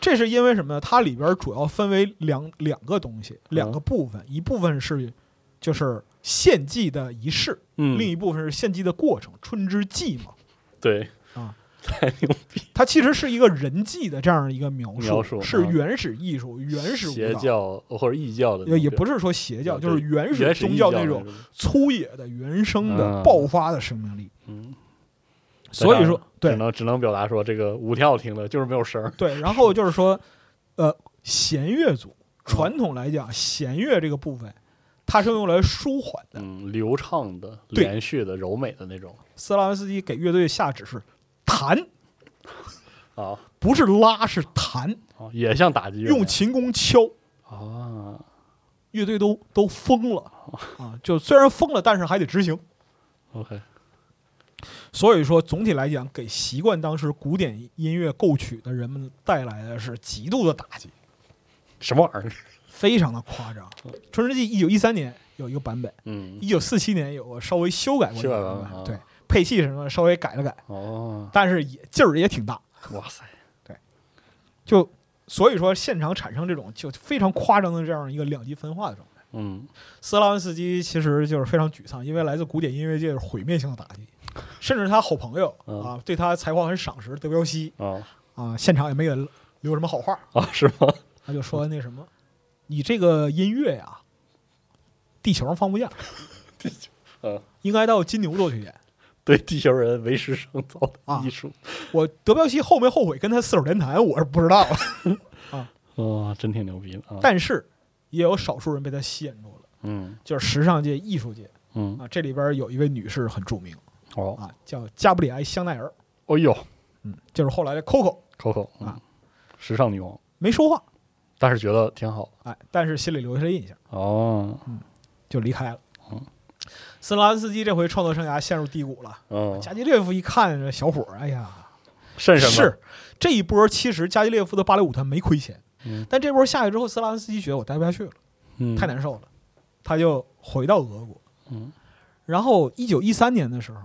S2: 这是因为什么呢？它里边主要分为两两个东西，两个部
S1: 嗯
S2: 分，一部分是就是献祭的仪式。
S1: 嗯，
S2: 另一部分是献祭的过程，春之祭嘛，
S1: 对
S2: 啊，
S1: 太牛
S2: 它其实是一个人祭的这样一个描述，
S1: 描述
S2: 是
S1: 啊
S2: 原始艺术、原始
S1: 邪
S2: 舞蹈，
S1: 教或者异教的那
S2: 也
S1: 种，
S2: 也不是说邪教，
S1: 对
S2: 就是原
S1: 原始
S2: 宗
S1: 异
S2: 教
S1: 教
S2: 那种，粗野的、原生的、
S1: 嗯
S2: 爆发的生命力。
S1: 嗯，
S2: 所以说，
S1: 只
S2: 对
S1: 能只能表达说这个舞跳听的就是没有声儿，
S2: 对，然后
S1: 嗯
S2: 就是说，呃，弦乐组传统来讲，弦乐这个部分，它是用来舒缓的。
S1: 嗯，流畅的、
S2: 对
S1: 连续的、柔美的那种
S2: 斯拉文斯基给乐队下指示，弹
S1: 啊
S2: 不是拉，是弹，
S1: 啊，也像打击乐那
S2: 用
S1: 样
S2: 琴弓敲，
S1: 啊，
S2: 乐队都都疯了
S1: 哦
S2: 啊！就虽然疯了，但是还得执行。
S1: OK，
S2: 所以说，总体来讲，给习惯当时古典音乐构曲的人们带来的是极度的打击，
S1: 什么玩意儿？
S2: 非常的夸张。《春之祭》一九一三年有一个版本，
S1: 嗯，
S2: 一九四七年有个稍微修改过的
S1: 修改
S2: 版
S1: 版本啊
S2: 本，对，配器什么的稍微改了改，
S1: 哦，
S2: 但是也劲儿也挺大。
S1: 哇塞，
S2: 就所以说，现场产生这种就非常夸张的这样一个两极分化的状态。
S1: 嗯，
S2: 斯拉文斯基其实就是非常沮丧，因为来自古典音乐界是毁灭性的打击，甚至他好朋友
S1: 嗯
S2: 啊对他才华很赏识德彪西
S1: 啊
S2: 啊，现场也没给他留什么好话，
S1: 啊，是吗？
S2: 他就说那什么，你这个音乐呀，地球上 放不下，
S1: 嗯
S2: 应该到金牛座去演。
S1: 对地球人为时尚早
S2: 啊
S1: 的艺术，
S2: 我德彪西后没后悔跟他四手联弹，我是不知道 了，
S1: 哇，真挺牛逼的啊！
S2: 但是也有少数人被他吸引住了，
S1: 嗯
S2: 就是时尚界、艺术界
S1: 嗯，
S2: 啊，这里边有一位女士很著名
S1: 哦，
S2: 啊，叫加布里埃·香奈儿，
S1: 哎呦
S2: 嗯，就是后来的 Coco，
S1: ，Coco 嗯
S2: 啊
S1: 时尚女王，
S2: 没说话，
S1: 但是觉得挺好
S2: 哎，但是心里留下了印象，
S1: 哦，
S2: 就离开了
S1: 嗯。
S2: 斯拉文斯基这回创作生涯陷入低谷了。
S1: 嗯，
S2: 加基列夫一看这小伙儿，哎呀，
S1: 甚什么？
S2: 是这一波，其实加基列夫的芭蕾舞团没亏钱，
S1: 嗯
S2: 但这波下去之后，斯拉文斯基觉得我待不下去了，
S1: 嗯
S2: 太难受了，他就回到俄国。
S1: 嗯
S2: 然后，一九一三年的时候，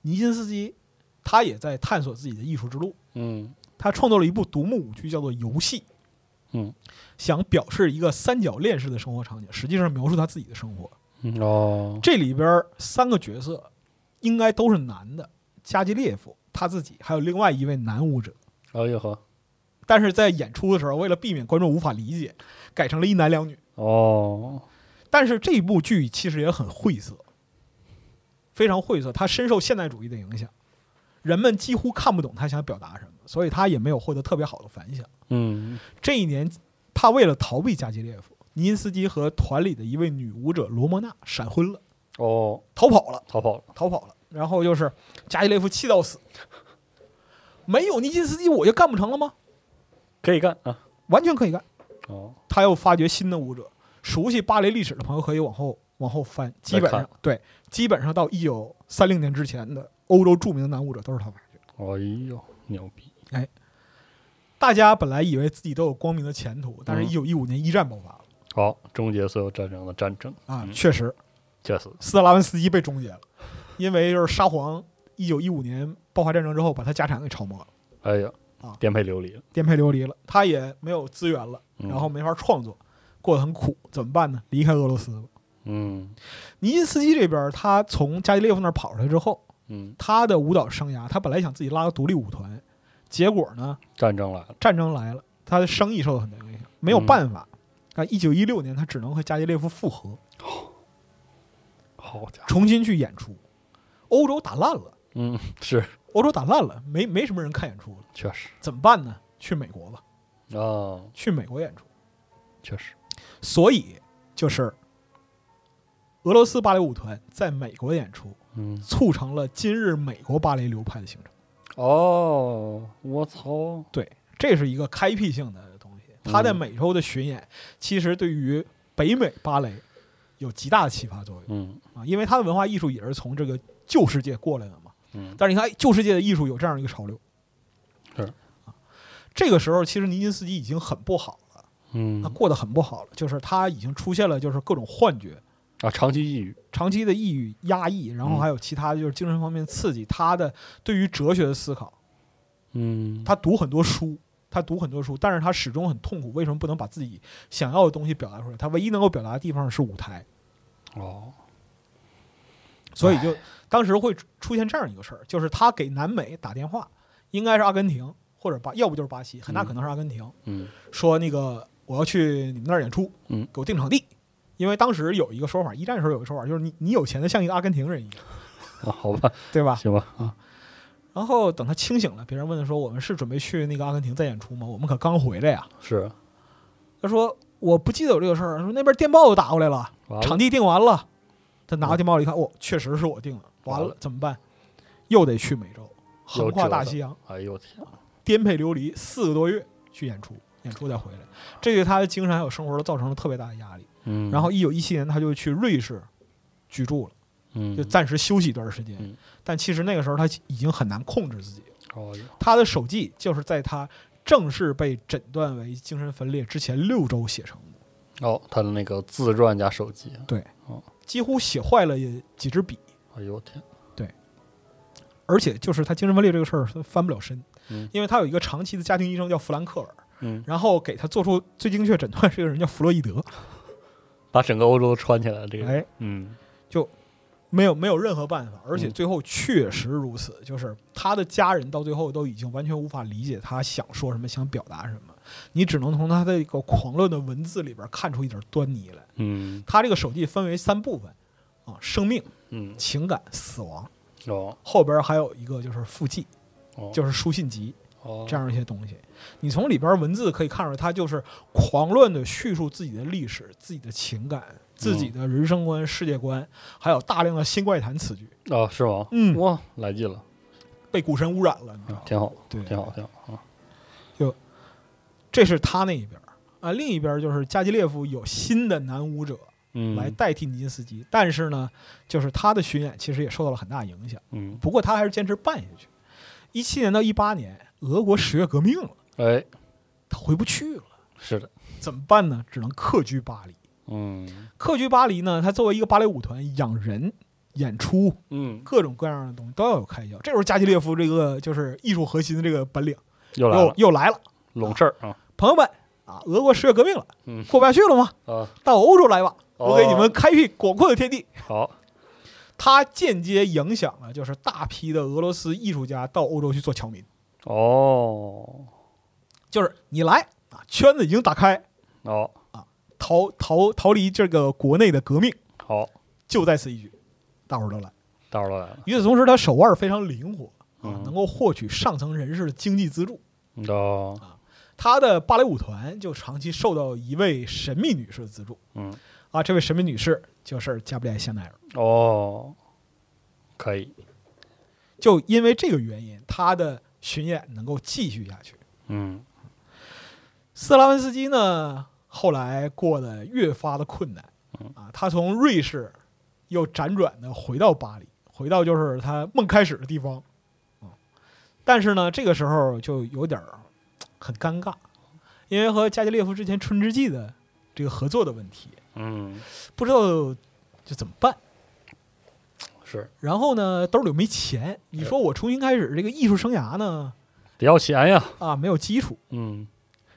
S2: 尼金斯基他也在探索自己的艺术之路，
S1: 嗯
S2: 他创作了一部独幕舞剧，叫做《游戏》，
S1: 嗯，
S2: 想表示一个三角恋式的生活场景，实际上描述他自己的生活。
S1: 嗯哦，
S2: 这里边儿三个角色应该都是男的，加基列夫他自己，还有另外一位男舞者。
S1: 哎呦呵，
S2: 但是在演出的时候，为了避免观众无法理解，改成了一男两女。
S1: 哦，
S2: 但是这部剧其实也很晦涩，非常晦涩，它深受现代主义的影响，人们几乎看不懂他想表达什么，所以他也没有获得特别好的反响。
S1: 嗯
S2: 这一年，他为了逃避加基列夫，尼因斯基和团里的一位女舞者罗莫娜闪婚了，
S1: 哦，
S2: 逃跑了，
S1: 逃跑了，
S2: 逃跑了。然后就是加基列夫气到死，没有尼金斯基我就干不成了吗？
S1: 可以干啊，
S2: 完全可以干。
S1: 哦，
S2: 他又发掘新的舞者，熟悉芭蕾历史的朋友可以往后往后翻，基本上
S1: 看
S2: 对，基本上到一九三零年之前的欧洲著名的男舞者都是他发掘。
S1: 哎呦，牛逼，
S2: 大家本来以为自己都有光明的前途，但是
S1: 嗯
S2: 一九一五年一战爆发了、
S1: 好，终结所有战争的战争，
S2: 啊，
S1: 嗯
S2: 确实，
S1: 确实，
S2: 斯特拉文斯基被终结了，因为就是沙皇一九一五年爆发战争之后，把他家产给抄没了，
S1: 哎呀
S2: 啊，
S1: 颠沛流离了，
S2: 颠沛流离了，他也没有资源了，
S1: 嗯
S2: 然后没法创作，过得很苦，怎么办呢？离开俄罗斯吧。
S1: 嗯
S2: 尼金斯基这边，他从加基列夫那儿跑出来之后，
S1: 嗯，
S2: 他的舞蹈生涯，他本来想自己拉个独立舞团，结果呢，
S1: 战争来了，
S2: 战争来了，他的生意受到很大影响，没有办法。啊，一九一六年，他只能和加基列夫复合，
S1: 好家伙，
S2: 重新去演出。欧洲打烂了，
S1: 嗯，是，
S2: 欧洲打烂了，没没什么人看演出了，
S1: 确实
S2: 怎么办呢？去美国吧，
S1: 啊，
S2: 去美国演出。
S1: 确实，
S2: 所以就是俄罗斯芭蕾舞团在美国演出，
S1: 嗯，
S2: 促成了今日美国芭蕾流派的形成。
S1: 哦，我操，
S2: 对，这是一个开辟性的东西。他在
S1: 嗯
S2: 美洲的巡演，其实对于北美芭蕾有极大的启发作用
S1: 嗯
S2: 啊，因为他的文化艺术也是从这个旧世界过来的嘛。
S1: 嗯
S2: 但是你看，哎旧世界的艺术有这样一个潮流，
S1: 是
S2: 啊。这个时候，其实尼金斯基已经很不好了，他
S1: 嗯
S2: 过得很不好了，就是他已经出现了就是各种幻觉。
S1: 啊，长期抑郁，
S2: 长期的抑郁压抑，然后
S1: 嗯
S2: 还有其他的就是精神方面刺激，他的对于哲学的思考，
S1: 嗯，
S2: 他读很多书，他读很多书，但是他始终很痛苦。为什么不能把自己想要的东西表达出来？他唯一能够表达的地方是舞台，
S1: 哦，
S2: 所以就当时会出出现这样一个事儿，就是他给南美打电话，应该是阿根廷或者巴，要不就是巴西，很大
S1: 嗯
S2: 可能是阿根廷，
S1: 嗯
S2: 说那个我要去你们那儿演出，
S1: 嗯
S2: 给我定场地。因为当时有一个说法，一战的时候有一个说法，就是你你有钱的像一个阿根廷人一样，
S1: 啊，好吧，
S2: 对吧？
S1: 行吧，啊，
S2: 然后等他清醒了，别人问他说：“我们是准备去那个阿根廷再演出吗？我们可刚回来呀。”
S1: 是，
S2: 他说：“我不记得有这个事儿。说那边电报又打过来了，
S1: 完了
S2: 场地定完了，他拿到电报一看，哦，确实是我定的，完
S1: 完
S2: 了怎么办？又得去美洲，横跨
S1: 折
S2: 大
S1: 腾
S2: 西洋，
S1: 哎呦我天，
S2: 颠沛流离四个多月去演出，演出再回来，这对他的精神还有生活都造成了特别大的压力。
S1: 嗯，
S2: 然后一九一七年他就去瑞士居住了，
S1: 嗯，
S2: 就暂时休息一段时间
S1: 嗯。
S2: 但其实那个时候他已经很难控制自己了，
S1: 哦
S2: 他的手记就是在他正式被诊断为精神分裂之前六周写成的，
S1: 哦，他的那个自传加手机，
S2: 几乎写坏了也几支笔。
S1: 哎呦我天，
S2: 而且就是他精神分裂这个事儿，他翻不了身，
S1: 嗯
S2: 因为他有一个长期的家庭医生叫弗兰克尔，
S1: 嗯，
S2: 然后给他做出最精确诊断是一个人叫弗洛伊德，
S1: 把整个欧洲都穿起来了，这个，
S2: 哎，
S1: 嗯
S2: 没有没有任何办法，而且
S1: 嗯
S2: 最后确实如此，就是他的家人到最后都已经完全无法理解他想说什么，想表达什么，你只能从他的一个狂乱的文字里边看出一点端倪来。
S1: 嗯
S2: 他这个手记分为三部分啊，生命、
S1: 嗯，
S2: 情感、死亡，
S1: 哦
S2: 后边还有一个就是附记，
S1: 哦，
S2: 就是书信集
S1: 哦
S2: 这样一些东西。你从里边文字可以看出来，他就是狂乱的叙述自己的历史、自己的情感、自己的人生观、世界观，还有大量的新怪谈词句，
S1: 哦是吗？
S2: 嗯
S1: 哇，来劲了，
S2: 被古神污染了，你知道
S1: 啊
S2: 吗？
S1: 挺好，
S2: 对，
S1: 挺好，挺好啊，
S2: 这是他那一边儿啊，另一边儿就是加基列夫有新的男舞者
S1: 嗯，
S2: 来代替尼金斯基，但是呢，就是他的巡演其实也受到了很大影响。
S1: 嗯，
S2: 不过他还是坚持办下去。一七年到一八年，俄国十月革命了，
S1: 哎，
S2: 他回不去了，
S1: 是的，
S2: 怎么办呢？只能客居巴黎。
S1: 嗯
S2: 客居巴黎呢，他作为一个芭蕾舞团，养人、演出
S1: 嗯，
S2: 各种各样的东西都要有开销。这时候加基列夫这个就是艺术核心的这个本领
S1: 又来
S2: 又
S1: 了，
S2: 又来了，
S1: 拢事儿啊，
S2: 朋友们啊，俄国十月革命了，
S1: 嗯
S2: 过不下去了吗？
S1: 啊，
S2: 到欧洲来吧，我给
S1: 哦
S2: 你们开辟广阔的天地。
S1: 好，
S2: 他间接影响了就是大批的俄罗斯艺术家到欧洲去做侨民。
S1: 哦
S2: 就是你来啊，圈子已经打开，
S1: 哦
S2: 逃逃逃离这个国内的革命
S1: 好，
S2: 就在此一举，大伙儿都来。
S1: 大伙儿都来了，
S2: 与此同时，他手腕儿非常灵活啊
S1: 嗯，
S2: 能够获取上层人士的经济资助。
S1: 你知道，
S2: 他的芭蕾舞团就长期受到一位神秘女士的资助
S1: 嗯
S2: 啊，这位神秘女士就是加布里埃·香奈儿。
S1: 哦，可以，
S2: 就因为这个原因，他的巡演能够继续下去。
S1: 嗯
S2: 斯拉文斯基呢，后来过得越发的困难
S1: 嗯
S2: 啊，他从瑞士又辗转的回到巴黎，回到就是他梦开始的地方啊。但是呢，这个时候就有点儿嘖很尴尬，因为和加基列夫之前《春之祭》的这个合作的问题，
S1: 嗯
S2: 不知道就怎么办。
S1: 是
S2: 然后呢，兜里又没钱，你说我重新开始这个艺术生涯呢？
S1: 得要钱呀，
S2: 啊，没有基础。
S1: 嗯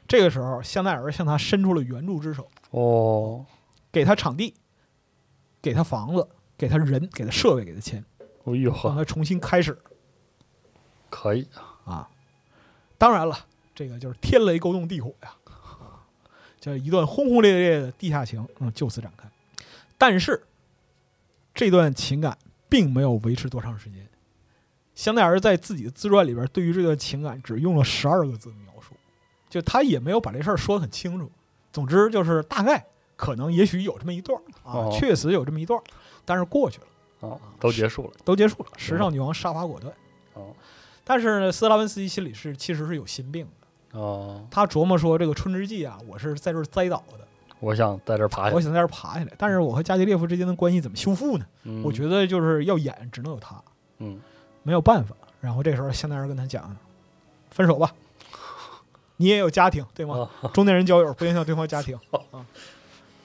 S2: 这个时候，香奈儿向他伸出了援助之手。
S1: 哦
S2: 给他场地，给他房子，给他人，给他设备，给他钱，
S1: 哎呦
S2: 让
S1: 呵，
S2: 他重新开始
S1: 可以，
S2: 啊。当然了，这个就是天雷勾动地火呀，啊这一段轰轰烈烈的地下情，嗯，就此展开。但是，这段情感并没有维持多长时间。香奈儿在自己的自传里边，对于这段情感只用了十二个字描述，就他也没有把这事儿说得很清楚。总之就是大概可能也许有这么一段儿啊，
S1: 哦
S2: 确实有这么一段儿，但是过去了，
S1: 啊，都结束了，
S2: 都结束了。时尚女王杀伐果断，
S1: 嗯哦
S2: 但是呢，斯拉文斯基心里是其实是有心病的，
S1: 哦，
S2: 他琢磨说这个春之祭啊，我是在这儿栽倒的，
S1: 我想在这儿爬下
S2: 我，想在这儿爬起来，但是我和加基列夫之间的关系怎么修复呢？
S1: 嗯
S2: 我觉得就是要演，只能有他，
S1: 嗯
S2: 没有办法。然后这时候香奈儿跟他讲，分手 吧，你也有家庭对吗？
S1: 哦
S2: 中年人交友不影响对方家庭，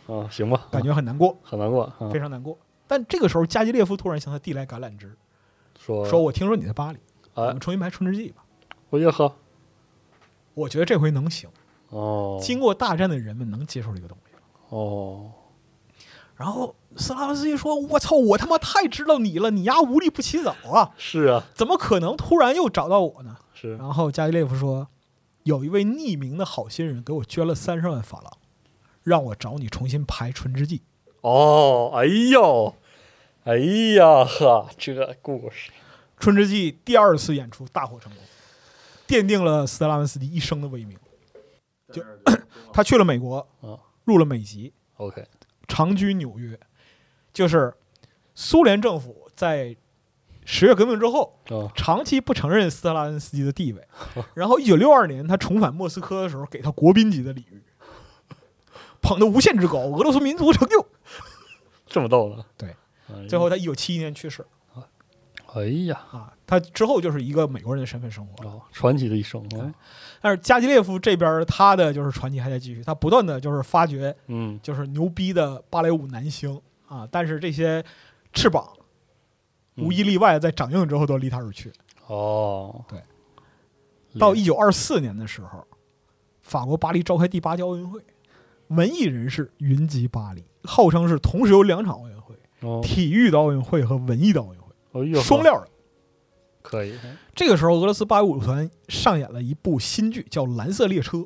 S1: 啊，行吧，
S2: 感觉很难过，
S1: 很难过，啊
S2: 非常难过。但这个时候，加基列夫突然向他递来橄榄枝，
S1: 说
S2: 说：“我听说你在巴黎，我
S1: 哦哎
S2: 们，重新拍《春之祭》吧。
S1: 我也喝，”
S2: 我觉得这回能行，
S1: 哦
S2: 经过大战的人们能接受这个东西。
S1: 哦，
S2: 然后斯拉文斯基说：“我操，我他妈太知道你了，你丫无利不起早啊，
S1: 是啊，
S2: 怎么可能突然又找到我呢？”
S1: 是
S2: 然后加基列夫说：“有一位匿名的好心人给我捐了三十万法郎，让我找你重新拍《春之祭》。
S1: 哦，哎呦，哎呀呵，这故事，
S2: 《春之祭》第二次演出大获成功，奠定了斯拉文斯基一生的威名。就 他去了美国
S1: 啊，
S2: 入了美籍，
S1: OK，
S2: 长居纽约，就是苏联政府在十月革命之后
S1: 啊
S2: 长期不承认斯特拉文斯基的地位，然后一九六二年他重返莫斯科的时候，给他国宾级的礼遇，捧得无限之高，俄罗斯民族成就。
S1: 这么逗呢？
S2: 对
S1: 哎呀，
S2: 最后他一九七一年去世
S1: 哎呀，
S2: 啊，他之后就是一个美国人的身份生活。
S1: 哦，传奇的一生
S2: 对
S1: 啊，
S2: 但是加基列夫这边他的就是传奇还在继续，他不断的就是发掘
S1: 嗯，
S2: 就是牛逼的芭蕾舞男星啊，但是这些翅膀
S1: 嗯
S2: 无一例外在长硬之后都离他而去。
S1: 哦，
S2: 对，到
S1: 到
S2: 一九二四年的时候，法国巴黎召开第八届奥运会，文艺人士云集巴黎，号称是同时有两场奥运会：
S1: 哦，
S2: 体育的奥运会和文艺的奥运会，
S1: 哎呦呵
S2: 双料的。嗯
S1: 可以，
S2: 这个时候，俄罗斯芭蕾舞团上演了一部新剧，叫《蓝色列车》。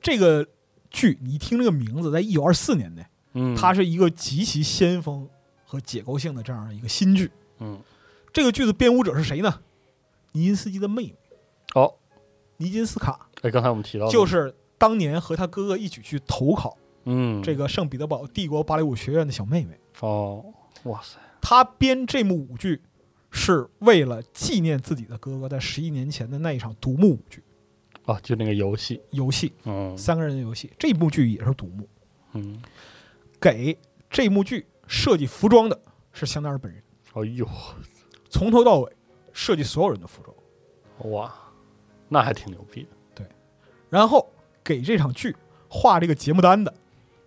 S2: 这个剧，你一听这个名字，在一九二四年内，
S1: 嗯，
S2: 它是一个极其先锋和解构性的这样一个新剧。
S1: 嗯，
S2: 这个剧的编舞者是谁呢？尼金斯基的妹妹
S1: 哦，
S2: 尼金斯卡，
S1: 哎，刚才我们提到的
S2: 就是当年和他哥哥一起去投考
S1: 嗯，
S2: 这个圣彼得堡帝国芭蕾舞学院的小妹妹。
S1: 哦，哇塞，
S2: 她编这幕舞剧，是为了纪念自己的哥哥在十一年前的那一场独幕舞剧
S1: 啊，就那个游戏，
S2: 游戏，
S1: 嗯
S2: 三个人的游戏。这部剧也是独幕，
S1: 嗯，
S2: 给这幕剧设计服装的是香奈儿本人，
S1: 哎呦，
S2: 从头到尾设计所有人的服装，
S1: 哇，那还挺牛逼的，
S2: 然后给这场剧画这个节目单的，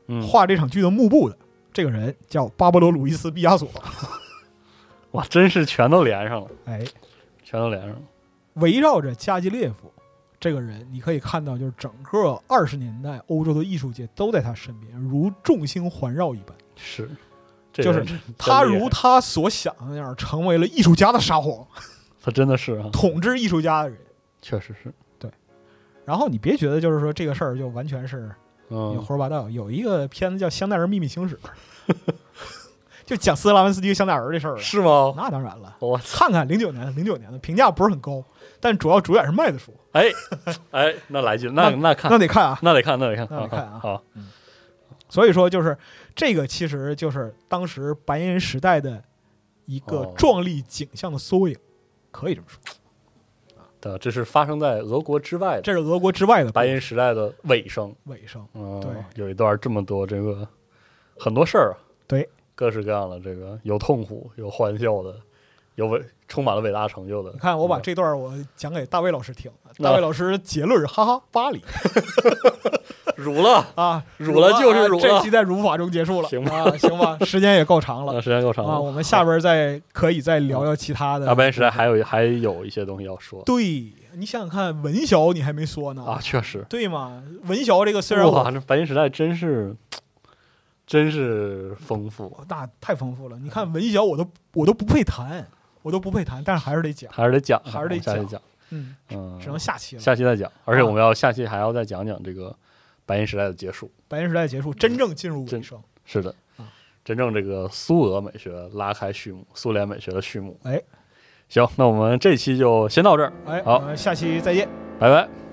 S1: 嗯，
S2: 画这场剧的幕布的。这个人叫巴勃罗·鲁伊斯·毕加索，
S1: 哇，真是全都连上了，
S2: 哎，
S1: 全都连上了，
S2: 围绕着加基列夫这个人，你可以看到，就是整个二十年代欧洲的艺术界都在他身边，如众星环绕一般。
S1: 是，这
S2: 就是
S1: 人真
S2: 他
S1: 厉害
S2: 如他所想的那样，成为了艺术家的沙皇，
S1: 他真的是啊，
S2: 统治艺术家的人。
S1: 确实是，
S2: 然后你别觉得就是说这个事儿就完全是你
S1: 嗯
S2: 胡说八道。有一个片子叫《香奈儿秘密行驶》， 就讲斯拉文斯基和香奈儿的事儿啊。
S1: 是吗？
S2: 那当然了，
S1: 我操，
S2: 看看零九年的，零九年的评价不是很高，但主要主演是麦子叔，
S1: 哎哎，那来劲，那那看
S2: 那。得看啊。
S1: 那得看，那得看，
S2: 那得
S1: 好
S2: 看啊
S1: 好，
S2: 所以说，就是这个，其实就是当时白银时代的一个
S1: 哦
S2: 壮丽景象的缩影，可以这么说。
S1: 的，这是发生在俄国之外的
S2: 这是俄国之外的
S1: 白银时代的尾声。
S2: 尾声，
S1: 嗯，
S2: 对
S1: 有一段这么多这个很多事儿啊，
S2: 对，
S1: 各式各样的这个有痛苦，有欢笑的，有伟充满了伟大成就的。嗯
S2: 你看，我把这段我讲给大卫老师听，大卫老师结论是：哈哈，巴黎
S1: 辱 了，
S2: 啊，
S1: 辱了就是辱了
S2: 啊这期在辱法中结束了，
S1: 行吧
S2: 啊，行吧，时间也够长
S1: 那
S2: 了
S1: 时间够长
S2: 啊，
S1: 了。
S2: 我们下边再可以再聊聊其他的。
S1: 大白银时代还有还有一些东西要说
S2: 对你想想看，文晓你还没说呢
S1: 啊，，确实，
S2: 对吗？文晓这个 虽然我
S1: 哇，这白银时代真是真是丰富，啊
S2: 那太丰富了。你
S1: 嗯
S2: 看文小，我都我都不配谈，我都不配谈，但是还是得讲。
S1: 还是得讲，
S2: 还是
S1: 我
S2: 得
S1: 们下期
S2: 讲
S1: 讲，
S2: 嗯，
S1: 嗯，
S2: 只能下期了。
S1: 下期再讲，而且
S2: 啊
S1: 我们要下期还要再讲讲这个白银时代的结束。
S2: 白银时代结束，真正进入尾
S1: 嗯真
S2: 声。
S1: 是的
S2: 啊，
S1: 真正这个苏俄美学拉开序幕，苏联美学的序幕。
S2: 哎，
S1: 行，那我们这期就先到这儿，
S2: 哎，
S1: 好
S2: 我们下期再见。
S1: 拜拜。
S2: 拜拜。